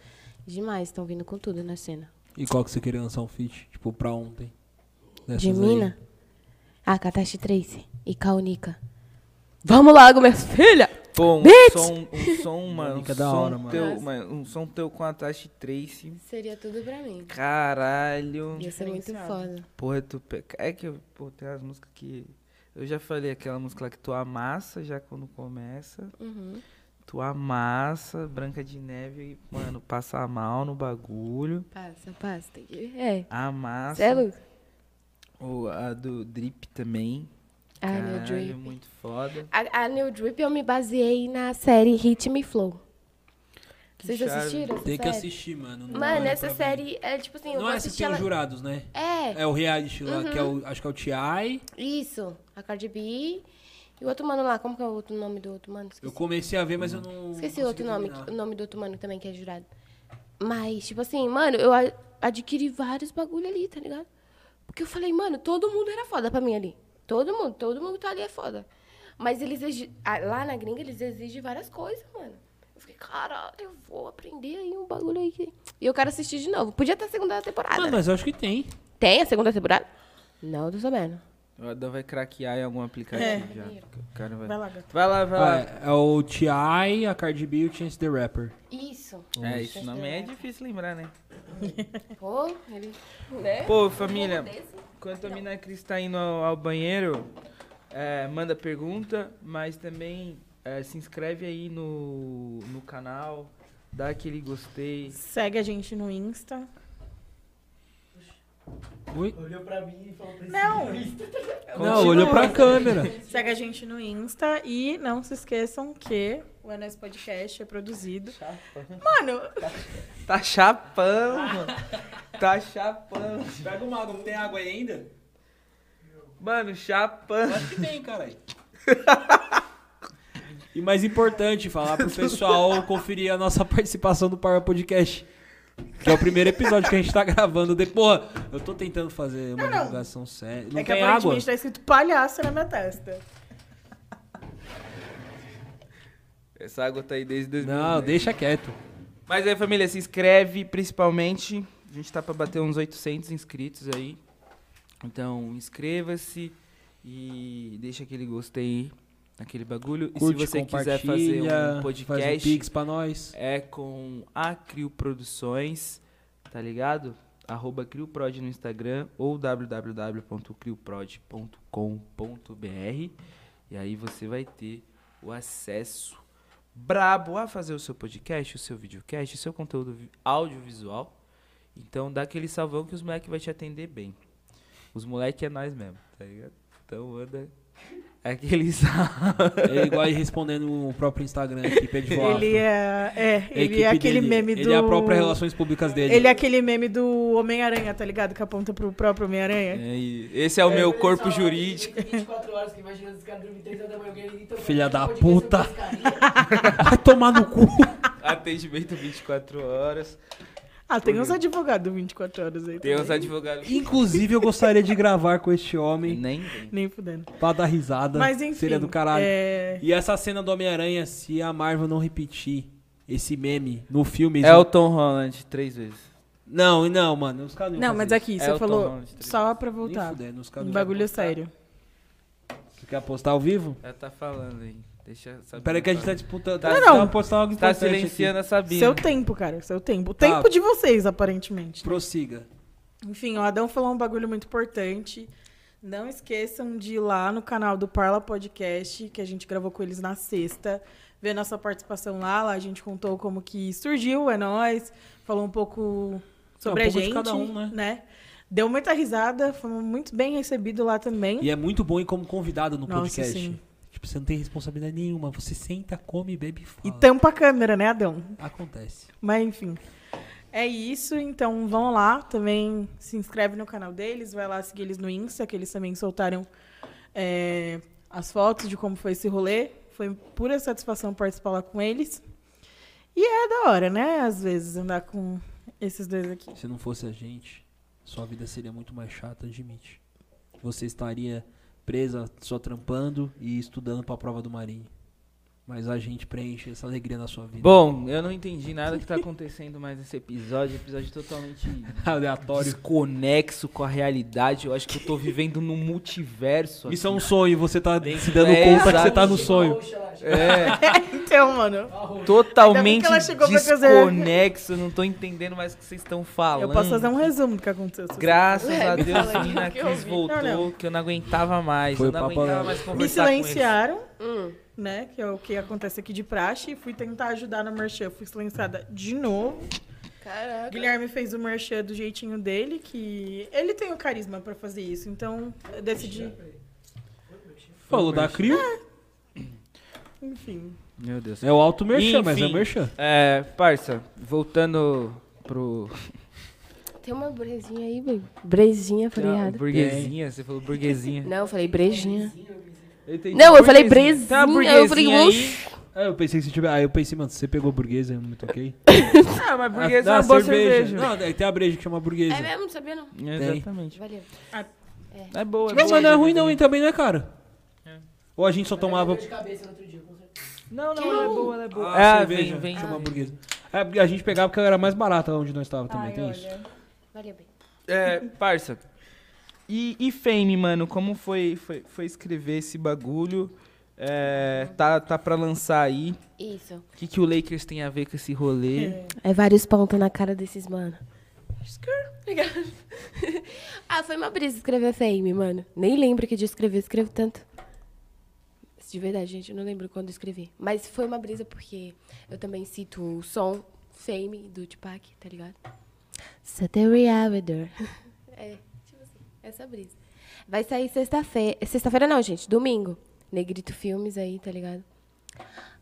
Speaker 5: demais, estão vindo com tudo na cena.
Speaker 3: E qual que você queria lançar um feat, tipo, pra ontem? Dessas
Speaker 5: De
Speaker 3: aí.
Speaker 5: mina? Ah, Katashi Trace e Kaunica. Vamos logo, minhas filhas!
Speaker 1: Pô, um
Speaker 5: Bitch!
Speaker 1: som, um som, mano. Um
Speaker 11: Mônica é da
Speaker 1: som,
Speaker 11: hora, mano.
Speaker 1: teu, mano, um som teu com a Tashi Trace.
Speaker 5: Seria tudo pra mim.
Speaker 1: Caralho.
Speaker 5: Ia ser muito foda.
Speaker 1: Porra, tu. pe- É que, eu- pô, tem as músicas que. Eu já falei aquela música lá que tu amassa já quando começa.
Speaker 5: Uhum.
Speaker 1: Tu amassa, Branca de Neve, mano, passa mal no bagulho.
Speaker 5: Passa, passa. Tem que... É.
Speaker 1: Amassa.
Speaker 5: Cê é louco?
Speaker 1: O, a do Drip também.
Speaker 5: Ai, meu
Speaker 1: Caralho, é
Speaker 5: dream.
Speaker 1: muito foda.
Speaker 5: A, a New Drip eu me baseei na série Rhythm e Flow.
Speaker 1: Que
Speaker 5: Vocês
Speaker 1: chave.
Speaker 5: assistiram? essa
Speaker 3: Tem que
Speaker 5: série?
Speaker 3: assistir, mano. não
Speaker 5: Mano,
Speaker 3: dá
Speaker 5: essa
Speaker 3: pra ver.
Speaker 5: série é tipo assim, eu
Speaker 3: Não
Speaker 5: vou
Speaker 3: é essa
Speaker 5: assistir
Speaker 3: tem os
Speaker 5: ela.
Speaker 3: jurados, né?
Speaker 5: É, Uhum.
Speaker 3: É o reality lá, que é o, acho que é o TI.
Speaker 5: isso. A Cardi B e o outro mano lá, como que é o outro nome do outro mano?
Speaker 3: Eu
Speaker 5: Esqueci,
Speaker 3: comecei a ver, mas eu não. consegui
Speaker 5: Esqueci o outro nome,
Speaker 3: terminar.
Speaker 5: o nome do outro mano também que é jurado. Mas, tipo assim, mano, eu a- adquiri vários bagulho ali, tá ligado? Porque eu falei, mano, todo mundo era foda pra mim ali. Todo mundo, todo mundo tá ali é foda. Mas eles exi- ah, lá na gringa eles exigem várias coisas, mano. Eu fiquei, caralho, eu vou aprender aí um bagulho aí. que- E eu quero assistir de novo. Podia ter a segunda temporada.
Speaker 3: Mano, Ah, mas eu acho que tem.
Speaker 5: Tem a segunda temporada? Não tô sabendo.
Speaker 1: O Adão vai craquear em algum
Speaker 5: É.
Speaker 1: aplicativo já. O cara vai...
Speaker 4: Vai lá, Gabi.
Speaker 1: vai lá, vai
Speaker 3: Ah,
Speaker 1: lá.
Speaker 3: é, é o TI, a Cardi B e o Chance the Rapper.
Speaker 5: Isso.
Speaker 1: É, esse nome é difícil lembrar, né?
Speaker 5: Pô, ele. Né?
Speaker 1: É. Pô, família, enquanto a mina Cris tá indo ao, ao banheiro, é, manda pergunta, mas também é, se inscreve aí no, no canal, dá aquele gostei.
Speaker 4: Segue a gente no Insta.
Speaker 3: Ui.
Speaker 7: Olhou pra mim e falou pra
Speaker 4: Não.
Speaker 8: É,
Speaker 3: Não, olhou pra câmera.
Speaker 4: Segue a gente no Insta e não se esqueçam que o NS Podcast é produzido. Mano,
Speaker 1: Tá chapando, mano. Tá chapando.
Speaker 8: Pega uma água, não tem água aí ainda?
Speaker 1: Mano, chapando.
Speaker 8: Acho que tem, caralho. E mais importante, falar pro pessoal conferir a nossa participação do Power Podcast. Que é o primeiro episódio que a gente tá gravando. De, porra, eu tô tentando fazer uma
Speaker 4: Não, não.
Speaker 8: divulgação séria. Não
Speaker 4: é que
Speaker 8: tem água?
Speaker 4: aparentemente tá escrito palhaço na minha testa.
Speaker 1: Essa água tá aí desde 2000.
Speaker 3: Não, deixa quieto.
Speaker 1: Mas aí, família, se inscreve principalmente. A gente tá pra bater uns 800 inscritos aí. Então, inscreva-se e deixa aquele gostei aí naquele bagulho.
Speaker 3: Curte,
Speaker 1: e se você quiser fazer
Speaker 3: compartilha,
Speaker 1: um
Speaker 3: Faz um
Speaker 1: podcast,
Speaker 3: pix pra nós.
Speaker 1: é com a Crio Produções, tá ligado? Arroba CrioProd no Instagram ou www.crioprod.com.br E aí você vai ter o acesso brabo a fazer o seu podcast, o seu videocast, o seu conteúdo vi- audiovisual. Então dá aquele salvão que os moleques vai te atender bem. Os moleques é nós mesmo, tá ligado? Então anda aquele salve.
Speaker 3: É igual aí respondendo o próprio Instagram aqui, Pedro Voafra.
Speaker 4: Ele é, é,
Speaker 3: A
Speaker 4: ele
Speaker 3: equipe
Speaker 4: é aquele
Speaker 3: dele,
Speaker 4: meme do
Speaker 3: Ele é a própria Relações Públicas dele.
Speaker 4: Ele é aquele meme do Homem-Aranha, tá ligado? Que aponta pro próprio Homem-Aranha.
Speaker 1: Esse é o meu corpo jurídico.
Speaker 7: 24 horas que imagina os caras dormem 3 horas da manhã. alguém liga, então,
Speaker 3: Filha
Speaker 7: cara,
Speaker 3: da
Speaker 7: pode ver se eu
Speaker 3: puta.
Speaker 7: faço carinho.
Speaker 3: Vai tomar no cu.
Speaker 1: Atendimento 24 horas.
Speaker 4: Ah, tem uns advogados 24 horas aí.
Speaker 1: Tem
Speaker 4: também.
Speaker 1: uns advogados.
Speaker 3: Inclusive, eu gostaria de gravar com este homem
Speaker 1: Nem vem.
Speaker 4: Nem fudendo.
Speaker 3: pra dar risada.
Speaker 4: Mas enfim.
Speaker 3: Seria do caralho.
Speaker 4: é,
Speaker 3: E essa cena do Homem-Aranha, se a Marvel não repetir esse meme no filme...
Speaker 1: É o Tom Holland três vezes.
Speaker 3: Não, não, mano. Os caras
Speaker 4: Não, mas
Speaker 3: aqui
Speaker 4: aqui,
Speaker 1: É
Speaker 4: você
Speaker 1: o Tom
Speaker 4: falou.
Speaker 1: Holland, tá
Speaker 4: Só pra
Speaker 3: Nem
Speaker 4: voltar.
Speaker 3: fudendo, os caras
Speaker 4: Um
Speaker 3: não
Speaker 4: bagulho
Speaker 3: vão postar.
Speaker 4: sério.
Speaker 3: Tu quer apostar ao vivo?
Speaker 1: Ela tá falando aí. Deixa saber.
Speaker 3: Peraí que a gente tá disputando.
Speaker 1: Tá-
Speaker 3: Tá,
Speaker 4: não.
Speaker 3: tá apostando algo
Speaker 1: Tá
Speaker 3: importante aqui.
Speaker 1: silenciando a Sabina.
Speaker 4: Seu tempo, cara. Seu tempo. O
Speaker 3: Tá.
Speaker 4: tempo de vocês, aparentemente.
Speaker 3: Prossiga.
Speaker 4: Enfim, o Adão falou um bagulho muito importante. Não esqueçam de ir lá no canal do Parla Podcast, que a gente gravou com eles na sexta, ver nossa participação lá. Lá a gente contou como que surgiu, é nós, falou um pouco sobre
Speaker 3: um
Speaker 4: a
Speaker 3: pouco de
Speaker 4: gente,
Speaker 3: cada um, né?
Speaker 4: Deu muita risada, fomos muito bem recebidos lá também.
Speaker 3: E é muito bom ir como convidado no
Speaker 4: Nossa,
Speaker 3: podcast.
Speaker 4: sim.
Speaker 3: Tipo, você não tem responsabilidade nenhuma. Você senta, come, bebe e fala.
Speaker 4: E tampa a câmera, né, Adão?
Speaker 3: Acontece.
Speaker 4: Mas enfim. É isso, então vão lá também, se inscreve no canal deles, vai lá seguir eles no Insta, que eles também soltaram é, as fotos de como foi esse rolê. Foi pura satisfação participar lá com eles. E é da hora, né? Às vezes andar com esses dois aqui.
Speaker 3: Se não fosse a gente, sua vida seria muito mais chata, admite. Você estaria presa só trampando e estudando pra prova do Marinho. Mas a gente preenche essa alegria na sua vida.
Speaker 1: Bom, eu não entendi nada que tá acontecendo mais nesse episódio. Episódio totalmente
Speaker 3: Aleatório.
Speaker 1: desconexo com a realidade. Eu acho que eu tô vivendo num multiverso. aqui.
Speaker 3: Isso é um sonho, você tá se dando
Speaker 1: É,
Speaker 3: conta que
Speaker 1: exato.
Speaker 3: você tá no sonho.
Speaker 7: Poxa, lá,
Speaker 1: É,
Speaker 4: então, mano,
Speaker 1: totalmente
Speaker 4: ela chegou pra fazer-
Speaker 1: desconexo. Eu não tô entendendo mais o que vocês estão falando.
Speaker 4: eu posso fazer um resumo do que aconteceu. se
Speaker 1: Graças
Speaker 2: É,
Speaker 1: a
Speaker 2: me
Speaker 1: Deus,
Speaker 2: fala aí,
Speaker 1: a menina
Speaker 2: que eu
Speaker 1: Cris
Speaker 2: vi.
Speaker 1: voltou,
Speaker 4: Não,
Speaker 1: que eu não aguentava mais.
Speaker 3: Foi
Speaker 1: eu não
Speaker 3: o papo-
Speaker 1: aguentava mais
Speaker 4: Me
Speaker 1: conversar
Speaker 4: silenciaram,
Speaker 2: Hum.
Speaker 4: né? Que é o que acontece aqui de praxe. Fui tentar ajudar no merchan, fui silenciada de novo.
Speaker 2: Caraca.
Speaker 4: Guilherme fez o merchan do jeitinho dele, que ele tem o carisma pra fazer isso, então eu decidi.
Speaker 3: Falou da Crio.
Speaker 4: Enfim.
Speaker 1: com eles. Meu Deus.
Speaker 3: É o alto merchan, mas é
Speaker 1: Enfim.
Speaker 3: merchan.
Speaker 1: É, parça, voltando pro...
Speaker 5: Tem uma brezinha aí, baby. Brezinha, falei
Speaker 1: Não,
Speaker 5: errado.
Speaker 1: burguesinha, você falou burguesinha.
Speaker 5: Não, eu falei brejinha.
Speaker 1: Eu entendi
Speaker 5: Não, eu falei
Speaker 1: burguesinha. Tem uma
Speaker 5: brezinha, eu falei,
Speaker 1: burguesinha
Speaker 5: "Oxi".
Speaker 3: Ah, eu pensei que você tivesse. Ah, eu pensei, mano, você pegou burguesa, eu muito ok.
Speaker 1: aí. Ah, mas
Speaker 3: Ah,
Speaker 1: burguesinha
Speaker 3: dá
Speaker 1: é uma boa cerveja.
Speaker 3: Não, tem a breja que chama burguesa.
Speaker 2: É mesmo, sabia não?
Speaker 1: É, Exatamente.
Speaker 5: Valeu.
Speaker 1: É boa, é boa.
Speaker 3: Não, mas não é ruim não, hein? Também não é caro. Ou a gente só tomava.
Speaker 7: de cabeça no outro dia, com certeza.
Speaker 1: Não, não, ela é boa, ela é boa.
Speaker 3: Ah,
Speaker 1: Ah,
Speaker 3: cerveja.
Speaker 1: vem, vem.
Speaker 3: Chama burguesa. É, porque a gente pegava porque era mais barata onde nós estávamos também, tem isso.
Speaker 5: Valeu, bem.
Speaker 1: É, parça. E, e Fame, mano, como foi, foi, foi escrever esse bagulho? É, tá, tá pra lançar aí.
Speaker 5: Isso.
Speaker 1: O que, que o Lakers tem a ver com esse rolê?
Speaker 5: É vários pontos na cara desses mano.
Speaker 2: Obrigada.
Speaker 5: Ah, foi uma brisa escrever fame, mano. Nem lembro que dia eu escrevi, eu escrevo tanto. De verdade, gente, eu não lembro quando eu escrevi. Mas foi uma brisa porque eu também cito o som fame do Tupac, tá ligado? Saturday Avedor. É, tipo assim, essa brisa. Vai sair sexta-feira. Sexta-feira não, gente, domingo. Negrito Filmes aí, tá ligado?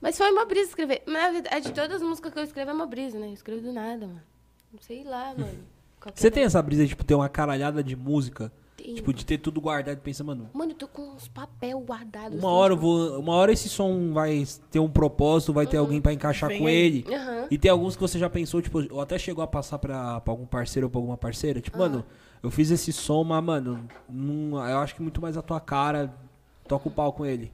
Speaker 5: Mas foi uma brisa escrever. Mas, Na verdade, de todas as músicas que eu escrevo é uma brisa, né? Eu escrevo do nada, mano. Não sei lá, mano. Qualquer
Speaker 3: Você tem essa brisa de tipo, ter uma caralhada de música?
Speaker 5: Tem.
Speaker 3: Tipo, de ter tudo guardado e pensar, mano,
Speaker 5: Mano, eu tô com uns papel assim. guardados.
Speaker 3: uma hora eu vou. Uma hora esse som vai ter um propósito, vai ter
Speaker 5: Uhum.
Speaker 3: alguém pra encaixar
Speaker 4: Vem
Speaker 3: com
Speaker 4: aí.
Speaker 3: ele.
Speaker 5: Aham.
Speaker 3: E tem alguns que você já pensou, tipo, ou até chegou a passar pra, pra algum parceiro ou pra alguma parceira, tipo, mano,
Speaker 5: Ah.
Speaker 3: eu fiz esse som, mas, mano, não- eu acho que muito mais a tua cara, toca o pau com ele.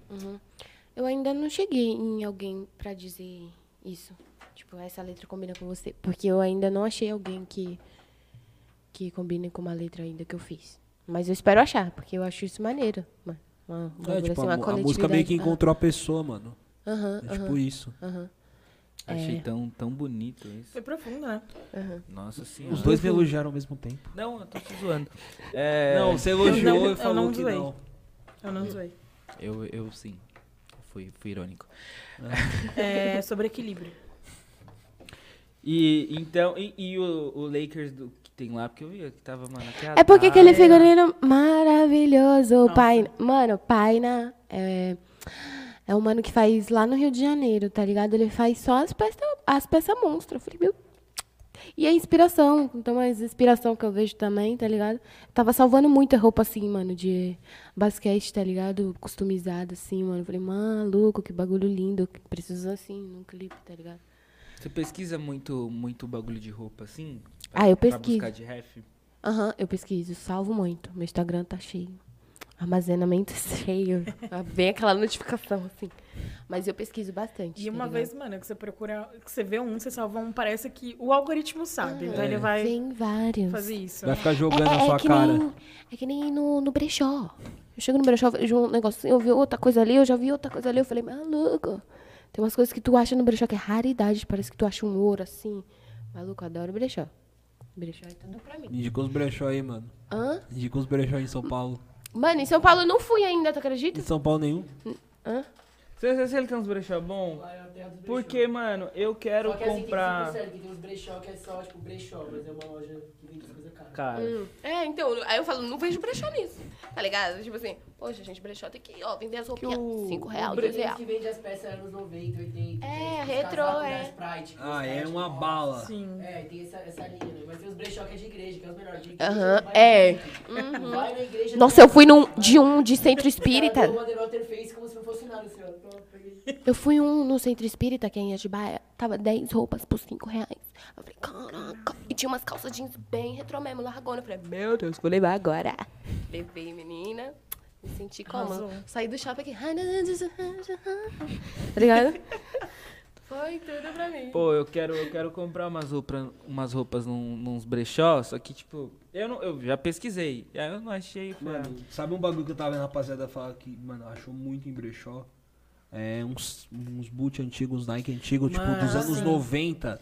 Speaker 5: Eu ainda não cheguei em alguém pra dizer isso. Tipo, essa letra combina com você. Porque eu ainda não achei alguém que, que combine com uma letra ainda que eu fiz. Mas eu espero achar, porque eu acho isso maneiro. Uma, uma, um
Speaker 3: É,
Speaker 5: bagulho
Speaker 3: tipo,
Speaker 5: assim,
Speaker 3: a,
Speaker 5: uma
Speaker 3: mu- a música meio que
Speaker 5: coletividade.
Speaker 3: encontrou a pessoa, mano.
Speaker 5: Ah, Aham,
Speaker 3: É
Speaker 5: aham,
Speaker 3: tipo isso.
Speaker 5: aham.
Speaker 1: Achei tão, tão bonito isso.
Speaker 4: Foi profundo, né?
Speaker 1: Nossa senhora.
Speaker 3: Os dois me elogiaram ao mesmo tempo.
Speaker 1: Não, eu tô te zoando. É,
Speaker 3: Não, você
Speaker 4: Eu
Speaker 3: elogiou
Speaker 4: não-
Speaker 3: e
Speaker 4: eu
Speaker 3: falou
Speaker 4: não
Speaker 3: que
Speaker 4: zoei.
Speaker 3: não.
Speaker 4: Eu
Speaker 3: Uhum.
Speaker 4: não zoei.
Speaker 1: Eu, eu sim. Fui, fui irônico.
Speaker 4: É sobre equilíbrio.
Speaker 1: E então, e, e o, o Lakers do, que tem lá, porque eu vi que tava, tá? mano, até a
Speaker 5: É porque aquele
Speaker 1: Dai-
Speaker 5: figurino maravilhoso,
Speaker 4: Nossa.
Speaker 5: Paina. Mano, Paina é, é um mano que faz lá no Rio de Janeiro, tá ligado? Ele faz só as peças, as peças monstro. Eu falei, meu. E a inspiração, então as inspiração que eu vejo também, tá ligado? Tava salvando muita roupa assim, mano, de basquete, tá ligado? Customizada assim, mano. Eu falei, maluco, que bagulho lindo. Preciso assim, num clipe, tá ligado?
Speaker 1: Você pesquisa muito, muito bagulho de roupa assim?
Speaker 5: Ah, eu
Speaker 1: Pra buscar
Speaker 5: pesquiso.
Speaker 1: de ref?
Speaker 5: Aham, eu pesquiso, salvo muito. Meu Instagram tá cheio. Armazenamento cheio. Vem aquela notificação, assim. Mas eu pesquiso bastante.
Speaker 4: E
Speaker 5: tá
Speaker 4: uma
Speaker 5: ligado?
Speaker 4: vez, mano, que você procura, que você vê um, você salva um, parece que o algoritmo sabe. Então ele vai
Speaker 5: Vem vários.
Speaker 4: fazer isso.
Speaker 3: É. Vai ficar jogando
Speaker 5: é,
Speaker 3: na
Speaker 5: é
Speaker 3: sua
Speaker 5: que
Speaker 3: cara.
Speaker 5: Nem, é que nem no, no brechó. Eu chego no brechó, vejo um negocinho, eu vi outra coisa ali, eu já vi outra coisa ali. Eu falei, maluco. Tem umas coisas que tu acha no brechó que é raridade, parece que tu acha um ouro assim. Maluco, eu adoro brechó. Brechó é tudo pra mim.
Speaker 3: Indicou os brechó aí, mano.
Speaker 5: Hã?
Speaker 3: Indicou os brechó em São Paulo.
Speaker 5: Mano, em São Paulo eu não fui ainda, tu acredita?
Speaker 3: Em São Paulo nenhum.
Speaker 1: Você, você, ele tem uns brechó bom? Porque, mano, eu quero
Speaker 5: é
Speaker 7: Só que assim,
Speaker 1: comprar.
Speaker 7: tem que ser sério, que tem uns brechó que é só, tipo, brechó, mas é uma loja que vende as coisas caras.
Speaker 1: Cara,
Speaker 5: É, então, aí eu falo, não vejo brechó nisso, tá ligado? Tipo assim, poxa, gente, brechó tem que, ó, vender as roupinhas,
Speaker 1: o-
Speaker 5: 5 reais,
Speaker 7: Tem
Speaker 5: 2
Speaker 7: gente
Speaker 5: reais.
Speaker 7: que vende as peças anos 90, 80.
Speaker 5: É,
Speaker 7: tem tipo, os
Speaker 5: retrô,
Speaker 7: casacos da
Speaker 5: é.
Speaker 7: Sprite, que os
Speaker 3: Ah,
Speaker 7: caras,
Speaker 3: é
Speaker 7: tipo,
Speaker 3: uma
Speaker 7: ó,
Speaker 3: bala.
Speaker 4: Sim.
Speaker 7: É, tem essa, essa linha, né? Mas tem os brechó que é de igreja, que é os melhores. de igreja,
Speaker 5: Aham,
Speaker 7: vai na
Speaker 5: é.
Speaker 7: igreja. Vai na igreja.
Speaker 5: Nossa, eu fui num, de um de centro
Speaker 7: Cara,
Speaker 5: espírita.
Speaker 7: uma The Walter fez um como se não fosse nada, assim, ó. Então, peguei.
Speaker 5: Eu fui um no centro espírita, que é em Atibaia, tava 10 roupas por 5 reais. Eu falei, caraca, e tinha umas calças jeans bem retrô mesmo, largona. Eu falei, meu Deus, vou levar agora. Levei, menina. Me senti como?
Speaker 4: Arrasou.
Speaker 5: Saí do shopping aqui. Tá ligado? Foi tudo pra mim.
Speaker 1: pô, eu quero, eu quero comprar umas roupas, umas roupas num, nos brechó, só que, tipo, eu, não, eu já pesquisei. Aí eu não achei. eu falei, "Ah,
Speaker 4: é.
Speaker 3: Mano, sabe um bagulho que eu tava vendo a rapaziada falar que, mano, achou muito em brechó? É, uns, uns boot antigos, Nike antigo, tipo, dos
Speaker 4: Mano.
Speaker 3: anos 90.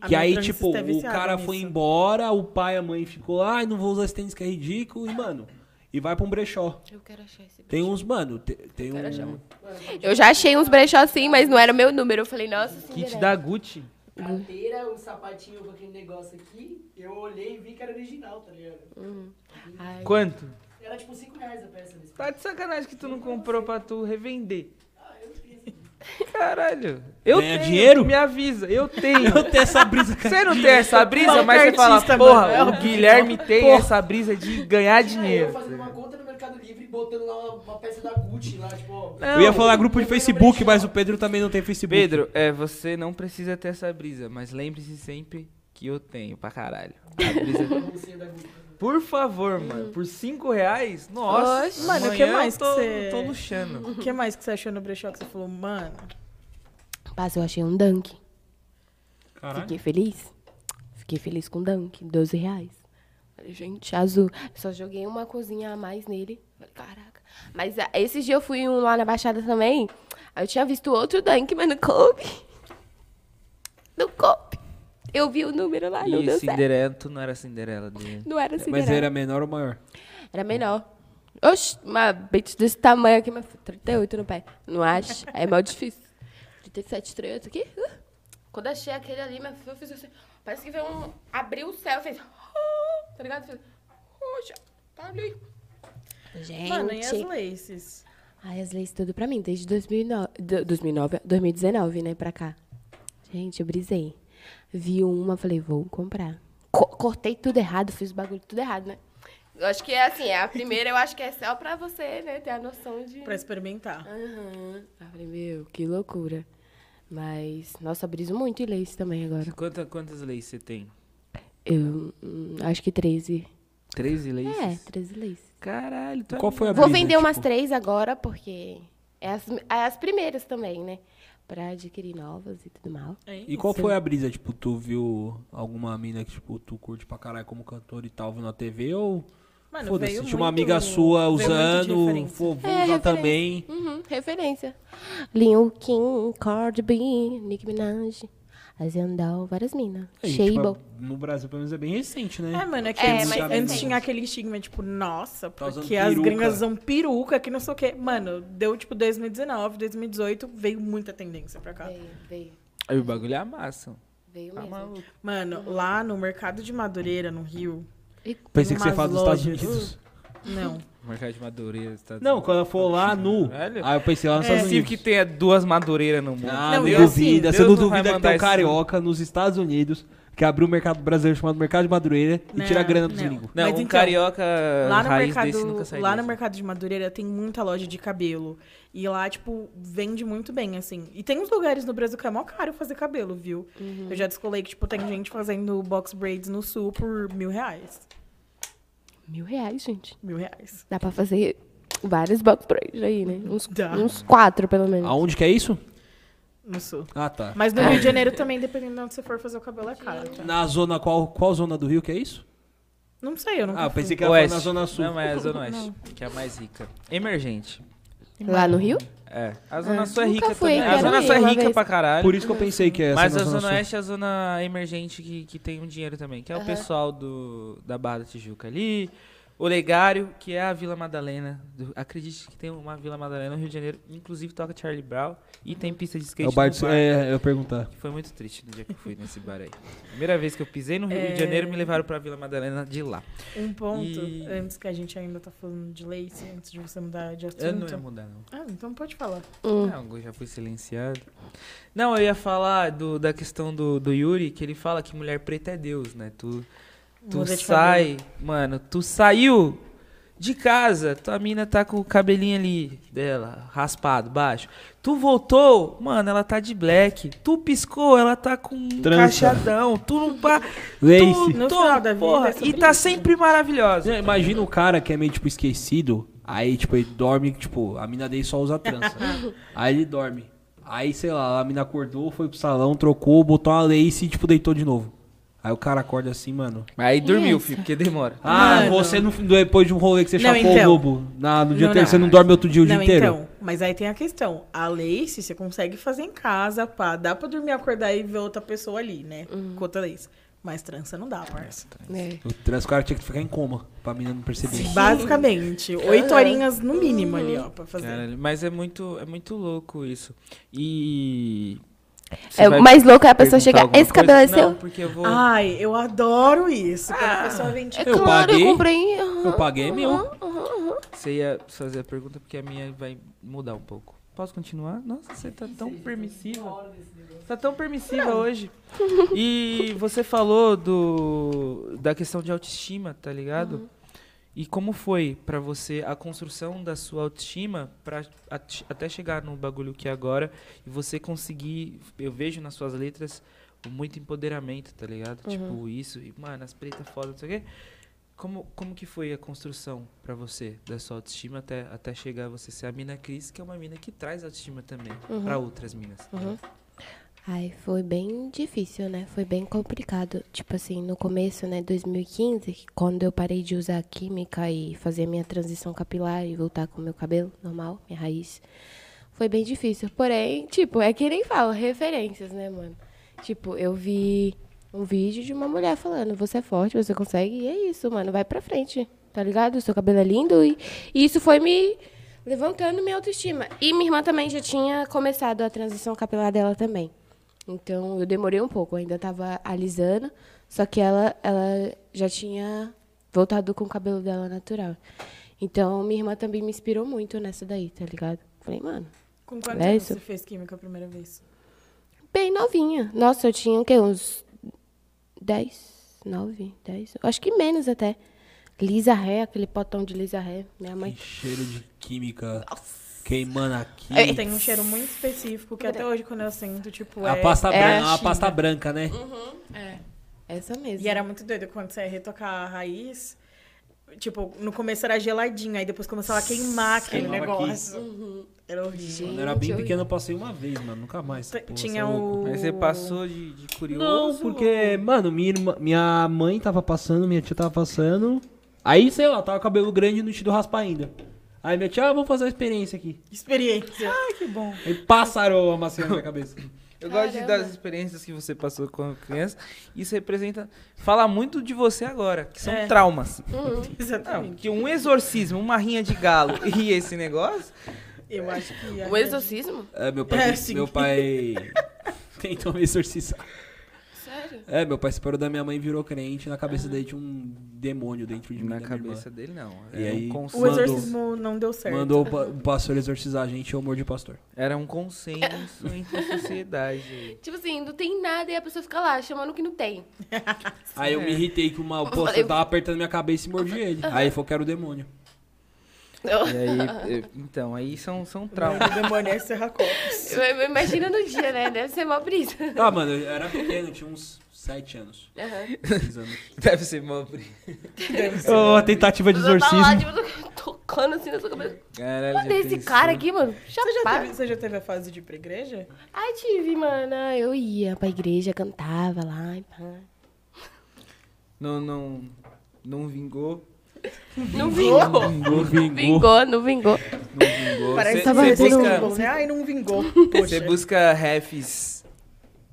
Speaker 4: A
Speaker 3: que
Speaker 4: minha
Speaker 3: aí,
Speaker 4: trans
Speaker 3: tipo,
Speaker 4: tá
Speaker 3: o
Speaker 4: viciada
Speaker 3: cara
Speaker 4: nisso.
Speaker 3: foi embora, o pai e a mãe ficou, ai, não vou usar esse tênis que é ridículo, e, mano, e vai pra um brechó.
Speaker 5: Eu quero achar esse
Speaker 3: Tem uns, mano, te- tem um.
Speaker 5: Eu já achei uns brechó assim, mas não era o meu número. Eu falei, nossa
Speaker 1: Kit
Speaker 5: senhora.
Speaker 1: da Gucci?
Speaker 7: Carteira, um sapatinho com aquele negócio aqui, eu olhei e vi que era original, tá ligado?
Speaker 5: Ai,
Speaker 1: Quanto?
Speaker 7: Era tipo 5 reais a peça nesse
Speaker 1: Tá de sacanagem que tu não comprou pra tu revender. Caralho. Eu
Speaker 3: Ganha
Speaker 1: tenho,
Speaker 3: dinheiro?
Speaker 1: Me avisa, eu tenho.
Speaker 3: Eu tenho essa brisa, cara.
Speaker 1: Você não tem essa brisa,
Speaker 4: Maluco
Speaker 1: mas você fala,
Speaker 4: artista,
Speaker 1: porra,
Speaker 4: mano.
Speaker 1: o Guilherme tem essa brisa de ganhar dinheiro.
Speaker 7: Eu fazendo uma conta no Mercado Livre e botando lá uma, uma peça da Gucci lá, tipo, ó.
Speaker 3: Eu ia falar grupo de Facebook, mas o Pedro também não tem Facebook.
Speaker 1: Pedro, é, você não precisa ter essa brisa, mas lembre-se sempre que eu tenho pra caralho. A brisa- Por favor, mano, por 5 reais, nossa.
Speaker 5: Oxe.
Speaker 4: Mano, o que
Speaker 1: amanhã
Speaker 4: mais
Speaker 1: eu
Speaker 4: que
Speaker 1: tô,
Speaker 4: cê-
Speaker 1: tô luxando.
Speaker 4: O que mais que você achou no brechó que você falou, mano?
Speaker 5: Paz, eu achei um dunk.
Speaker 3: Caralho.
Speaker 5: Fiquei feliz. Fiquei feliz com o dunk, 12 reais. Falei, gente, azul. Só joguei uma cozinha a mais nele. Falei, caraca. Mas ah, esses dias eu fui um lá na Baixada também. Aí eu tinha visto outro dunk, mas não coube. Não coube. Eu vi o número lá, não
Speaker 1: E
Speaker 5: deu certo.
Speaker 4: é-
Speaker 1: Cinderela, tu não era Cinderela dele.
Speaker 5: Não era assim,
Speaker 3: Mas ele era menor ou maior?
Speaker 5: Era menor. Oxi, uma bitch desse tamanho aqui, mas 38 no pé. Não acho? É mal difícil. 37, 38 aqui. Uh. Quando achei aquele ali, minha filha, eu fiz assim. Parece que veio um. Abriu o céu, fez. "Ah", Tá ligado? Fez. "Ah",
Speaker 4: poxa, tá ali.
Speaker 5: Gente.
Speaker 4: Mano, e as laces?
Speaker 5: Ai, as leis tudo pra mim, desde 2009, do- 2009, 2019, né, pra cá. Gente, eu brisei. Vi uma, falei, vou comprar. Co- cortei tudo errado, fiz o bagulho tudo errado, né? Eu acho que é assim, é a primeira eu acho que é só pra você, né, ter a noção de...
Speaker 4: Pra experimentar.
Speaker 5: Aham. Aí Eu falei, meu, que loucura. Mas, nossa, briso muito em leis também agora.
Speaker 1: Quanta- quantas leis você tem?
Speaker 5: Eu hum, acho que 13.
Speaker 1: 13 leis?
Speaker 5: É, 13 leis.
Speaker 1: Caralho, tu é
Speaker 3: Qual foi a
Speaker 5: Tá. Vou
Speaker 3: brisa,
Speaker 5: vender umas
Speaker 3: tipo?
Speaker 5: três agora, porque é as, é as primeiras também, né? Pra adquirir novas e tudo mal.
Speaker 4: Hein?
Speaker 3: É. E qual foi a brisa? Tipo, tu viu alguma mina que, tipo, tu curte pra caralho como cantora e tal, viu na TV ou...
Speaker 4: Mano,
Speaker 3: Foda-se,
Speaker 4: veio
Speaker 3: tinha uma
Speaker 4: muito-
Speaker 3: amiga sua
Speaker 4: veio muito de
Speaker 3: usando,
Speaker 4: referência.
Speaker 3: pô, vou
Speaker 5: É,
Speaker 3: usar
Speaker 5: referência.
Speaker 3: também.
Speaker 5: Uhum, referência. Lil Kim, Cardi B, Nicki Minaj, Azendal, várias minas.
Speaker 3: Aí,
Speaker 5: Shable.
Speaker 3: tipo, no Brasil, pelo menos, é bem recente, né?
Speaker 4: É, mano, é que
Speaker 5: É,
Speaker 4: antes,
Speaker 5: mas
Speaker 4: antes
Speaker 5: recente.
Speaker 4: tinha aquele estigma, tipo, nossa,
Speaker 3: Tá usando
Speaker 4: porque as
Speaker 3: peruca.
Speaker 4: gringas usam peruca, que não sei o quê. Mano, deu tipo 2019, 2018, veio muita tendência pra cá.
Speaker 5: Veio, veio.
Speaker 1: Aí o bagulho é a massa.
Speaker 5: Veio
Speaker 1: Tá
Speaker 5: mesmo.
Speaker 1: maluco.
Speaker 4: Mano,
Speaker 5: Uhum.
Speaker 4: lá no mercado de Madureira, no Rio,
Speaker 3: Pensei que você
Speaker 4: É, umas
Speaker 3: fala dos Estados
Speaker 4: lojas.
Speaker 3: Unidos.
Speaker 4: não.
Speaker 1: Mercado de madureira. Tá...
Speaker 3: Não, quando eu for lá nu.
Speaker 1: Velho.
Speaker 3: Aí eu pensei lá nos
Speaker 1: É
Speaker 3: Estados
Speaker 1: possível
Speaker 3: Unidos.
Speaker 1: que tenha duas madureiras no mundo.
Speaker 3: Ah,
Speaker 4: Não,
Speaker 3: não,
Speaker 4: e
Speaker 3: duvida.
Speaker 1: assim,
Speaker 3: você não
Speaker 1: Deus não vai
Speaker 3: duvida que
Speaker 1: mandar
Speaker 3: tem um
Speaker 1: esse-
Speaker 3: carioca nos Estados Unidos que abriu um mercado brasileiro chamado Mercado de Madureira e
Speaker 4: Não,
Speaker 3: tira a grana dos
Speaker 4: não.
Speaker 3: gringos.
Speaker 1: Não,
Speaker 4: Mas
Speaker 1: um
Speaker 4: então,
Speaker 1: carioca
Speaker 4: Lá no,
Speaker 1: É, raiz desse
Speaker 4: mercado,
Speaker 1: nunca sai
Speaker 4: lá no
Speaker 1: desse.
Speaker 4: mercado de Madureira tem muita loja de cabelo. E lá, tipo, vende muito bem, assim. E tem uns lugares no Brasil que é mó caro fazer cabelo, viu?
Speaker 5: Uhum.
Speaker 4: Eu já descolei que, tipo, tem gente fazendo box braids no sul por mil reais.
Speaker 5: Mil reais, gente.
Speaker 4: Mil reais.
Speaker 5: Dá pra fazer vários box braids aí, né? Uns,
Speaker 4: Dá.
Speaker 5: uns quatro, pelo menos.
Speaker 3: Aonde que é isso?
Speaker 4: No sul.
Speaker 3: Ah, tá.
Speaker 4: Mas no Rio de Janeiro também, dependendo de onde você for fazer o cabelo, é caro. tá?
Speaker 3: Na zona qual? Qual zona do Rio que é isso?
Speaker 4: Não sei, eu não
Speaker 3: Ah, pensei que era
Speaker 1: Oeste.
Speaker 3: na zona sul.
Speaker 1: Não, mas é a Zona Oeste, que é a mais rica. Emergente.
Speaker 5: Lá no Rio?
Speaker 1: É. A Zona Sul é
Speaker 5: Nunca
Speaker 1: rica
Speaker 5: fui,
Speaker 1: também. A
Speaker 5: quero
Speaker 1: Zona
Speaker 5: ir
Speaker 1: Sul é
Speaker 5: uma
Speaker 1: rica
Speaker 5: vez.
Speaker 1: pra caralho.
Speaker 3: Por isso que eu pensei que é
Speaker 1: Mas
Speaker 3: na
Speaker 1: a Zona
Speaker 3: sul.
Speaker 1: Oeste é a zona emergente que, que tem um dinheiro também, que é o pessoal do, da Barra da Tijuca ali, o Legário, que é a Vila Madalena. do- acredite que tem uma Vila Madalena no Rio de Janeiro, inclusive toca Charlie Brown e tem pista de skate
Speaker 3: É o bar
Speaker 1: no
Speaker 3: do...
Speaker 1: bar.
Speaker 3: É, eu ia perguntar.
Speaker 1: Que Foi muito triste no dia que eu fui nesse bar aí. Primeira vez que eu pisei no Rio
Speaker 5: É.
Speaker 1: de Janeiro, me levaram pra Vila Madalena de lá.
Speaker 4: Um ponto,
Speaker 1: E-
Speaker 4: antes que a gente ainda tá falando de lace, antes de você mudar de assunto.
Speaker 1: Eu não ia mudar, não.
Speaker 4: Ah, então pode falar.
Speaker 1: Não, É, eu já fui silenciado. Não, eu ia falar do- da questão do, do Yuri, que ele fala que mulher preta é Deus, né? Tu, tu
Speaker 4: Muda de
Speaker 1: sai, mano, tu saiu de casa, tua mina tá com o cabelinho ali dela, raspado, baixo. Tu voltou, mano, ela tá de black. Tu piscou, ela tá com um
Speaker 3: Trança.
Speaker 1: caixadão. Tu não pá.
Speaker 3: Lace.
Speaker 1: Tu,
Speaker 4: No
Speaker 1: tu-
Speaker 4: final da vida
Speaker 1: porra,
Speaker 4: é sobre
Speaker 1: e tá
Speaker 4: isso.
Speaker 1: sempre maravilhosa.
Speaker 3: Não, Imagina o cara que é meio, tipo, esquecido. Aí, tipo, ele dorme, tipo, a mina dele só usa trança. aí ele dorme. Aí, sei lá, a mina acordou, foi pro salão, trocou, botou uma lace e, tipo, deitou de novo. Aí o cara acorda assim, mano.
Speaker 1: Aí dormiu,
Speaker 5: Essa.
Speaker 1: filho, porque demora.
Speaker 3: Ah,
Speaker 4: Mano.
Speaker 3: você no, depois de um rolê que você
Speaker 4: Não,
Speaker 3: chapou
Speaker 4: então.
Speaker 3: o lobo na, no dia
Speaker 4: Não,
Speaker 3: anterior,
Speaker 4: não.
Speaker 3: você não dorme outro dia o
Speaker 4: não,
Speaker 3: dia inteiro?
Speaker 4: então, mas aí tem a questão. A lace você consegue fazer em casa, pá. Dá pra dormir, acordar e ver outra pessoa ali, né? Com outra lace. Mas trança não dá, parça.
Speaker 5: É.
Speaker 3: O trans- o cara tinha que ficar em coma pra mina não perceber.
Speaker 4: Basicamente, oito horinhas no mínimo ali, ó, pra fazer.
Speaker 1: Caralho, mas é muito, é muito louco isso. E.
Speaker 5: É, o mais louco é a pessoa
Speaker 1: perguntar
Speaker 5: chegar,
Speaker 1: alguma
Speaker 5: "Esse cabelo é
Speaker 1: coisa?" Não,
Speaker 5: seu?
Speaker 1: porque eu vou.
Speaker 4: Ai, eu adoro isso. Quando a pessoa vem, tipo,
Speaker 5: É
Speaker 3: Eu
Speaker 5: claro,
Speaker 3: paguei.
Speaker 5: eu comprei. aham,
Speaker 3: Eu paguei meu.
Speaker 5: aham, aham, aham.
Speaker 1: Você ia fazer a pergunta porque a minha vai mudar um pouco. Posso continuar? Nossa, você tá tão permissiva. Tá tão permissiva hoje. E você falou do da questão de autoestima, tá ligado? E como foi pra você a construção da sua autoestima para até chegar no bagulho que é agora e você conseguir, eu vejo nas suas letras muito empoderamento, tá ligado? Tipo isso e mano, as pretas foda, não sei o quê. Como, como que foi a construção pra você da sua autoestima até, até chegar a você ser a mina Cris, que é uma mina que traz autoestima também
Speaker 4: Uhum.
Speaker 1: pra outras minas.
Speaker 5: Ai, foi bem difícil, né? Foi bem complicado. Tipo assim, no começo, né, 2015, que quando eu parei de usar química e fazer minha transição capilar e voltar com o meu cabelo normal, minha raiz, foi bem difícil. Porém, tipo, é que nem falo, referências, né, mano? Tipo, eu vi um vídeo de uma mulher falando, você é forte, você consegue, e é isso, mano, vai pra frente, tá ligado? O seu cabelo é lindo e, e isso foi me levantando minha autoestima. E minha irmã também já tinha começado a transição capilar dela também. Então eu demorei um pouco, eu ainda tava alisando, só que ela, ela já tinha voltado com o cabelo dela natural. Então, minha irmã também me inspirou muito nessa daí, tá ligado? Falei, mano,
Speaker 4: Com quantos
Speaker 5: É
Speaker 4: anos
Speaker 5: isso.
Speaker 4: você fez química a primeira vez?
Speaker 5: bem novinha. Nossa, eu tinha o quê? Uns 10, 9, 10, acho que menos até. Lisa Ré, aquele potão de Lisa Ré, minha mãe.
Speaker 3: Que cheiro de química queimando aqui.
Speaker 4: Tem um cheiro muito específico que até hoje quando eu sinto, tipo,
Speaker 3: a
Speaker 4: é...
Speaker 3: pasta,
Speaker 4: é
Speaker 3: branca,
Speaker 4: a
Speaker 3: a pasta
Speaker 4: China.
Speaker 3: branca, né?
Speaker 5: Essa mesmo.
Speaker 4: E era muito doido quando você ia retocar a raiz. Tipo, no começo era geladinho, aí depois começava a queimar Ah, aquele
Speaker 3: Queimava aqui.
Speaker 4: negócio. Era horrível.
Speaker 3: Quando eu era bem pequeno, eu passei uma vez, mano. Nunca mais.
Speaker 4: T-
Speaker 3: Pô, você é
Speaker 4: Tinha
Speaker 3: louco.
Speaker 4: o.
Speaker 1: Mas você passou de, de curioso?
Speaker 3: Não, porque, mano, minha, irmã- minha mãe tava passando, minha tia tava passando. Aí, sei lá, tava com cabelo grande e não tinha ido raspar ainda. Aí minha tia, ah, vamos fazer uma experiência aqui.
Speaker 4: Experiência. Ai, que bom.
Speaker 3: Aí passaram a maçã na minha cabeça.
Speaker 1: Eu gosto de das experiências que você passou quando criança. Isso representa. Fala muito de você agora, que são
Speaker 4: É.
Speaker 1: traumas.
Speaker 5: Uhum.
Speaker 1: Não,
Speaker 4: Exatamente.
Speaker 1: que um exorcismo, uma rinha de galo e esse negócio.
Speaker 4: Eu acho que.
Speaker 5: O exorcismo?
Speaker 3: É, meu
Speaker 4: É,
Speaker 3: pai,
Speaker 4: sim.
Speaker 3: meu pai tentou me exorcizar.
Speaker 5: Sério?
Speaker 3: É, meu pai separou da minha mãe e virou crente. Na cabeça dele tinha um demônio dentro de mim.
Speaker 1: Na
Speaker 3: da minha irmã.
Speaker 1: cabeça dele, não.
Speaker 3: E
Speaker 1: Era um
Speaker 3: aí,
Speaker 4: O
Speaker 1: consenso.
Speaker 3: mandou-
Speaker 4: exorcismo não deu certo.
Speaker 3: Mandou o pa- o pastor exorcizar a gente e eu mordi o pastor.
Speaker 1: Era um consenso entre a sociedade. aí.
Speaker 5: Tipo assim, não tem nada e a pessoa fica lá chamando que não tem.
Speaker 3: Aí eu me irritei que uma, o pastor tava apertando minha cabeça e mordi ele. Aí ele falou que era o demônio.
Speaker 1: E aí, eh, então, aí são, são traumas.
Speaker 4: O demônio é Serra Copos.
Speaker 5: Imagina no dia, né? Deve ser mó brisa.
Speaker 3: Tá, mano, eu era pequeno, tinha uns 7 anos.
Speaker 5: Aham.
Speaker 3: seis anos.
Speaker 1: Deve ser mal.
Speaker 3: Ô, a tentativa de
Speaker 5: Você tá lá,
Speaker 3: exorcismo.
Speaker 5: tipo, tocando assim na sua cabeça.
Speaker 1: Caralho, já
Speaker 5: Cadê esse
Speaker 1: pensou?
Speaker 5: cara aqui, mano? Já
Speaker 4: Você já,
Speaker 5: para.
Speaker 4: teve, você já teve a fase de ir pra igreja?
Speaker 5: Ai, tive, mano. Eu ia pra igreja, cantava lá e pá.
Speaker 1: Não, não. Não vingou.
Speaker 5: Não vingou.
Speaker 3: Vingou, vingou.
Speaker 5: Vingou, não vingou.
Speaker 1: Não vingou.
Speaker 4: Parece
Speaker 1: Cê-
Speaker 4: que
Speaker 1: cê
Speaker 4: você
Speaker 1: busca-
Speaker 4: vingou, né? Ai, não vingou.
Speaker 1: Você
Speaker 4: Poxa.
Speaker 1: busca refs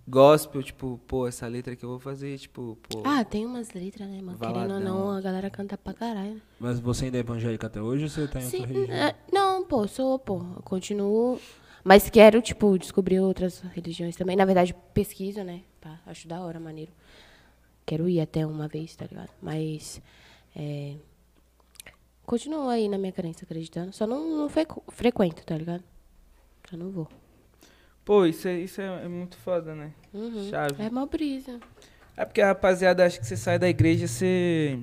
Speaker 1: gospel, tipo, pô, essa letra que eu vou fazer, tipo, pô.
Speaker 5: Ah, tem umas letras, né, mano? Querendo ou
Speaker 1: Valadão.
Speaker 5: não, a galera canta pra caralho.
Speaker 3: Mas você ainda é evangélica até hoje ou você tá em outra
Speaker 5: Sim,
Speaker 3: religião?
Speaker 5: é, não, pô, sou, pô. eu Continuo. Mas quero, tipo, descobrir outras religiões também. Na verdade, pesquiso, né? Pá, acho da hora, maneiro. Quero ir até uma vez, tá ligado? Mas. É, continuo aí na minha crença, acreditando. Só não, não frequ- frequento, tá ligado? Só não vou.
Speaker 1: Pô, isso é, isso é é muito foda, né? Chave.
Speaker 5: É uma brisa.
Speaker 1: É porque a rapaziada acha que você sai da igreja, você.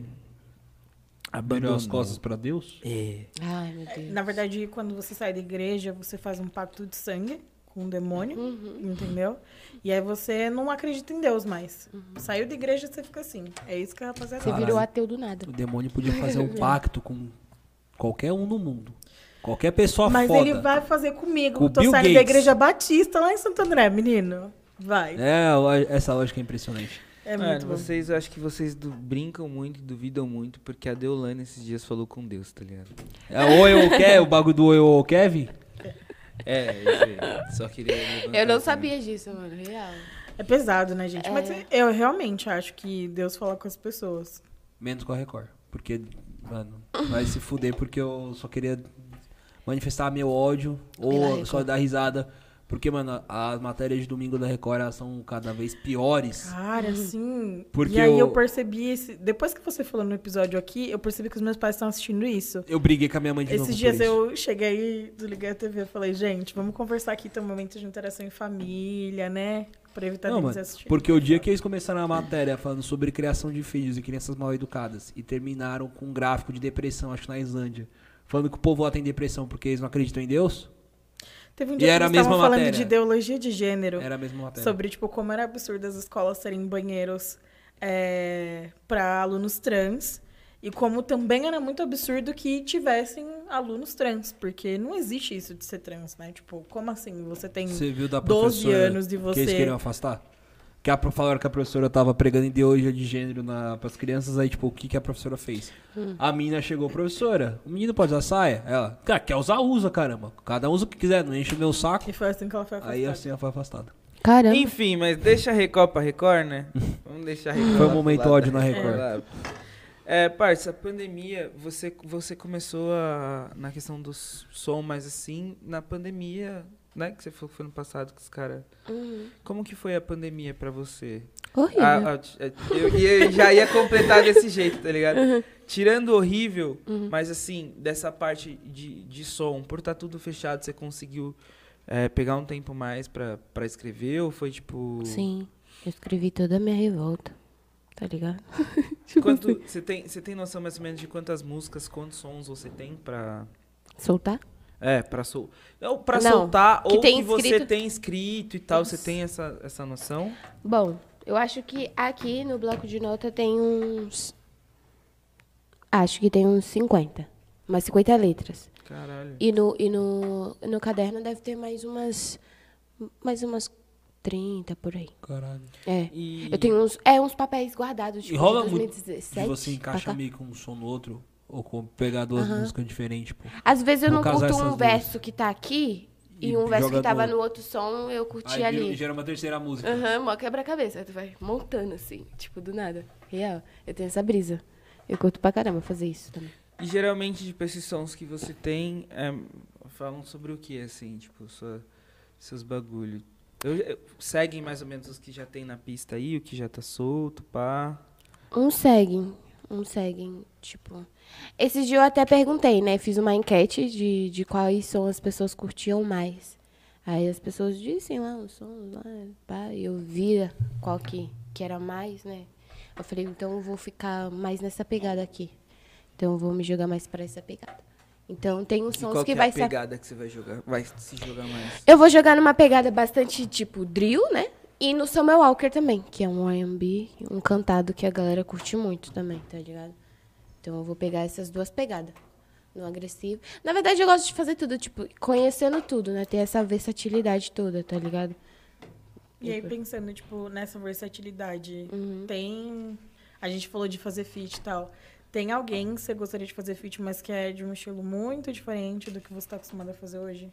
Speaker 3: Virou as
Speaker 1: Abandonou.
Speaker 3: costas pra Deus?
Speaker 1: É.
Speaker 5: Ai, meu Deus.
Speaker 4: Na verdade, quando você sai da igreja, você faz um pacto de sangue com o demônio, entendeu? E aí você não acredita em Deus mais. Saiu da igreja, você fica assim. É isso que a rapaziada
Speaker 5: Você
Speaker 3: Caralho.
Speaker 5: virou ateu do nada.
Speaker 3: O demônio podia fazer um pacto com qualquer um no mundo. Qualquer pessoa
Speaker 4: Mas
Speaker 3: foda.
Speaker 4: ele vai fazer comigo.
Speaker 3: Com
Speaker 4: eu tô
Speaker 3: Bill
Speaker 4: saindo
Speaker 3: Gates.
Speaker 4: da igreja batista lá em Santo André, menino. Vai. É,
Speaker 3: É, lo- essa lógica é impressionante.
Speaker 4: muito
Speaker 1: Mano,
Speaker 4: bom.
Speaker 1: vocês, eu acho que vocês du- brincam muito e duvidam muito, porque a Deolane esses dias falou com Deus, tá ligado?
Speaker 3: É, ou eu ou Kev, o bagulho do ou eu ou Kevin?
Speaker 1: É, isso aí. Só queria. levantar
Speaker 5: Eu não
Speaker 1: esse-
Speaker 5: sabia disso, mano. Real.
Speaker 4: É pesado, né, gente? Mas eu realmente acho que Deus fala com as pessoas.
Speaker 3: Menos com a Record. Porque, mano, vai se fuder porque eu só queria manifestar meu ódio ou só dar risada. Porque, mano, as matérias de domingo da Record elas são cada vez piores.
Speaker 4: Cara, assim.
Speaker 3: Porque
Speaker 4: e aí eu
Speaker 3: eu-
Speaker 4: percebi. Esse... Depois que você falou no episódio aqui, eu percebi que os meus pais estão assistindo isso.
Speaker 3: Eu briguei com a minha mãe de novo.
Speaker 4: Esses
Speaker 3: por
Speaker 4: dias
Speaker 3: isso.
Speaker 4: eu cheguei, desliguei a TV e falei, gente, vamos conversar aqui, tem um momento de interação em família, né? Pra evitar
Speaker 3: Não,
Speaker 4: deles
Speaker 3: mano,
Speaker 4: assistirem.
Speaker 3: porque o dia que eles começaram a matéria falando sobre criação de filhos e crianças mal educadas e terminaram com um gráfico de depressão, acho que na Islândia, falando que o povo lá tem depressão porque eles não acreditam em Deus,
Speaker 4: Teve um
Speaker 3: e
Speaker 4: dia que
Speaker 3: era a
Speaker 4: eles estavam
Speaker 3: mesma
Speaker 4: falando
Speaker 3: matéria.
Speaker 4: de ideologia de gênero,
Speaker 3: era a mesma matéria.
Speaker 4: sobre, tipo, como era absurdo as escolas serem banheiros é, pra alunos trans. E como também era muito absurdo que tivessem alunos trans, porque não existe isso de ser trans, né? Tipo, como assim? Você tem.
Speaker 3: Você viu da
Speaker 4: 12
Speaker 3: professora
Speaker 4: anos de
Speaker 3: que eles
Speaker 4: você.
Speaker 3: queriam afastar? Que a, pro- falaram que a professora tava pregando ideologia de gênero na, pras crianças, aí tipo, o que, que a professora fez?
Speaker 4: Hum.
Speaker 3: A mina chegou, professora, o menino pode usar saia? Ela, cara, quer usar, usa, caramba. Cada um usa o que quiser, não enche o meu saco.
Speaker 4: E foi assim que ela foi
Speaker 3: Aí
Speaker 4: afastada.
Speaker 3: assim ela foi afastada.
Speaker 5: Caramba.
Speaker 1: Enfim, mas deixa a Record pra Record, né? Vamos deixar a Record.
Speaker 3: Foi um
Speaker 1: lá pro
Speaker 3: momento
Speaker 1: lado,
Speaker 3: ódio
Speaker 1: né?
Speaker 3: na Record.
Speaker 1: Lá. É, parça, a pandemia, você, você começou a, na questão do s- som, mas assim, na pandemia, né, que você falou que foi no passado que os caras. Como que foi a pandemia pra você?
Speaker 5: Uhum. Horrível.
Speaker 3: né?
Speaker 1: Ah, ah, ti- eh, eu, ia- já ia completar desse jeito, tá ligado? Tirando o horrível,
Speaker 3: Uhum.
Speaker 1: mas assim, dessa parte de, de som, por estar tudo fechado, você conseguiu eh, pegar um tempo mais pra, pra escrever? Ou foi tipo.
Speaker 5: Sim, eu escrevi toda a minha revolta. Tá ligado?
Speaker 1: Quanto, você, tem, você tem noção mais ou menos de quantas músicas, quantos sons você tem pra.
Speaker 5: Soltar?
Speaker 1: É, pra, sol... não, pra
Speaker 5: Não,
Speaker 1: soltar,
Speaker 5: que
Speaker 1: ou
Speaker 5: tem
Speaker 1: que você
Speaker 5: escrito.
Speaker 1: tem escrito e tal, você tem essa, essa noção?
Speaker 5: Bom, eu acho que aqui no bloco de nota tem uns. Acho que tem uns 50. Umas 50 letras.
Speaker 1: Caralho.
Speaker 5: E no, e no, no caderno deve ter mais umas. Mais umas 30 por aí.
Speaker 3: Caralho.
Speaker 5: É.
Speaker 1: E-
Speaker 5: Eu tenho uns. É, uns papéis guardados. Tipo,
Speaker 3: e rola
Speaker 5: de
Speaker 3: muito
Speaker 5: 2017
Speaker 3: de você
Speaker 5: pra
Speaker 3: encaixar
Speaker 5: cá.
Speaker 3: meio com um som no outro, ou com pegar duas músicas diferentes, pô.
Speaker 5: Às vezes eu
Speaker 3: Vou
Speaker 5: não
Speaker 3: casar
Speaker 5: curto
Speaker 3: essas
Speaker 5: um
Speaker 3: duas.
Speaker 5: verso que tá aqui e,
Speaker 3: E
Speaker 5: um verso que
Speaker 3: joga
Speaker 5: tava
Speaker 3: no-
Speaker 5: no outro som, eu curti
Speaker 3: Aí
Speaker 5: ali.
Speaker 3: vira- gera uma terceira música.
Speaker 5: Aham, mó quebra-cabeça. Aí tu vai montando assim, tipo, do nada. Real. Eu tenho essa brisa. Eu curto pra caramba fazer isso também.
Speaker 1: E geralmente, tipo, esses sons que você tem é, falam sobre o que, assim, tipo, sua- seus bagulhos. seguem mais ou menos os que já tem na pista aí, o que já tá solto, pá.
Speaker 5: Uns seguem, uns seguem, um tipo... Esses dias eu até perguntei, né? Fiz uma enquete de, de quais são as pessoas curtiam mais. Aí as pessoas dizem "Ah, lá os sons, um lá, pá, e eu via qual que, que era mais, né? Eu falei, então eu vou ficar mais nessa pegada aqui. Então eu vou me jogar mais pra essa pegada. Então tem uns
Speaker 1: E
Speaker 5: sons
Speaker 1: qual que,
Speaker 5: que,
Speaker 1: é
Speaker 5: vai
Speaker 1: a
Speaker 5: ser
Speaker 1: pegada que você vai jogar? Vai se jogar mais.
Speaker 5: Eu vou jogar numa pegada bastante tipo drill, né? E no Samuel Walker também, que é um R&B, um cantado que a galera curte muito também, tá ligado? Então eu vou pegar essas duas pegadas. No agressivo. Na verdade, eu gosto de fazer tudo, tipo, conhecendo tudo, né? Ter essa versatilidade toda, tá ligado?
Speaker 4: E
Speaker 5: Uhum.
Speaker 4: aí, pensando, tipo, nessa versatilidade, tem. A gente falou de fazer feat e tal. Tem alguém que você gostaria de fazer feat, mas que é de um estilo muito diferente do que você tá acostumado a fazer hoje?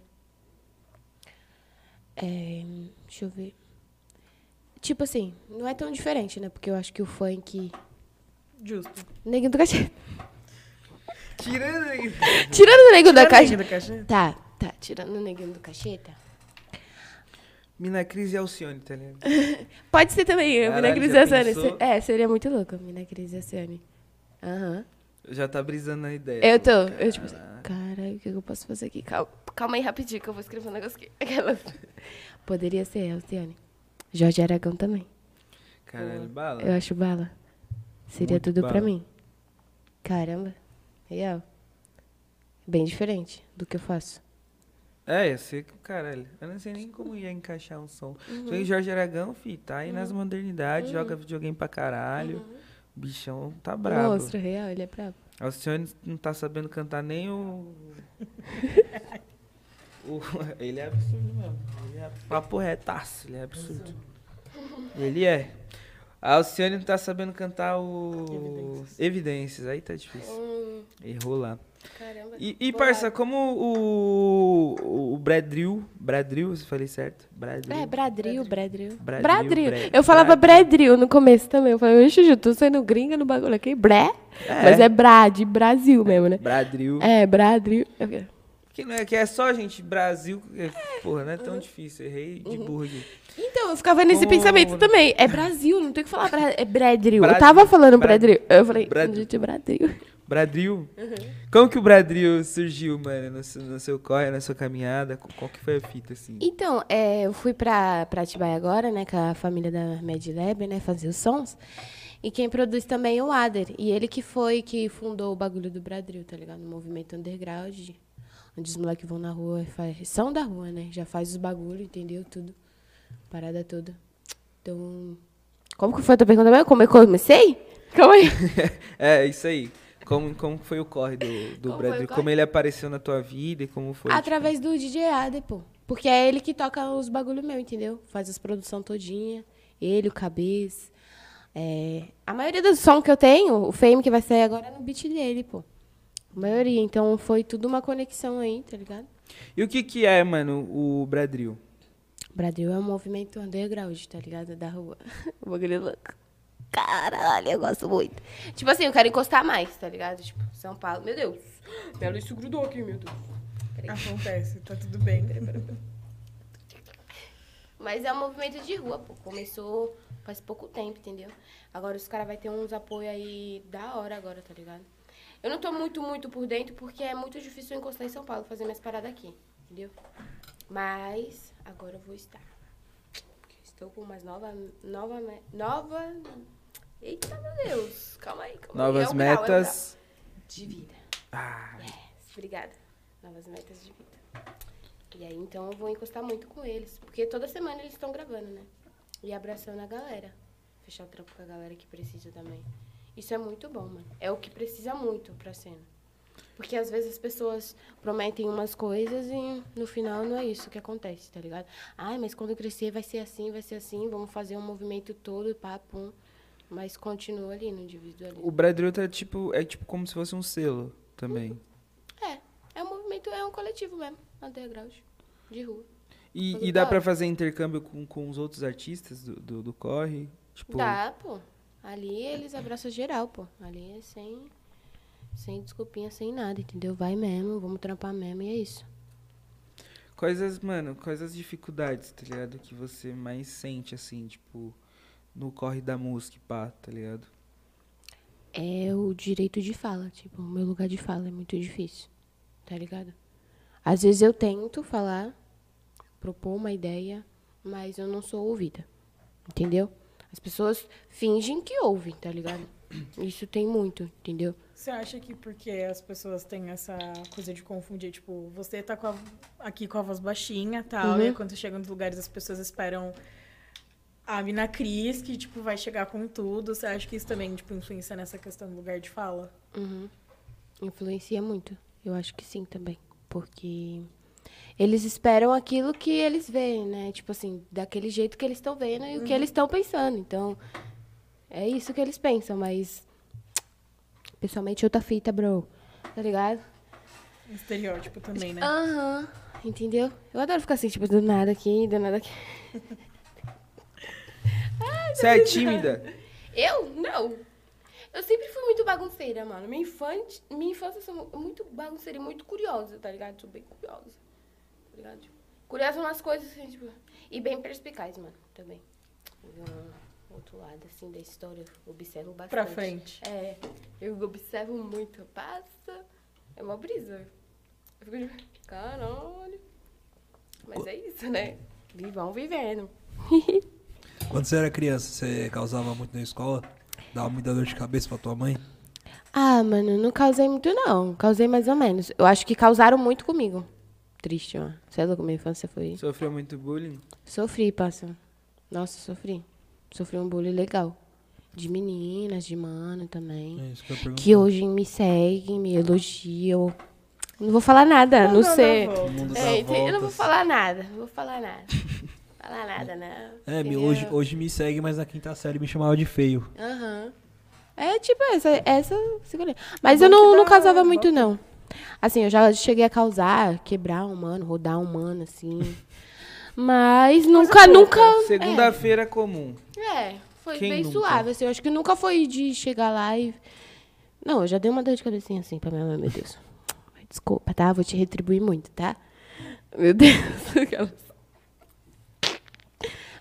Speaker 5: É, deixa eu ver. Tipo assim, não é tão diferente, né? Porque eu acho que o funk.
Speaker 4: Justo.
Speaker 5: Neguinho do cachê.
Speaker 1: Tirando aí.
Speaker 5: Tirando o neguinho da
Speaker 4: Tá
Speaker 5: caixa.
Speaker 4: dentro da caixa?
Speaker 5: Tá, tá. Tirando o neguinho do tá. cacheta.
Speaker 1: Mina Cris e Alcione, tá ligado?
Speaker 5: Pode ser também, a Mina
Speaker 1: Caralho,
Speaker 5: Cris
Speaker 1: já
Speaker 5: e a Sônia.
Speaker 1: pensou?
Speaker 5: É, seria muito louco, a Mina Cris e a Sônia. Aham.
Speaker 1: Já tá brisando na ideia.
Speaker 5: Eu tô, eu tipo assim, caralho, o que que eu posso fazer aqui? Calma, calma aí rapidinho que eu vou escrever um negócio aqui. Aquela... Poderia ser a Alcione. Jorge Aragão também.
Speaker 1: Caralho, bala.
Speaker 5: Eu acho bala.
Speaker 1: Ah.
Speaker 5: Seria
Speaker 1: Muito
Speaker 5: tudo pra
Speaker 1: bala.
Speaker 5: mim. Caramba, real. Bem diferente do que eu faço.
Speaker 1: É, eu sei que, caralho, eu não sei nem como ia encaixar um som. Só que Jorge Aragão, fi, tá aí nas modernidades, joga videogame pra caralho. O bichão tá brabo.
Speaker 5: Monstro, real, ele é brabo.
Speaker 1: Alcione não tá sabendo cantar nem o. o- Ele é absurdo mesmo. Ele é papo retaço, ele é absurdo. Ele é. A Alcione não tá sabendo cantar o. Evidências. Aí tá difícil. Errou lá.
Speaker 5: Hum. Caramba.
Speaker 1: E, e parça, como o. O, o Bradril. Bradril, se eu falei certo? Bradril.
Speaker 5: É, Bradril, Bradril.
Speaker 1: Bradril,
Speaker 5: Bradril.
Speaker 1: Brad-
Speaker 5: Eu falava
Speaker 1: Bradril.
Speaker 5: Bradril. no começo também. Eu falei, oxe, eu tô sendo gringa no bagulho aqui. Bré?
Speaker 1: É.
Speaker 5: Mas é Brad, Brasil mesmo, né?
Speaker 1: Bradril.
Speaker 5: É, Bradril. Eu fiquei,
Speaker 1: Que, não é, que é só, gente, Brasil. que- Porra, não é
Speaker 5: Uhum.
Speaker 1: tão difícil. Errei de burro aqui.
Speaker 5: Então, eu ficava nesse
Speaker 1: Como-
Speaker 5: pensamento também. É Brasil, não tem o que falar. Bra- É Bradril.
Speaker 1: Brad-
Speaker 5: Eu tava falando
Speaker 1: Brad-
Speaker 5: Bradril. Eu falei,
Speaker 1: Bradril.
Speaker 5: gente, é Bradril.
Speaker 1: Bradril?
Speaker 5: Uhum.
Speaker 1: Como que o Bradril surgiu, mano, no seu, no seu corre, na sua caminhada? Qu- Qual que foi a fita, assim?
Speaker 5: Então, é, eu fui pra, pra Atibaia agora, né, com a família da Mad Lab, né, fazer os sons. E quem produz também é o Ader. E ele que foi que fundou o bagulho do Bradril, tá ligado? O movimento underground, onde os moleques vão na rua, e faz, são da rua, né? Já faz os bagulho, entendeu? Tudo. Parada toda. Então. Como que foi a tua pergunta mesmo? Como eu comecei? Calma aí.
Speaker 1: é, isso aí. Como, como que foi o corre do, do
Speaker 5: Como foi
Speaker 1: Bradril?
Speaker 5: o corre?
Speaker 1: Como ele apareceu na tua vida e como foi?
Speaker 5: Através do DJ Ader, pô. Porque é ele que toca os bagulho meu, entendeu? Faz as produção todinha. Ele, o Cabeça. É, A maioria dos som que eu tenho, o fame que vai sair agora é no beat dele, pô. A maioria. Então foi tudo uma conexão aí, tá ligado?
Speaker 1: tipo? E o que que é, mano, o Bradril?
Speaker 5: Brasil é um movimento underground, tá ligado? Da rua. O bagulho é louco. Caralho, eu gosto muito. Tipo assim, eu quero encostar mais, tá ligado? Tipo, São Paulo. Meu Deus. Belo isso grudou aqui, meu Deus.
Speaker 4: Acontece, tá tudo bem.
Speaker 5: Mas é um movimento de rua, pô. Começou faz pouco tempo, entendeu? Agora os caras vão ter uns apoio aí da hora agora, tá ligado? Eu não tô muito, muito por dentro, porque é muito difícil eu encostar em São Paulo, fazer minhas paradas aqui, entendeu? Mas agora eu vou estar. Porque Estou com umas novas. Nova. Nova. Eita, meu Deus! Calma aí, calma aí. É
Speaker 1: Novas
Speaker 5: um grau, é um grau.
Speaker 1: metas.
Speaker 5: De vida. Yes, obrigada. Novas metas de vida. E aí, então, eu vou encostar muito com eles. Porque toda semana eles estão gravando, né? E abraçando a galera. Fechar o trampo com a galera que precisa também. Isso é muito bom, mano. É o que precisa muito pra cena. Porque às vezes as pessoas prometem umas coisas e no final não é isso que acontece, tá ligado? Ai, mas quando eu crescer vai ser assim, vai ser assim, vamos fazer um movimento todo, papo. Mas continua ali no individualismo.
Speaker 1: O Brasil tá tipo, é tipo como se fosse um selo também.
Speaker 5: É, é um movimento, é um coletivo mesmo, underground, de rua.
Speaker 1: E,
Speaker 5: Tudo
Speaker 1: e dá
Speaker 5: da
Speaker 1: pra
Speaker 5: hora.
Speaker 1: fazer intercâmbio com, com os outros artistas do, do, do corre? Tipo,
Speaker 5: Dá, pô. Ali eles abraçam geral, pô. Ali é sem, sem desculpinha, sem nada, entendeu? Vai mesmo, vamos trampar mesmo e é isso.
Speaker 1: quais as, mano, quais as dificuldades, tá ligado? Que você mais sente, assim, tipo, no corre da música, e pá, tá ligado?
Speaker 5: É o direito de fala, tipo, o meu lugar de fala é muito difícil, tá ligado? Às vezes eu tento falar, propor uma ideia, mas eu não sou ouvida, entendeu? As pessoas fingem que ouvem, tá ligado? Isso tem muito, entendeu?
Speaker 4: Você acha que porque as pessoas têm essa coisa de confundir, tipo, você tá com a- aqui com a voz baixinha e tal,
Speaker 5: Uhum.
Speaker 4: e quando você chega nos lugares as pessoas esperam a mina Cris, que, tipo, vai chegar com tudo. Você acha que isso também, tipo, influencia nessa questão do lugar de fala?
Speaker 5: Uhum. Influencia muito. Eu acho que sim também. Porque eles esperam aquilo que eles veem, né? Tipo assim, daquele jeito que eles estão vendo e o que eles estão pensando. Então, é isso que eles pensam, mas. Pessoalmente, outra fita, bro. Tá ligado?
Speaker 4: Um estereótipo também,
Speaker 5: Ah,
Speaker 4: né?
Speaker 5: Aham. Entendeu? Eu adoro ficar assim, tipo, do nada aqui, do nada aqui.
Speaker 1: Você é tímida?
Speaker 5: Eu? Não. Eu sempre fui muito bagunceira, mano. Minha, infante, minha infância eu sou muito bagunceira e muito curiosa, tá ligado? Sou bem curiosa. Tá ligado? Tipo, Curiosa umas coisas assim, tipo. E bem perspicaz, mano, também. Um outro lado, assim, da história. eu Observo bastante.
Speaker 4: Pra frente.
Speaker 5: É. Eu observo muito. Passa. É uma brisa. Eu fico tipo, caralho. Mas é isso, né? Vivam vivendo.
Speaker 12: Quando você era criança, você causava muito na escola? Dava muita dor de cabeça pra tua mãe?
Speaker 5: Ah, mano, não causei muito, não. Causei mais ou menos. Eu acho que causaram muito comigo. Triste, mano. Você é louco, minha infância foi.
Speaker 1: Sofreu muito bullying?
Speaker 5: Sofri, passa. Nossa, sofri. Sofri um bullying legal. De meninas, de mano
Speaker 3: É
Speaker 5: também.
Speaker 12: isso que eu pergunto.
Speaker 5: Que hoje me seguem, me elogiam. Não vou falar nada, não, sei.
Speaker 12: O mundo
Speaker 5: É,
Speaker 12: dá
Speaker 5: ente- eu não vou
Speaker 12: voltas.
Speaker 5: falar nada, não vou falar nada. falar nada, não.
Speaker 12: É, me-
Speaker 5: entendeu?
Speaker 12: hoje, hoje me segue, mas na quinta série me chamava de feio.
Speaker 5: Aham. É tipo essa, essa segurança. Mas eu não, não causava muito, não. Assim, eu já cheguei a causar, quebrar um mano, rodar um mano, assim. Mas nunca, nunca.
Speaker 1: Segunda-feira comum.
Speaker 5: É, foi
Speaker 1: Quem
Speaker 5: bem
Speaker 1: nunca?
Speaker 5: suave, assim. Eu acho que nunca foi de chegar lá e. Não, eu já dei uma dor de cabecinha assim pra minha mãe, meu Deus. Desculpa, tá? Vou te retribuir muito, tá? Meu Deus. aquelas.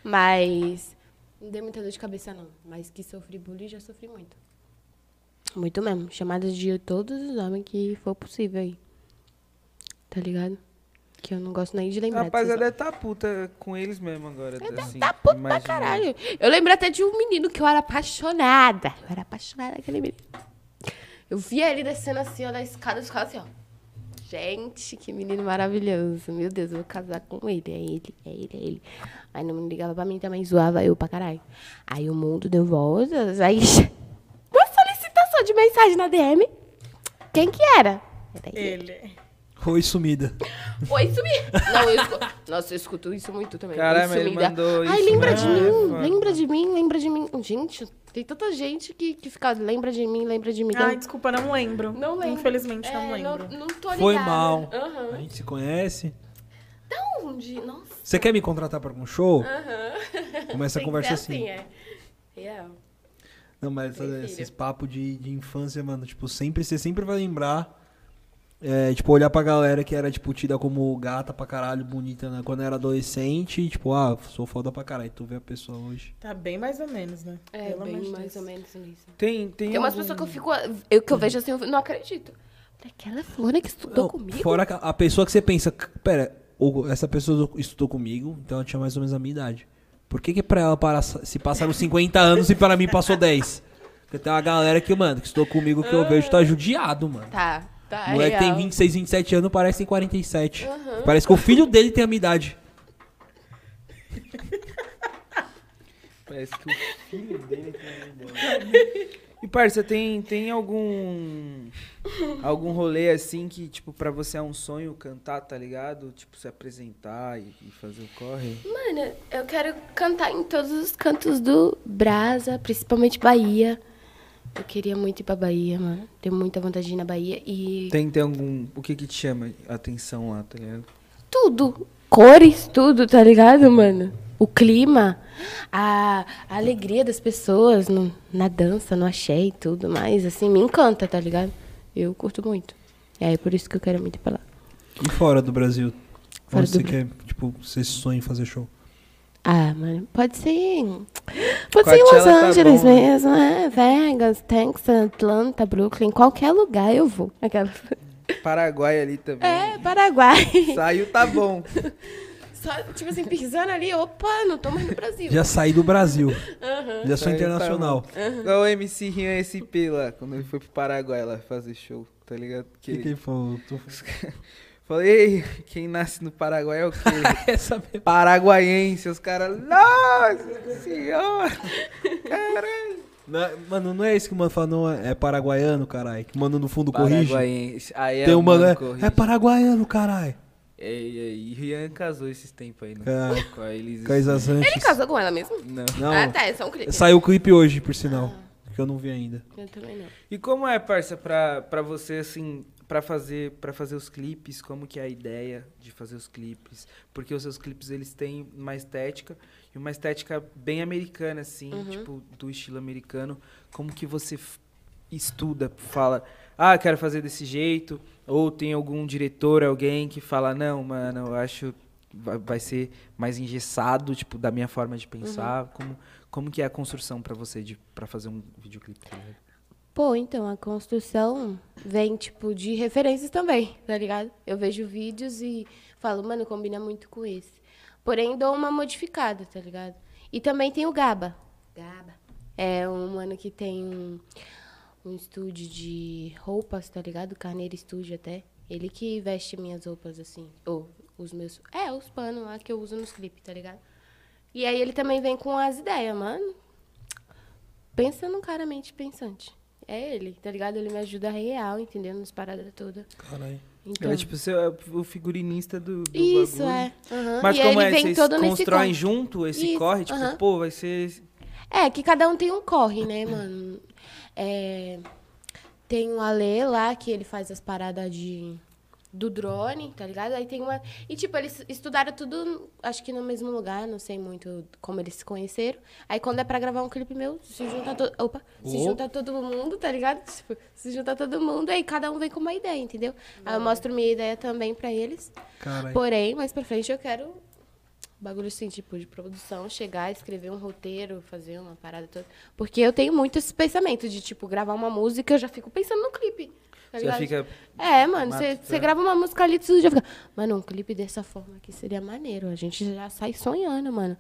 Speaker 5: Mas. Não dei muita dor de cabeça, não. Mas que sofri bullying, já sofri muito. Muito mesmo. Chamadas de todos os homens que for possível aí. Tá ligado? Que eu não gosto nem de lembrar.
Speaker 1: Rapaz,
Speaker 5: dessas
Speaker 1: ela deve tá puta com eles mesmo agora.
Speaker 5: eu
Speaker 1: assim,
Speaker 5: tá puto pra
Speaker 1: imagina.
Speaker 5: caralho. Eu lembro até de um menino que eu era apaixonada. Eu era apaixonada daquele menino. Eu via ele descendo assim, ó, da escada, eu ficava assim, ó. Gente, que menino maravilhoso. Meu Deus, eu vou casar com ele. É ele, é ele, é ele. Aí não ligava pra mim também, zoava eu pra caralho. Aí o mundo deu voltas, aí... Uma solicitação de mensagem na DM. Quem que era? Era ele.
Speaker 4: Ele.
Speaker 12: Oi, sumida.
Speaker 5: Oi, sumi. Não, eu escuto. Nossa, eu escuto isso muito também.
Speaker 1: Caralho,
Speaker 5: Oi,
Speaker 1: mas ele
Speaker 5: sumida.
Speaker 1: mandou
Speaker 5: Ai,
Speaker 1: isso
Speaker 5: lembra de
Speaker 1: mesmo, é
Speaker 5: mim,
Speaker 1: foda.
Speaker 5: lembra de mim, lembra de mim. Gente, tem tanta gente que, que fica, lembra de mim, lembra de mim.
Speaker 4: Ai, desculpa, não lembro.
Speaker 5: Então- Não lembro.
Speaker 4: Infelizmente,
Speaker 5: É,
Speaker 4: não lembro.
Speaker 5: Não, não tô ligada.
Speaker 12: Foi mal. A
Speaker 5: Aham.
Speaker 12: gente se conhece.
Speaker 5: Um dia- Nossa.
Speaker 12: Você quer me contratar pra algum show? Começa a
Speaker 5: Tem que
Speaker 12: conversa
Speaker 5: ser
Speaker 12: assim.
Speaker 5: é. Real.
Speaker 12: Não, mas sabe,
Speaker 5: Prefiro.
Speaker 12: esses papos de, de infância, mano, tipo, sempre, você sempre vai lembrar
Speaker 3: é, tipo, olhar pra galera que era, tipo, tida como gata pra caralho, bonita, né? Quando era adolescente, e, tipo, ah, sou foda pra caralho. Tu vê a pessoa hoje.
Speaker 4: Tá bem mais ou menos, né?
Speaker 5: É,
Speaker 4: Pelo amor
Speaker 5: bem
Speaker 4: de
Speaker 5: mais
Speaker 4: Deus.
Speaker 5: ou menos isso.
Speaker 1: Tem, tem.
Speaker 5: Tem umas pessoas que eu fico. Eu, que eu vejo assim, eu não acredito. Aquela fulana que estudou
Speaker 3: Não,
Speaker 5: comigo.
Speaker 3: Fora a, a pessoa que você pensa, "C- pera, o- essa pessoa estudou comigo, então ela tinha mais ou menos a minha idade. Por que que pra ela para- se passaram 50 anos e pra mim passou 10? Porque tem uma galera que, mano, que estudou comigo que eu vejo tá judiado, mano.
Speaker 5: Tá, tá.
Speaker 3: O moleque tem
Speaker 5: real.
Speaker 3: 26, 27 anos, parece que tem 47. Parece que o filho dele tem a minha idade.
Speaker 1: Parece que o filho dele tá E, parça, tem, tem algum. Algum rolê assim que, tipo, pra você é um sonho cantar, tá ligado? Tipo, se apresentar e, e fazer o corre.
Speaker 5: Mano, eu quero cantar em todos os cantos do Brasa, principalmente Bahia. Eu queria muito ir pra Bahia, mano. Tenho muita vontade de ir na Bahia. E
Speaker 1: Tem, tem algum. O que que te chama a atenção lá, tá ligado?
Speaker 5: tudo. Cores, tudo, tá ligado, mano? O clima, a, a alegria das pessoas no- na dança, no axé e tudo mais, assim, me encanta, tá ligado? Eu curto muito. E aí, por isso que eu quero muito ir pra lá.
Speaker 3: E fora do Brasil?
Speaker 5: Fora
Speaker 3: onde
Speaker 5: do
Speaker 3: você quer, tipo, você sonha em fazer show?
Speaker 5: Ah, mano, pode ser. Pode ser em
Speaker 1: Coachella
Speaker 5: Los
Speaker 1: tá
Speaker 5: Angeles
Speaker 1: bom, né?
Speaker 5: mesmo, é. Vegas, Texas, Atlanta, Brooklyn, qualquer lugar eu vou. Aquela...
Speaker 1: Paraguai ali também.
Speaker 5: É, Paraguai.
Speaker 1: Saiu, tá bom.
Speaker 5: Só, tipo assim, pisando ali, opa, não tô mais no Brasil.
Speaker 3: Já saí do Brasil. Já sou
Speaker 1: Saiu, tá
Speaker 3: internacional.
Speaker 1: bom. Igual o MC Rian SP lá, quando ele foi pro Paraguai lá fazer show, tá ligado? Que
Speaker 3: Que
Speaker 1: ele-
Speaker 3: que falou? Tu-
Speaker 1: Falei, "Ei, quem nasce no Paraguai é o quê? Paraguaiense, os caras. Nossa senhora! Caralho!
Speaker 3: Não, mano, não é isso que o mano fala, não. É paraguaiano, caralho. Que mano no fundo corrige.
Speaker 1: Paraguaiense. Aí
Speaker 3: Tem um mano, é,
Speaker 1: corrige.
Speaker 3: é paraguaiano, caralho.
Speaker 1: É, é, e Rian casou esses tempos aí, né?
Speaker 3: É.
Speaker 1: Com a Elis-
Speaker 3: Caísa Sanches.
Speaker 5: Ele casou com Ah. ela mesmo?
Speaker 1: Não.
Speaker 3: Não,
Speaker 5: Ah, tá, é só um clipe.
Speaker 3: saiu o clipe hoje, por sinal. Que eu não vi ainda.
Speaker 5: Eu também não.
Speaker 1: E como é, parça, pra, pra você, assim, pra fazer, pra fazer os clipes, como que é a ideia de fazer os clipes? Porque os seus clipes, eles têm uma estética, e uma estética bem americana, assim, tipo, do estilo americano. Como que você f- estuda, fala, ah, quero fazer desse jeito, ou tem algum diretor, alguém que fala, não, mano, eu acho... Vai vai ser mais engessado, tipo, da minha forma de pensar. Como, como que é a construção pra você de, pra fazer um videoclipe? tá ligado?
Speaker 5: Pô, então, a construção vem, tipo, de referências também, tá ligado? Eu vejo vídeos e falo, mano, combina muito com esse. Porém, dou uma modificada, tá ligado? E também tem o Gaba. Gaba. É um mano que tem um, um estúdio de roupas, tá ligado? Carneiro Estúdio até. Ele que veste minhas roupas, assim. Ou os meus... É, os panos lá que eu uso nos clipes, tá ligado? E aí ele também vem com as ideias, mano. Pensa num cara mente pensante. É ele, tá ligado? Ele me ajuda real, entendeu? Nas paradas todas.
Speaker 3: Caralho.
Speaker 5: Então,
Speaker 1: Ela é tipo você é o figurinista do, do
Speaker 5: isso
Speaker 1: bagulho.
Speaker 5: é. Aham.
Speaker 1: Mas
Speaker 5: e
Speaker 1: como
Speaker 5: ele
Speaker 1: é?
Speaker 5: vem
Speaker 1: Vocês
Speaker 5: todo nesse
Speaker 1: constroem
Speaker 5: corre.
Speaker 1: junto esse
Speaker 5: Isso,
Speaker 1: corre? Tipo,
Speaker 5: aham.
Speaker 1: pô, vai ser.
Speaker 5: É, que cada um tem um corre, né, mano? É, tem o Ale lá, que ele faz as paradas de, do drone, tá ligado? Aí tem uma. E, tipo, eles estudaram tudo, acho que no mesmo lugar, não sei muito como eles se conheceram. Aí quando é pra gravar um clipe meu, se junta todo. Opa! Se junta todo mundo, tá ligado? Tipo, se junta todo mundo, aí cada um vem com uma ideia, entendeu? Aí eu mostro minha ideia também pra eles.
Speaker 3: Caralho.
Speaker 5: Porém, mais pra frente eu quero bagulho assim, tipo, de produção, chegar, escrever um roteiro, fazer uma parada toda. Porque eu tenho muito esse pensamento de, tipo, gravar uma música, eu já fico pensando no clipe. tá
Speaker 1: Já fica.
Speaker 5: ligado? É, mano,
Speaker 1: Mato, tá.
Speaker 5: você grava uma música ali, tu já fica. Mano, um clipe dessa forma aqui seria maneiro. A gente já sai sonhando, mano.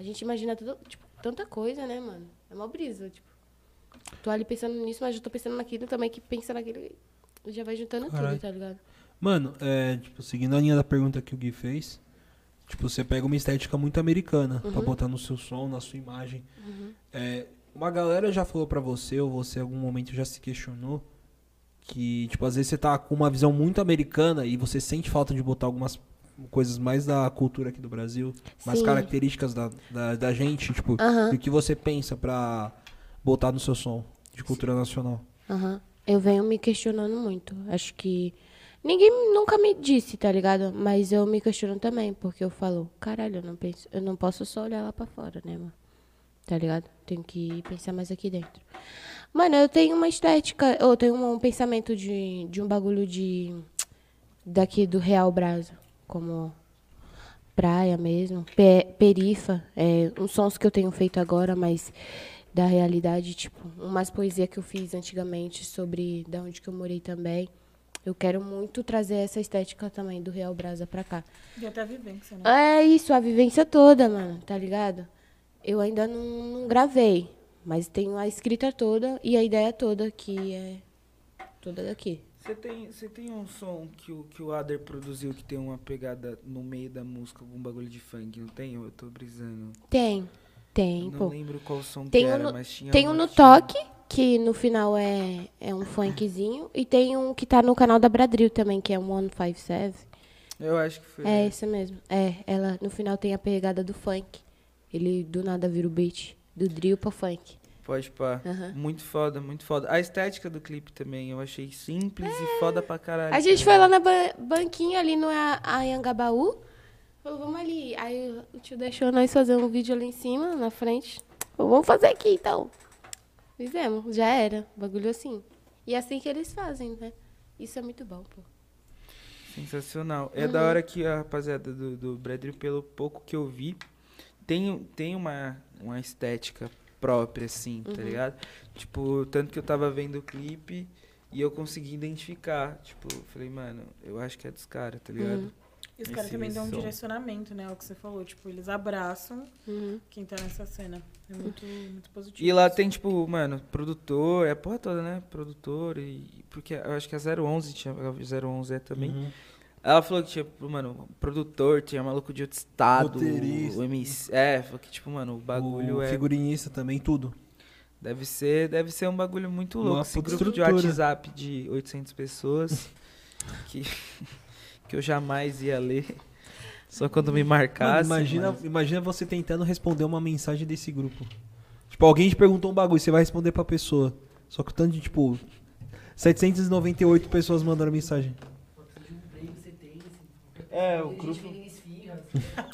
Speaker 5: A gente imagina tudo, tipo, tanta coisa, né, mano? É uma brisa, tipo. Tô ali pensando nisso, mas já tô pensando naquilo também, que pensa naquilo e já vai juntando
Speaker 3: Caralho.
Speaker 5: tudo, tá ligado?
Speaker 3: Mano, é, tipo, seguindo a linha da pergunta que o Gui fez, tipo, você pega uma estética muito americana pra
Speaker 5: Uhum.
Speaker 3: botar no seu som, na sua imagem. É, uma galera já falou pra você, ou você em algum momento já se questionou, que, tipo, às vezes você tá com uma visão muito americana e você sente falta de botar algumas coisas mais da cultura aqui do Brasil, mais
Speaker 5: Sim.
Speaker 3: características da, da, da gente, tipo,
Speaker 5: Aham.
Speaker 3: e o que você pensa pra botar no seu som de cultura nacional.
Speaker 5: Aham. Eu venho me questionando muito. Acho que. Ninguém nunca me disse, tá ligado? Mas eu me questiono também, porque eu falo, caralho, eu não penso, eu não posso só olhar lá pra fora, né, mano? Tá ligado? Tenho que pensar mais aqui dentro. Mano, eu tenho uma estética, eu tenho um pensamento de, de um bagulho de daqui do Real Brasil, como praia mesmo, pe- perifa, é, uns sons que eu tenho feito agora, mas da realidade, tipo, umas poesia que eu fiz antigamente sobre da onde que eu morei também. Eu quero muito trazer essa estética também do Real Brasa pra cá.
Speaker 4: E até a vivência, né?
Speaker 5: É isso, a vivência toda, mano, tá ligado? Eu ainda não, não gravei, mas tenho a escrita toda e a ideia toda que é toda daqui.
Speaker 1: Você tem, você tem um som que o, que o Ader produziu que tem uma pegada no meio da música, algum bagulho de funk, não tem? Eu tô brisando.
Speaker 5: Tem, tem,
Speaker 1: não
Speaker 5: pô.
Speaker 1: lembro qual som
Speaker 5: Tem
Speaker 1: que
Speaker 5: um
Speaker 1: era,
Speaker 5: no-
Speaker 1: mas tinha
Speaker 5: Tem
Speaker 1: um
Speaker 5: um no
Speaker 1: que tinha-
Speaker 5: toque, que no final é, é um funkzinho, e tem um que tá no canal da Bradril também, que é um 157.
Speaker 1: Eu acho que foi.
Speaker 5: É esse mesmo. É, ela no final tem a pegada do funk. Ele do nada vira o beat, do drill pra funk.
Speaker 1: Pode pá.
Speaker 5: Aham.
Speaker 1: Muito foda, muito foda. A estética do clipe também, eu achei simples e foda pra caralho.
Speaker 5: É. A gente foi lá na ba- banquinha ali no A- Ayangabaú. Falou, vamos ali. Aí o tio deixou nós fazer um vídeo ali em cima, na frente. Falou, vamos fazer aqui então. Fizemos, já era. Bagulho assim. E é assim que eles fazem, né? Isso é muito bom, pô.
Speaker 1: Sensacional. É da hora que a rapaziada do, do Bradley, pelo pouco que eu vi, tem, tem uma, uma estética própria, assim, tá ligado? Tipo, tanto que eu tava vendo o clipe e eu consegui identificar. Tipo, eu falei, mano, eu acho que é dos caras, tá ligado?
Speaker 4: E os caras
Speaker 1: Esse-
Speaker 4: também
Speaker 1: esse
Speaker 4: dão um
Speaker 1: som.
Speaker 4: direcionamento, né? É o que você falou. Tipo, eles abraçam
Speaker 5: Uhum.
Speaker 4: quem tá nessa cena. É muito, muito positivo.
Speaker 1: E lá
Speaker 4: isso.
Speaker 1: tem, tipo, mano, produtor, é a porra toda, né? Produtor e... Porque eu acho que a 011 tinha... A 011 é também.
Speaker 3: Uhum.
Speaker 1: Ela falou que tinha, mano, produtor, tinha maluco de outro estado.
Speaker 3: Roteirista.
Speaker 1: O MC... É, falou que, tipo, mano, o bagulho
Speaker 3: o
Speaker 1: é...
Speaker 3: figurinista também, tudo.
Speaker 1: Deve ser, deve ser um bagulho muito
Speaker 3: Uma
Speaker 1: louco. Esse
Speaker 3: puta
Speaker 1: grupo de
Speaker 3: estrutura.
Speaker 1: WhatsApp de 800 pessoas que, que eu jamais ia ler. Só quando me marcasse.
Speaker 3: Mano, imagina,
Speaker 1: mas-
Speaker 3: imagina você tentando responder uma mensagem desse grupo. Tipo, alguém te perguntou um bagulho, você vai responder pra pessoa. Só que o tanto de, tipo, 798 pessoas mandaram mensagem.
Speaker 7: um
Speaker 1: É, o grupo.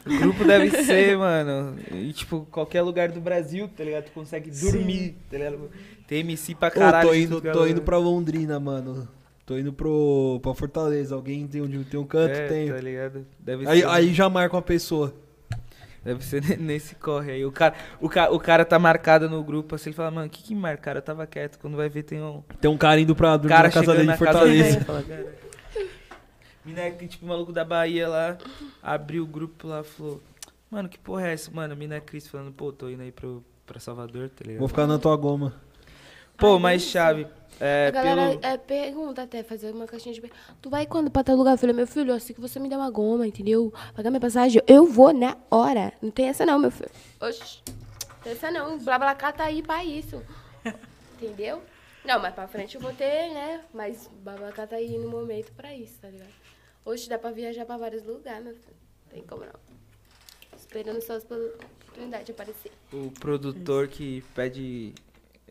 Speaker 1: O grupo deve ser, mano. E, tipo, qualquer lugar do Brasil, tá ligado? Tu consegue dormir, tá ligado? Tem MC pra
Speaker 3: Ô,
Speaker 1: caralho.
Speaker 3: tô
Speaker 1: de
Speaker 3: indo,
Speaker 1: tudo que
Speaker 3: tô
Speaker 1: ela-
Speaker 3: indo pra Londrina, mano. Tô indo pro, pra Fortaleza. Alguém tem, onde- tem um canto?
Speaker 1: É,
Speaker 3: tem.
Speaker 1: Tá ligado? Deve
Speaker 3: Aí,
Speaker 1: ser.
Speaker 3: aí já marca uma pessoa.
Speaker 1: Deve ser ne- nesse corre aí. O cara, o, ca, o cara tá marcado no grupo assim, ele fala, mano, o que que me marcaram? Eu tava quieto. Quando vai ver, tem um
Speaker 3: Tem um cara indo pra dormir
Speaker 1: cara
Speaker 3: na casa
Speaker 1: chegando
Speaker 3: dele
Speaker 1: na
Speaker 3: em
Speaker 1: casa
Speaker 3: Fortaleza.
Speaker 1: dele. Fala, "Cara, Mina é que, tipo, o maluco da Bahia lá, abriu o grupo lá, falou, mano, que porra é essa? Mano, a mina é Cris falando, pô, tô indo aí pro, pra Salvador, tá ligado?
Speaker 3: Vou ficar na tua goma.
Speaker 1: Pô, mas chave, é,
Speaker 5: a galera
Speaker 1: pelo...
Speaker 5: é, pergunta até, fazer uma caixinha de per- Tu vai quando pra tal lugar? Eu falei, meu filho, assim que você me der uma goma, entendeu? Pagar minha passagem, eu vou na hora. Não tem essa não, meu filho. Oxi, não tem essa não. Blá blá tá aí pra isso. Entendeu? Não, mas pra frente eu vou ter, né? Mas blá blá tá aí no momento pra isso, tá ligado? Hoje dá pra viajar pra vários lugares, meu filho. Não tem como não. Esperando só as oportunidades aparecer.
Speaker 1: O produtor que pede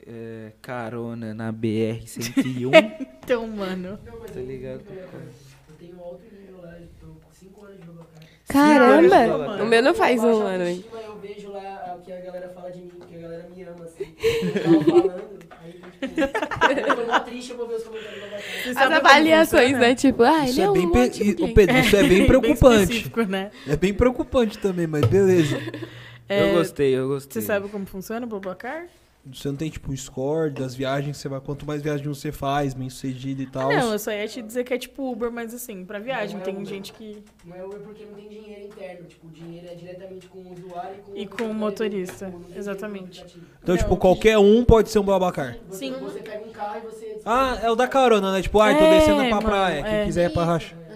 Speaker 1: é, carona na BR-101,
Speaker 4: Então, mano.
Speaker 1: tá um, ligado?
Speaker 7: Tenho alto nível lá, tô com 5 anos de Robocop.
Speaker 1: Caramba,
Speaker 5: Caramba!
Speaker 1: o
Speaker 5: O meu não
Speaker 7: Eu
Speaker 5: faz
Speaker 7: baixo
Speaker 5: um ano, hein?
Speaker 7: autoestima, Eu vejo lá o que a galera fala de mim, que a galera me ama, assim. Eu tava falando, aí tipo, eu tô mó triste, eu vou ver os comentários da batalha.
Speaker 4: Você
Speaker 5: As
Speaker 4: sabe como
Speaker 5: avaliações,
Speaker 4: funciona?
Speaker 5: né? Tipo, ah,
Speaker 3: Isso
Speaker 5: ele é
Speaker 3: é
Speaker 5: um
Speaker 3: bem, pe-
Speaker 5: ótimo
Speaker 3: e- ô,
Speaker 5: cliente.
Speaker 3: Pedro, isso é bem
Speaker 4: Bem
Speaker 3: preocupante.
Speaker 4: específico, né?
Speaker 3: É bem preocupante também, mas beleza.
Speaker 4: É,
Speaker 1: Eu gostei, eu
Speaker 4: Você
Speaker 1: gostei.
Speaker 4: sabe como funciona o Bobacar?
Speaker 3: Você não tem, tipo, score das viagens que você vai. Quanto mais viagem você faz, bem sucedido e tal.
Speaker 4: Não, eu só ia te dizer que é tipo Uber, mas assim, pra viagem.
Speaker 7: Não é
Speaker 4: tem
Speaker 7: Uber.
Speaker 4: gente que.
Speaker 7: Não é Uber porque não tem dinheiro interno, tipo, o dinheiro é diretamente com o usuário e com
Speaker 4: E
Speaker 7: o
Speaker 4: com o motorista,
Speaker 7: Tipo, não tem
Speaker 4: exatamente.
Speaker 7: dinheiro no aplicativo.
Speaker 3: Então,
Speaker 4: Não,
Speaker 3: tipo, qualquer um pode ser um babacar.
Speaker 7: Você,
Speaker 4: Sim.
Speaker 7: você pega um carro e você.
Speaker 3: Ah, é o da carona, né? Tipo, ai, tô
Speaker 4: É,
Speaker 3: descendo pra
Speaker 4: mano,
Speaker 3: praia. Quem
Speaker 4: é.
Speaker 3: quiser é pra racha. Então,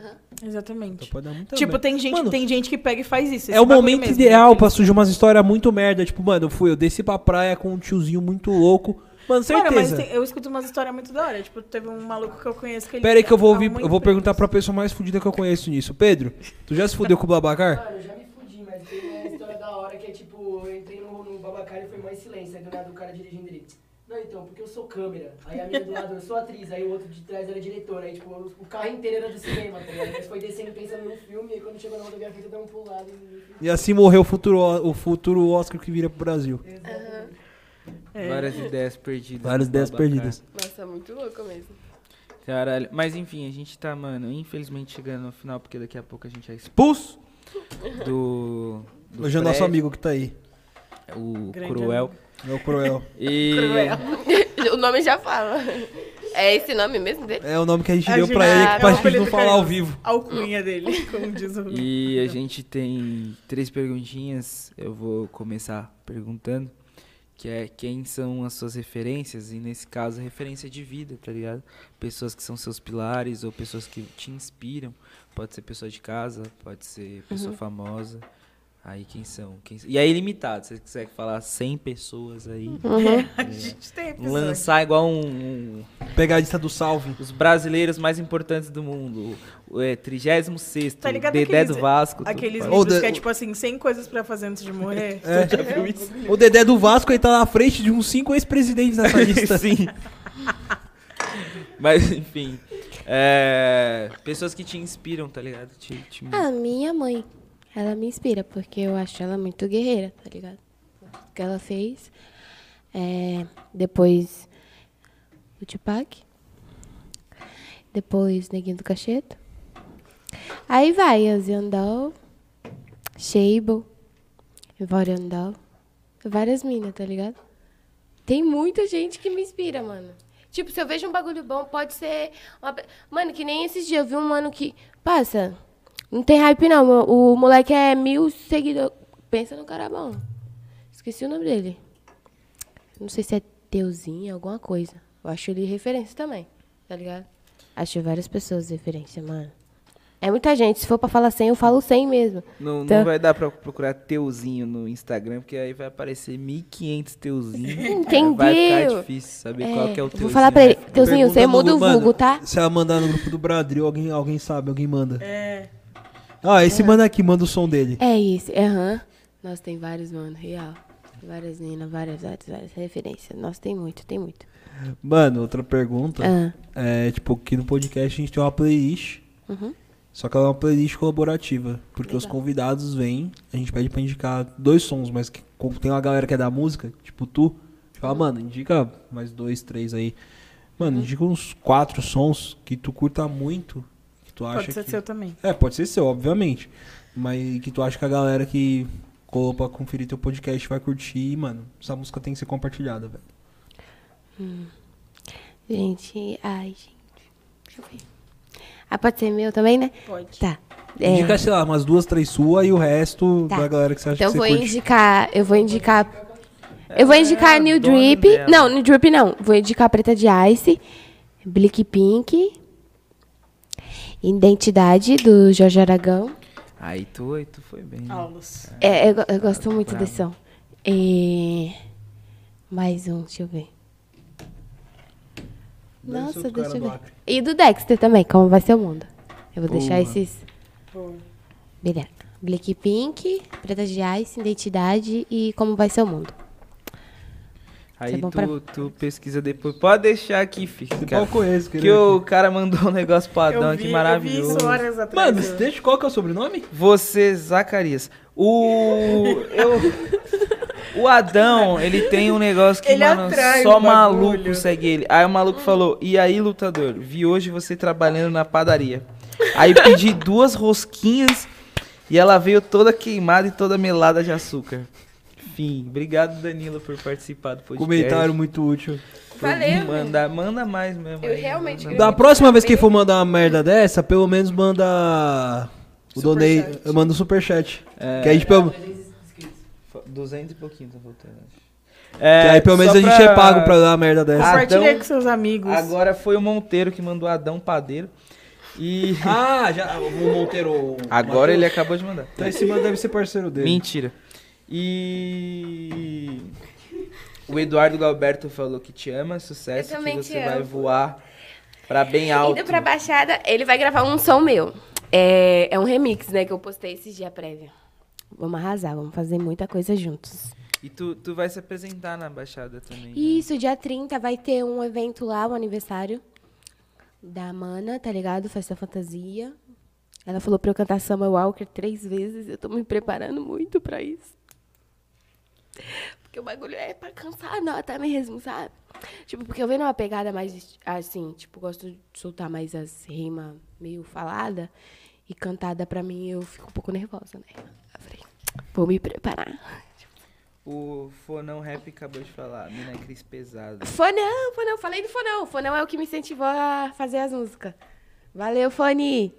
Speaker 4: Exatamente.
Speaker 3: Pode dar muita
Speaker 4: tipo,
Speaker 3: merda.
Speaker 4: tem gente,
Speaker 3: Mano,
Speaker 4: tem gente que pega e faz isso.
Speaker 3: É
Speaker 4: esse
Speaker 3: o
Speaker 4: bagulho
Speaker 3: momento
Speaker 4: mesmo,
Speaker 3: ideal
Speaker 4: né?
Speaker 3: pra surgir umas histórias muito merda. Tipo, mano, eu fui, eu desci pra praia com um tiozinho muito louco. Mano,
Speaker 4: Cara, mas
Speaker 3: certeza.
Speaker 4: tem- eu escuto umas histórias muito da hora. Tipo, teve um maluco que eu conheço que ele. tá
Speaker 3: Pera aí que eu vou ouvir,
Speaker 4: arruma
Speaker 3: eu vou
Speaker 4: empregos.
Speaker 3: perguntar pra pessoa mais fudida que eu conheço nisso. Pedro, tu já se fudeu com o babacar?
Speaker 7: Mano, eu já me fudi, mas tem uma história da hora que é tipo, eu entrei no, no Babacar e foi mais silêncio. Aí do nada o cara dirigindo ele. Não, então, porque eu sou câmera. Aí a menina do lado, eu sou atriz. Aí o outro de trás era diretora. Aí, tipo, o o carro inteiro era do cinema, tá ligado? Mas foi descendo pensando no filme. E quando chegou na rodovia, fez eu dar um pulado. E...
Speaker 3: E assim morreu o futuro, o futuro Oscar que vira pro Brasil.
Speaker 4: É.
Speaker 1: Várias ideias perdidas.
Speaker 3: Várias
Speaker 1: do
Speaker 3: ideias
Speaker 1: Babacar.
Speaker 3: perdidas.
Speaker 13: é
Speaker 5: Nossa, muito louco mesmo.
Speaker 1: Caralho. Mas enfim, a gente tá, mano, infelizmente chegando no final, porque daqui a pouco a gente é expulso do. do
Speaker 3: Hoje é o nosso
Speaker 1: prédio,
Speaker 3: amigo que tá aí.
Speaker 1: O
Speaker 4: Grande
Speaker 1: Cruel.
Speaker 3: É o Cruel.
Speaker 1: E.
Speaker 13: o nome já fala. É esse nome mesmo dele?
Speaker 3: É o nome que a gente
Speaker 4: A
Speaker 3: deu
Speaker 4: gente-
Speaker 3: pra ele que
Speaker 4: Ah,
Speaker 3: pra
Speaker 4: é o
Speaker 3: gente não
Speaker 4: apelido
Speaker 3: falar
Speaker 4: carinhoso.
Speaker 3: ao vivo.
Speaker 4: A alcunha dele, como diz o.
Speaker 1: E a gente tem três perguntinhas. Eu vou começar perguntando. Que é quem são as suas referências, e nesse caso, referência de vida, tá ligado? Pessoas que são seus pilares ou pessoas que te inspiram. Pode ser pessoa de casa, pode ser pessoa famosa. Aí quem são? Quem... E aí limitado, se você quiser falar 100 pessoas aí,
Speaker 4: A gente tem episódio.
Speaker 1: lançar igual um, um-
Speaker 3: Pegar a lista do salve.
Speaker 1: os brasileiros mais importantes do mundo. O, é, 36
Speaker 4: Tá ligado
Speaker 1: Dedé
Speaker 4: aqueles-
Speaker 1: do Vasco.
Speaker 4: Aqueles
Speaker 1: do...
Speaker 3: Ou
Speaker 4: livros
Speaker 3: da-
Speaker 4: que é tipo assim, 100 coisas pra fazer antes de morrer.
Speaker 3: O Dedé do Vasco aí tá na frente de uns cinco ex-presidentes nessa lista.
Speaker 1: Sim. assim. Mas, enfim. é, pessoas que te inspiram, tá ligado? Te, te-
Speaker 5: A minha mãe, ela me inspira, porque eu acho ela muito guerreira, tá ligado? O que ela fez. É, depois o Tupac. Depois Neguinho do Cacheto. Aí vai, Aziandal, Shable, Vorandal. Várias minas, tá ligado?
Speaker 13: Tem muita gente que me inspira, mano. Tipo, se eu vejo um bagulho bom, pode ser. uma pe- Mano, que nem esses dias eu vi um mano que. Passa. Não tem hype, não. mo- O moleque é mil seguidores. Pensa no cara bom. Esqueci o nome dele. Não sei se é Deusinho, alguma coisa. Eu acho ele referência também, tá ligado?
Speaker 5: Acho várias pessoas referência, mano. É muita gente. Se for pra falar 100, eu falo 100 mesmo.
Speaker 1: Não, não
Speaker 5: Tá.
Speaker 1: vai dar pra procurar Teuzinho no Instagram, porque aí vai aparecer 1.500 Teuzinho. Vai ficar
Speaker 5: Entendeu?
Speaker 1: difícil saber qual que é o
Speaker 5: eu
Speaker 1: Teuzinho.
Speaker 5: Vou falar pra ele.
Speaker 1: né?
Speaker 5: Teuzinho, você
Speaker 3: Pergunta no
Speaker 5: muda o
Speaker 3: grupo, mano,
Speaker 5: vulgo, tá?
Speaker 3: Se ela mandar no grupo do Bradril, alguém, alguém sabe, alguém manda.
Speaker 4: É.
Speaker 3: Ah, esse mano aqui manda o som dele.
Speaker 5: É isso, aham. Nossa, tem vários, mano, real. Várias meninas, várias, várias, várias referências. Nossa, tem muito, tem muito.
Speaker 3: Mano, outra pergunta.
Speaker 5: Ah,
Speaker 3: É, tipo, aqui no podcast a gente tem uma playlist.
Speaker 5: Uhum.
Speaker 3: Só que ela é uma playlist colaborativa. Porque os convidados vêm, a gente pede pra indicar dois sons, mas que- como tem uma galera que é da música, tipo tu,
Speaker 4: Uhum.
Speaker 3: fala, mano, indica mais dois, três aí. Mano, indica uns quatro sons que tu curta muito, que tu acha
Speaker 4: Pode ser
Speaker 3: que...
Speaker 4: seu também.
Speaker 3: É, pode ser seu, obviamente. Mas que tu acha que a galera que colou pra conferir teu podcast vai curtir, e, mano, essa música tem que ser compartilhada, velho.
Speaker 5: gente, ai, gente. Deixa eu ver. Ah, pode ser meu também, né?
Speaker 4: Pode.
Speaker 5: Tá. É,
Speaker 3: Indica, sei lá, umas duas, três suas e o resto
Speaker 5: Tá.
Speaker 3: da galera que você acha
Speaker 5: então eu
Speaker 3: que
Speaker 5: vou
Speaker 3: você curte. É,
Speaker 5: indicar, eu vou indicar. Eu vou indicar
Speaker 1: a
Speaker 5: New
Speaker 1: dona
Speaker 5: Drip.
Speaker 1: dela.
Speaker 5: Não, New Drip não. Vou indicar Preta de Ice, Blick Pink, Identidade do Jorge Aragão.
Speaker 1: Aí tu, aí tu foi bem. né?
Speaker 4: Aulas.
Speaker 5: É, eu, go- eu gosto muito
Speaker 1: brabo.
Speaker 5: desse som. É, Mais um, deixa eu ver. Nossa, deixa eu ver. E do Dexter também, como vai ser o mundo. Eu vou deixar esses.
Speaker 4: Boa.
Speaker 5: Beleza. Black Pink, Preta de Ice, Identidade e Como Vai Ser o Mundo.
Speaker 1: Aí
Speaker 5: Isso é bom
Speaker 1: tu,
Speaker 5: pra-
Speaker 1: tu pesquisa depois. Pode deixar aqui, filho.
Speaker 3: Qual
Speaker 1: Que,
Speaker 3: conhece,
Speaker 1: que o cara mandou um negócio
Speaker 4: Eu
Speaker 1: padrão
Speaker 4: vi,
Speaker 1: aqui
Speaker 4: Eu vi
Speaker 1: maravilhoso.
Speaker 4: isso horas atrás.
Speaker 3: Mano, deixa qual que é o sobrenome?
Speaker 1: Você, Zacarias. O. eu- o Adão, ele tem um negócio que,
Speaker 4: Ele
Speaker 1: mano,
Speaker 4: atrai
Speaker 1: só
Speaker 4: o bagulho.
Speaker 1: maluco segue ele. Aí o maluco falou: E aí, lutador, vi hoje você trabalhando na padaria. Aí pedi duas rosquinhas e ela veio toda queimada e toda melada de açúcar. Fim. Obrigado, Danilo, por participar do podcast.
Speaker 3: Comentário muito útil.
Speaker 1: Por
Speaker 13: Valeu.
Speaker 1: Mandar, manda mais mesmo.
Speaker 13: Eu
Speaker 1: aí,
Speaker 13: realmente
Speaker 1: manda
Speaker 3: Da próxima vez que for mandar uma merda dessa, pelo menos manda. O donei. Manda um superchat.
Speaker 1: É.
Speaker 3: Que aí, pelo, que
Speaker 1: 200 e pouquinho, tá voltando. acho.
Speaker 3: aí pelo menos
Speaker 1: só Ah,
Speaker 3: a gente é pago pra dar uma merda dessa.
Speaker 4: Compartilha
Speaker 1: Adão-
Speaker 4: com seus amigos.
Speaker 1: Agora foi o Monteiro que mandou Adão Padeiro. E
Speaker 3: Ah, já. O Monteiro.
Speaker 1: agora ele acabou de mandar.
Speaker 3: Tá em cima, deve ser parceiro dele.
Speaker 1: Mentira. E o Eduardo Galberto falou que te ama, sucesso,
Speaker 13: Eu também
Speaker 1: que
Speaker 13: te
Speaker 1: você vai
Speaker 13: amo.
Speaker 1: voar pra bem alto.
Speaker 13: Indo pra Baixada, ele vai gravar um som meu. É, é um remix, né, que eu postei esse dia prévio.
Speaker 5: Vamos arrasar, vamos fazer muita coisa juntos.
Speaker 1: E tu, tu vai se apresentar na Baixada também. né?
Speaker 5: Isso, dia 30 vai ter um evento lá, um aniversário da Mana, tá ligado? Festa Fantasia. Ela falou pra eu cantar Summer Walker três vezes. Eu tô me preparando muito pra isso.
Speaker 13: Porque o bagulho é pra cansar a nota mesmo, sabe?
Speaker 5: Tipo, porque eu venho numa pegada mais assim, tipo, gosto de soltar mais as rimas meio falada e cantada pra mim, eu fico um pouco nervosa, né? Eu falei, vou me preparar.
Speaker 14: O Fonão Rap acabou de falar, mina é Cris pesada.
Speaker 5: Fonão, Fonão, falei do Fonão. Fonão é o que me incentivou a fazer as músicas. Valeu, Fone.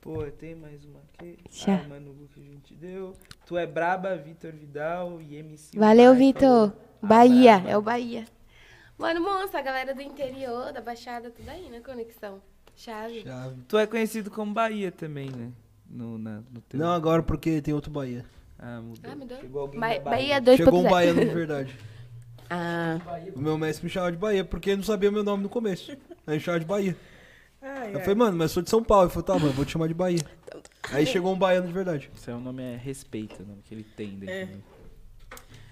Speaker 14: Pô, tem mais uma aqui.
Speaker 5: Já.
Speaker 14: Ah, mano, o que a gente deu. Tu é braba, Vitor Vidal e MC.
Speaker 5: Valeu,
Speaker 14: Mike
Speaker 5: Vitor.
Speaker 14: falou. Ah,
Speaker 5: Bahia,
Speaker 14: braba.
Speaker 5: é o Bahia. Mano, monstro, a galera do interior, da Baixada, tudo aí, né? Conexão. Chave.
Speaker 14: Tu é conhecido como Bahia também, né? No, na, no teu...
Speaker 3: Não agora porque tem outro Bahia.
Speaker 14: Ah, mudou.
Speaker 5: Ah, mudou?
Speaker 14: Chegou alguém
Speaker 5: Ba
Speaker 14: da Bahia.
Speaker 5: Bahia 2.0.
Speaker 3: um Chegou um baiano de verdade.
Speaker 5: Ah,
Speaker 3: O meu mestre me chamava de Bahia porque ele não sabia meu nome no começo. Aí ele chamava de Bahia.
Speaker 4: Ai,
Speaker 3: Eu
Speaker 4: ai.
Speaker 3: falei, mano, mas sou de São Paulo. Ele falou, tá, mano, vou te chamar de Bahia. Aí chegou um baiano de verdade.
Speaker 1: Isso é o nome é respeito, o nome que ele tem daqui.
Speaker 4: É.
Speaker 1: né?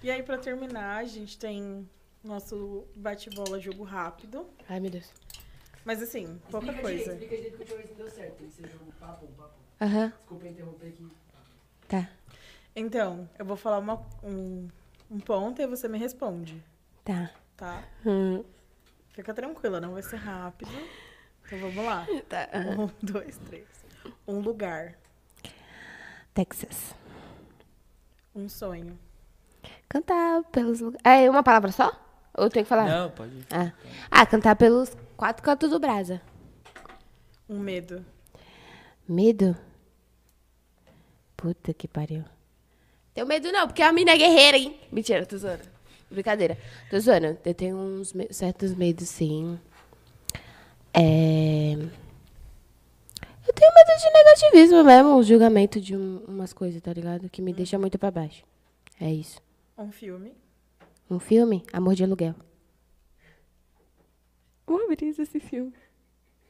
Speaker 4: E aí, pra terminar, a gente tem nosso bate-bola jogo rápido.
Speaker 5: ai, meu Deus.
Speaker 4: Mas assim, pouca
Speaker 7: explica Direito,
Speaker 4: coisa.
Speaker 7: explica direito que eu tinha vez não deu certo. Tem que ser um papo, um papo.
Speaker 5: Aham,
Speaker 7: Desculpa interromper aqui.
Speaker 5: tá,
Speaker 4: Então, eu vou falar uma- um, um ponto e você me responde,
Speaker 5: tá.
Speaker 4: tá?
Speaker 5: Hum,
Speaker 4: Fica tranquila, não vai ser rápido. Então vamos lá.
Speaker 5: tá. ah,
Speaker 4: Um, dois, três. Um lugar,
Speaker 5: Texas.
Speaker 4: um sonho,
Speaker 5: Cantar pelos lugares. É uma palavra só? Ou eu tenho que falar?
Speaker 1: Não, pode ir.
Speaker 5: Ah. ah, cantar pelos quatro cantos do Brasa.
Speaker 4: um medo,
Speaker 5: Medo? Puta que pariu. Tenho medo não, porque a mina é guerreira, hein? Mentira, tô zoando. Brincadeira. Tô zoando. Eu tenho uns me- certos medos, sim. É... Eu tenho medo de negativismo mesmo, o julgamento de um- umas coisas, tá ligado? Que me deixa muito pra baixo. É isso.
Speaker 4: um filme,
Speaker 5: Um filme, Amor de Aluguel. Uma brisa esse filme.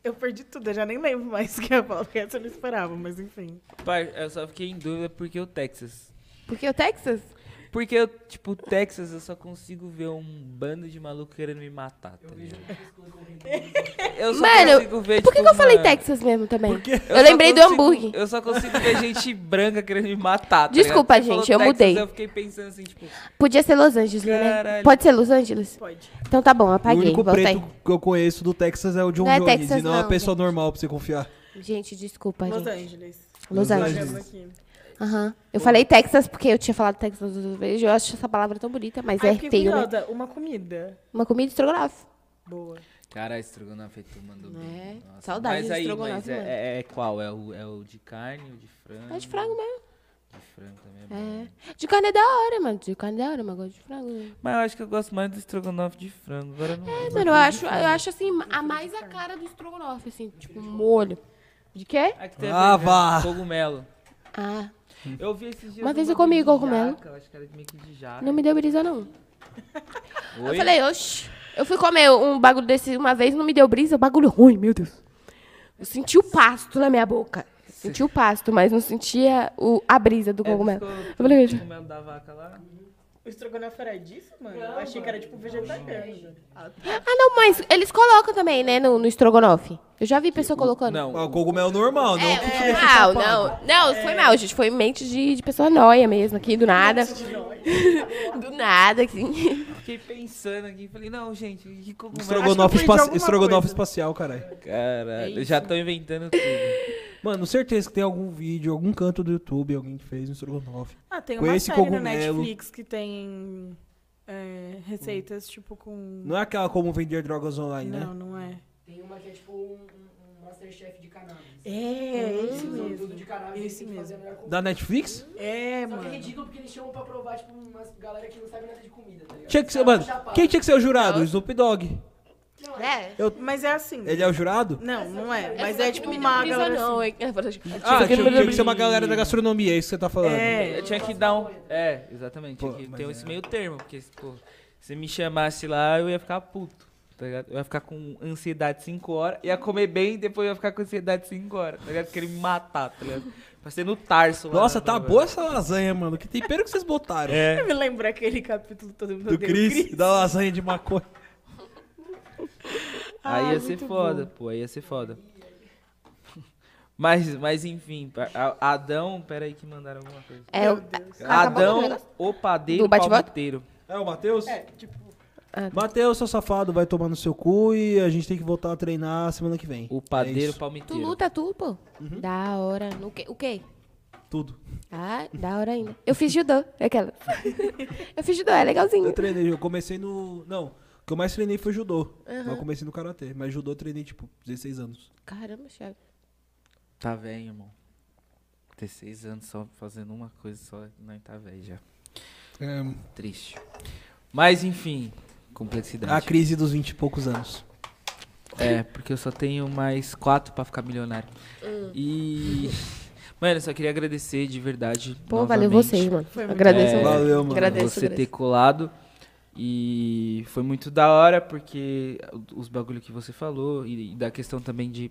Speaker 4: Eu perdi tudo, eu já nem lembro mais o que eu falo, porque essa eu não esperava, mas enfim.
Speaker 1: Pai, eu só fiquei em dúvida porque o Texas.
Speaker 5: Porque o Texas?
Speaker 1: Porque eu, tipo, o Texas eu só consigo ver um bando de maluco querendo me matar, tá ligado? Eu só
Speaker 5: Mano,
Speaker 1: consigo ver,
Speaker 5: Por que,
Speaker 1: tipo,
Speaker 5: que eu falei
Speaker 1: uma-
Speaker 5: Texas mesmo também? né? eu
Speaker 1: só
Speaker 5: lembrei do
Speaker 1: consigo-
Speaker 5: hambúrguer.
Speaker 1: Eu só consigo ver gente branca querendo me matar. Tá
Speaker 5: Desculpa,
Speaker 1: ligado? Você
Speaker 5: gente,
Speaker 1: falou
Speaker 5: eu
Speaker 1: Texas,
Speaker 5: mudei.
Speaker 1: Eu fiquei pensando assim, tipo,
Speaker 5: Podia ser Los Angeles, né?
Speaker 1: Caralho.
Speaker 5: Pode ser Los Angeles?
Speaker 4: Pode.
Speaker 5: Então tá bom,
Speaker 3: o
Speaker 5: apaguei,
Speaker 3: único
Speaker 5: voltei.
Speaker 3: preto que eu conheço do Texas é o John
Speaker 5: Não é
Speaker 3: Jones.
Speaker 5: Texas
Speaker 3: e não é uma
Speaker 5: não,
Speaker 3: pessoa normal pra você confiar.
Speaker 5: Gente, desculpa,
Speaker 4: Los
Speaker 5: gente.
Speaker 4: Angeles.
Speaker 5: Los
Speaker 3: Los
Speaker 5: Angeles.
Speaker 4: Vamos aqui.
Speaker 5: Aham. Eu falei Texas porque eu tinha falado Texas outra vez. Eu acho essa palavra tão bonita, mas
Speaker 4: Ai,
Speaker 5: é
Speaker 4: fiquei
Speaker 5: feio, né?
Speaker 4: curiosa, uma comida.
Speaker 5: Uma comida estrogonofe.
Speaker 4: Boa.
Speaker 1: Cara, estrogonofe tu mandou bem.
Speaker 5: É, saudade
Speaker 1: mas
Speaker 5: de
Speaker 1: aí,
Speaker 5: estrogonofe,
Speaker 1: mas é,
Speaker 5: mano.
Speaker 1: é- é qual? É o, é o de carne, o de frango?
Speaker 5: É de frango mesmo.
Speaker 1: De frango também é bom.
Speaker 5: É. De carne é da hora, mano. De carne é da hora, mas eu gosto de frango. né?
Speaker 1: Mas eu acho que eu gosto mais do estrogonofe de frango. Agora eu não
Speaker 5: É,
Speaker 1: lembro.
Speaker 5: mano, eu acho, eu acho assim, a mais a cara do estrogonofe, assim, tipo, molho. De quê?
Speaker 1: É que tem
Speaker 3: Ah,
Speaker 1: a ver, né?
Speaker 3: vá.
Speaker 1: Cogumelo.
Speaker 5: Ah,
Speaker 1: Eu vi esses dias
Speaker 5: Uma vez eu
Speaker 1: bagulho
Speaker 5: comi
Speaker 1: de
Speaker 5: cogumelo.
Speaker 1: jaca, eu acho que era meio que de jaca.
Speaker 5: não me deu brisa, não.
Speaker 1: Oi? É,
Speaker 5: Eu falei, oxi. Eu fui comer um bagulho desse uma vez, não me deu brisa, bagulho ruim, meu Deus. Eu senti o pasto na minha boca. Eu Senti o pasto, mas não sentia o, a brisa do
Speaker 1: É,
Speaker 5: cogumelo.
Speaker 1: ficou
Speaker 5: Eu falei,
Speaker 1: o cogumelo da vaca lá.
Speaker 4: O estrogonofe era disso, mano? Eu achei que era tipo vegetariano. Ah, tá.
Speaker 5: ah, não, mas eles colocam também, né, no, no estrogonofe. Eu já vi pessoa colocando.
Speaker 1: Não,
Speaker 3: Ah, o cogumelo normal, não.
Speaker 5: É, foi mal, não. Não, foi mal, gente. Foi mente de, de pessoa noia mesmo aqui, do nada. do nada, assim.
Speaker 1: eu fiquei pensando aqui. Falei, não, gente, que cogumelo.
Speaker 3: Estrogonofe,
Speaker 4: aprendi
Speaker 3: espa-
Speaker 4: alguma
Speaker 3: estrogonofe
Speaker 4: coisa.
Speaker 3: espacial, caralho.
Speaker 1: Caralho,
Speaker 5: É
Speaker 1: já estão inventando tudo.
Speaker 3: Mano, certeza que tem algum vídeo, algum canto do YouTube, alguém que fez um estrogonofe.
Speaker 4: Ah, tem
Speaker 3: Com
Speaker 4: uma
Speaker 3: esse
Speaker 4: série
Speaker 3: cogumelo.
Speaker 4: na Netflix que tem é, receitas, tipo, com...
Speaker 3: Não é aquela como vender drogas online, né?
Speaker 4: Não, não é.
Speaker 7: Tem uma que é tipo um, um, um Masterchef de cannabis.
Speaker 4: É, é esse
Speaker 7: Eles usam tudo
Speaker 4: mesmo.
Speaker 7: de cannabis.
Speaker 4: Esse
Speaker 7: Esse mesmo. Fazer a melhor comida.
Speaker 3: Da Netflix?
Speaker 4: É,
Speaker 7: Só que é
Speaker 4: mano.
Speaker 7: ridículo porque eles chamam pra provar, tipo, umas galera que não sabe nada de comida, tá ligado?
Speaker 3: Tinha que ser,
Speaker 7: Os caras
Speaker 3: mano.
Speaker 7: chapados.
Speaker 3: Quem tinha que ser o jurado? O Snoop Dogg.
Speaker 5: É.
Speaker 4: Mas é assim.
Speaker 3: Ele é o jurado?
Speaker 4: Não, não é. Mas é tipo uma galera assim.
Speaker 5: Não, é- é verdade.
Speaker 3: Ah,
Speaker 1: que
Speaker 3: tinha,
Speaker 1: não
Speaker 3: tinha
Speaker 1: me
Speaker 3: que ser uma galera da gastronomia, é isso que você tá falando.
Speaker 4: É.
Speaker 1: Eu tinha que dar um. É, exatamente.
Speaker 3: Pô,
Speaker 1: tinha que
Speaker 3: mas
Speaker 1: ter
Speaker 3: é.
Speaker 1: esse meio termo, porque pô, se me chamasse lá, eu ia ficar puto. Tá ligado? Eu ia ficar com ansiedade 5 horas, ia comer bem e depois eu ia ficar com ansiedade 5 horas, tá ligado? Querendo me matar, tá ligado? Passei no tarso lá. né,
Speaker 3: Nossa,
Speaker 1: na-
Speaker 3: tá
Speaker 1: na-
Speaker 3: boa essa lasanha, mano. Que tempero que vocês botaram?
Speaker 1: É.
Speaker 4: Eu me lembro aquele capítulo todo mundo
Speaker 3: Do
Speaker 4: odeia o
Speaker 3: Chris, da lasanha de maconha.
Speaker 1: Aí
Speaker 4: Ah,
Speaker 1: ia ser
Speaker 4: muito
Speaker 1: foda, pô, aí ia ser foda. Mas, mas enfim, pa- a- Adão, peraí que mandaram alguma coisa.
Speaker 5: É,
Speaker 4: Meu Deus.
Speaker 5: acabou o
Speaker 1: Adão,
Speaker 5: negócio?
Speaker 1: o
Speaker 5: Do
Speaker 1: padeiro
Speaker 5: bate-volta?
Speaker 1: palmiteiro.
Speaker 3: É o Matheus?
Speaker 4: É, tipo...
Speaker 5: Ah, tá.
Speaker 3: Mateus, seu safado, vai tomar no seu cu e a gente tem que voltar a treinar semana que vem. É
Speaker 15: O padeiro
Speaker 3: isso.
Speaker 15: palmiteiro.
Speaker 5: Tu luta tu, pô? Da hora. No que, o quê?
Speaker 3: Tudo.
Speaker 5: Ah, da hora ainda. Eu fiz judô, é aquela. eu fiz judô, é legalzinho.
Speaker 3: Eu treinei, eu comecei no. Não, o que eu mais treinei foi judô. Mas eu comecei no karatê. Mas judô eu treinei, tipo, 16 anos.
Speaker 5: Caramba, chefe.
Speaker 1: Tá velho, irmão. 16 anos só fazendo uma coisa só, não tá velho já. Triste. Mas enfim,
Speaker 3: A
Speaker 1: complexidade.
Speaker 3: crise dos 20 e poucos anos.
Speaker 1: É, porque eu só tenho mais quatro pra ficar milionário.
Speaker 5: Hum.
Speaker 1: E. Mano, eu só queria agradecer de verdade.
Speaker 5: Pô, valeu
Speaker 1: novamente.
Speaker 5: vocês, mano.
Speaker 4: Foi muito
Speaker 5: Agradeço.
Speaker 1: É,
Speaker 5: vocês.
Speaker 3: Valeu, mano.
Speaker 5: Agradeço,
Speaker 1: você ter
Speaker 5: agradeço.
Speaker 1: colado. E foi muito da hora, porque os bagulho que você falou, e, e da questão também de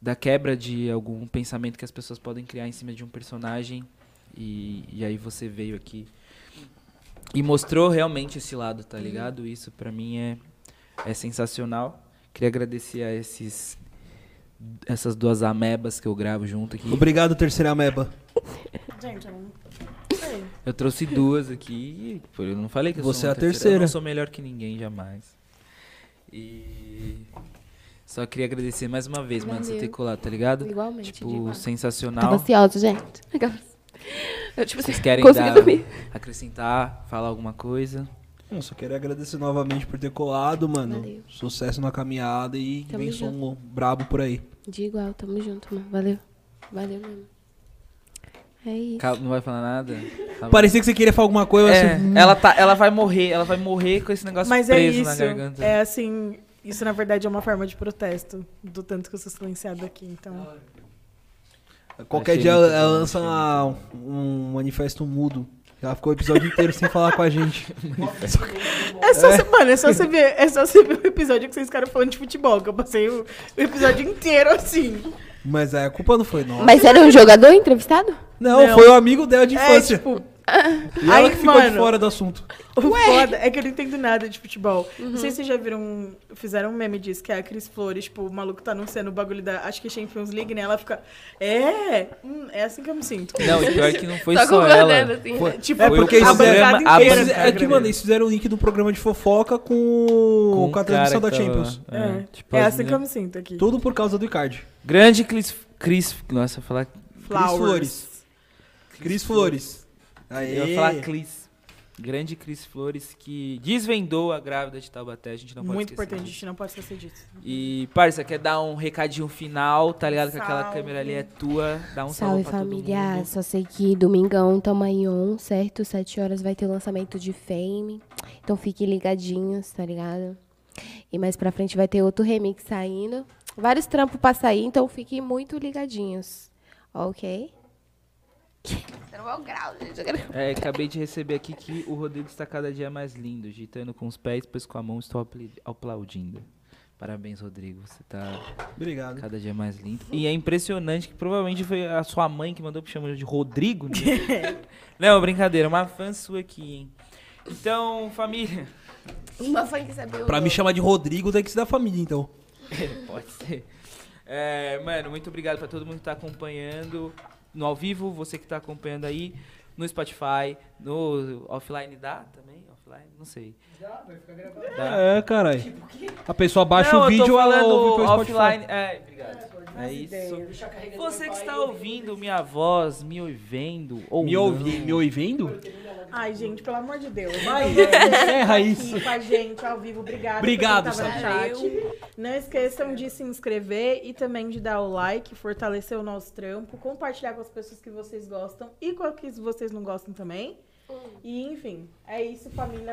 Speaker 1: da quebra de algum pensamento que as pessoas podem criar em cima de um personagem. E, e aí você veio aqui e mostrou realmente esse lado,
Speaker 5: Uhum.
Speaker 1: tá ligado? Isso pra mim é, é sensacional. Queria agradecer a esses essas duas amebas que eu gravo junto aqui.
Speaker 3: Obrigado, terceira ameba.
Speaker 4: Gente, eu não sei.
Speaker 1: Eu trouxe duas aqui. e, pô, Eu não falei que eu
Speaker 3: Você
Speaker 1: sou
Speaker 3: é
Speaker 1: uma
Speaker 3: a
Speaker 1: Eu
Speaker 3: terceira.
Speaker 1: não sou melhor que ninguém jamais. E só queria agradecer mais uma vez, mano, você ter
Speaker 5: Valeu.
Speaker 1: colado, tá ligado?
Speaker 5: Igualmente.
Speaker 1: Tipo,
Speaker 5: demais.
Speaker 1: sensacional.
Speaker 5: Tava ansioso, gente. Eu, tipo,
Speaker 1: Vocês
Speaker 5: assim,
Speaker 1: querem
Speaker 5: consegui
Speaker 1: dar,
Speaker 5: dormir.
Speaker 1: acrescentar, falar alguma coisa?
Speaker 3: Não, só quero agradecer novamente por ter colado, mano.
Speaker 5: Valeu.
Speaker 3: Sucesso na caminhada e
Speaker 5: Tamo
Speaker 3: vem
Speaker 5: junto.
Speaker 3: som brabo por aí.
Speaker 5: De igual, tamo junto, mano. Valeu. Valeu mesmo. É isso.
Speaker 1: Cal- Não vai falar nada? Tá bom.
Speaker 3: Parecia que você queria falar alguma coisa,
Speaker 1: É,
Speaker 3: assim,
Speaker 1: ela, tá, ela vai morrer, ela vai morrer com esse negócio
Speaker 4: Mas é
Speaker 1: preso na
Speaker 4: isso.
Speaker 1: garganta.
Speaker 4: É assim, isso na verdade é uma forma de protesto do tanto que eu sou silenciada aqui, então.
Speaker 3: Qualquer
Speaker 1: Achei
Speaker 3: dia
Speaker 1: muito
Speaker 3: ela
Speaker 1: bom,
Speaker 3: lança
Speaker 1: achei
Speaker 3: uma- um manifesto mudo. Ela ficou o episódio inteiro sem falar com a gente.
Speaker 4: É só, você- mano, é só você ver, é só você ver o episódio que vocês ficaram falando de futebol, que eu passei o, o episódio inteiro assim.
Speaker 3: Mas é, a culpa não foi nossa.
Speaker 5: Mas era um jogador entrevistado?
Speaker 3: Não,
Speaker 4: Não.
Speaker 3: foi o amigo dela de
Speaker 4: É,
Speaker 3: infância.
Speaker 4: tipo,
Speaker 3: e ela
Speaker 4: aí,
Speaker 3: que ficou de
Speaker 4: mano.
Speaker 3: fora do assunto.
Speaker 4: o foda é que eu não entendo nada de futebol. Não sei se vocês já viram, fizeram um meme disso, que é a Cris Flores, tipo, o maluco tá anunciando o bagulho da, acho que é Champions League, né? Ela fica, é, hum, é assim que eu me sinto.
Speaker 1: Não, e pior que não foi
Speaker 5: Só
Speaker 1: só
Speaker 5: concordando,
Speaker 1: ela.
Speaker 5: assim.
Speaker 4: Tipo,
Speaker 3: É porque
Speaker 4: a
Speaker 3: isso é-
Speaker 4: bancada
Speaker 1: a
Speaker 4: inteira
Speaker 1: banca-
Speaker 3: Eles-
Speaker 4: fica
Speaker 3: é que, mano,
Speaker 4: agradecendo.
Speaker 3: eles fizeram o link do programa de fofoca com, com a
Speaker 1: um cara
Speaker 3: transmissão da
Speaker 1: que tava-
Speaker 3: Champions.
Speaker 4: É,
Speaker 1: tipo,
Speaker 4: é
Speaker 1: as
Speaker 4: assim que eu
Speaker 1: meninas-
Speaker 4: me sinto aqui.
Speaker 3: Tudo por causa do Icardi.
Speaker 1: Grande Cris... Cris... Nossa, eu ia falar...
Speaker 4: Flowers.
Speaker 3: Flores. Cris Flores. Aí
Speaker 1: Eu ia falar Cris. Grande Cris Flores, que desvendou a grávida de Taubaté. A gente não pode
Speaker 4: Muito
Speaker 1: esquecer
Speaker 4: importante, a
Speaker 1: disso.
Speaker 4: gente não pode esquecer disso.
Speaker 1: E, parça, quer dar um recadinho final, tá ligado? Que aquela
Speaker 4: Salve.
Speaker 1: câmera ali é tua. Dá um salve,
Speaker 5: Salve
Speaker 1: pra todo
Speaker 5: família,
Speaker 1: mundo.
Speaker 5: só sei que domingão tamo aí on, certo? Sete horas vai ter o lançamento de Fame, então fiquem ligadinhos, tá ligado? E mais pra frente vai ter outro remix saindo, vários trampos pra sair, então fiquem muito ligadinhos, ok?
Speaker 1: É, acabei de receber aqui que o Rodrigo está cada dia mais lindo, gitando com os pés, depois com a mão, estou apli- aplaudindo. Parabéns, Rodrigo. Você tá
Speaker 3: Obrigado.
Speaker 1: cada dia mais lindo. E é impressionante que provavelmente foi a sua mãe que mandou que chamou de Rodrigo. né? Não, brincadeira, uma fã sua aqui, hein? Então, família.
Speaker 5: Uma fã que sabe
Speaker 3: Pra me chamar de Rodrigo tem que ser da família, então.
Speaker 1: Pode ser. É, mano, muito obrigado pra todo mundo que tá acompanhando no ao vivo, você que tá acompanhando aí no Spotify, no offline dá também? Offline? Não sei. Dá,
Speaker 3: É, caralho. A pessoa
Speaker 1: vai ficar gravado.
Speaker 3: baixa o vídeo
Speaker 1: eu tô
Speaker 3: ela
Speaker 1: falando
Speaker 3: ouve pelo Spotify.
Speaker 1: offline. É, obrigado. É isso. Você que está ouvindo minha voz, me ouvendo, ou
Speaker 3: Me
Speaker 1: não.
Speaker 3: ouvi, me ouvindo?
Speaker 4: Ai, gente, pelo amor de Deus.
Speaker 3: Encerra isso.
Speaker 4: Aqui com a gente ao vivo. Obrigada.
Speaker 3: Obrigado,
Speaker 4: pra quem tava no chat. Não esqueçam de se inscrever e também de dar o like, fortalecer o nosso trampo, compartilhar com as pessoas que vocês gostam e com as que vocês não gostam também. E enfim, é isso, família.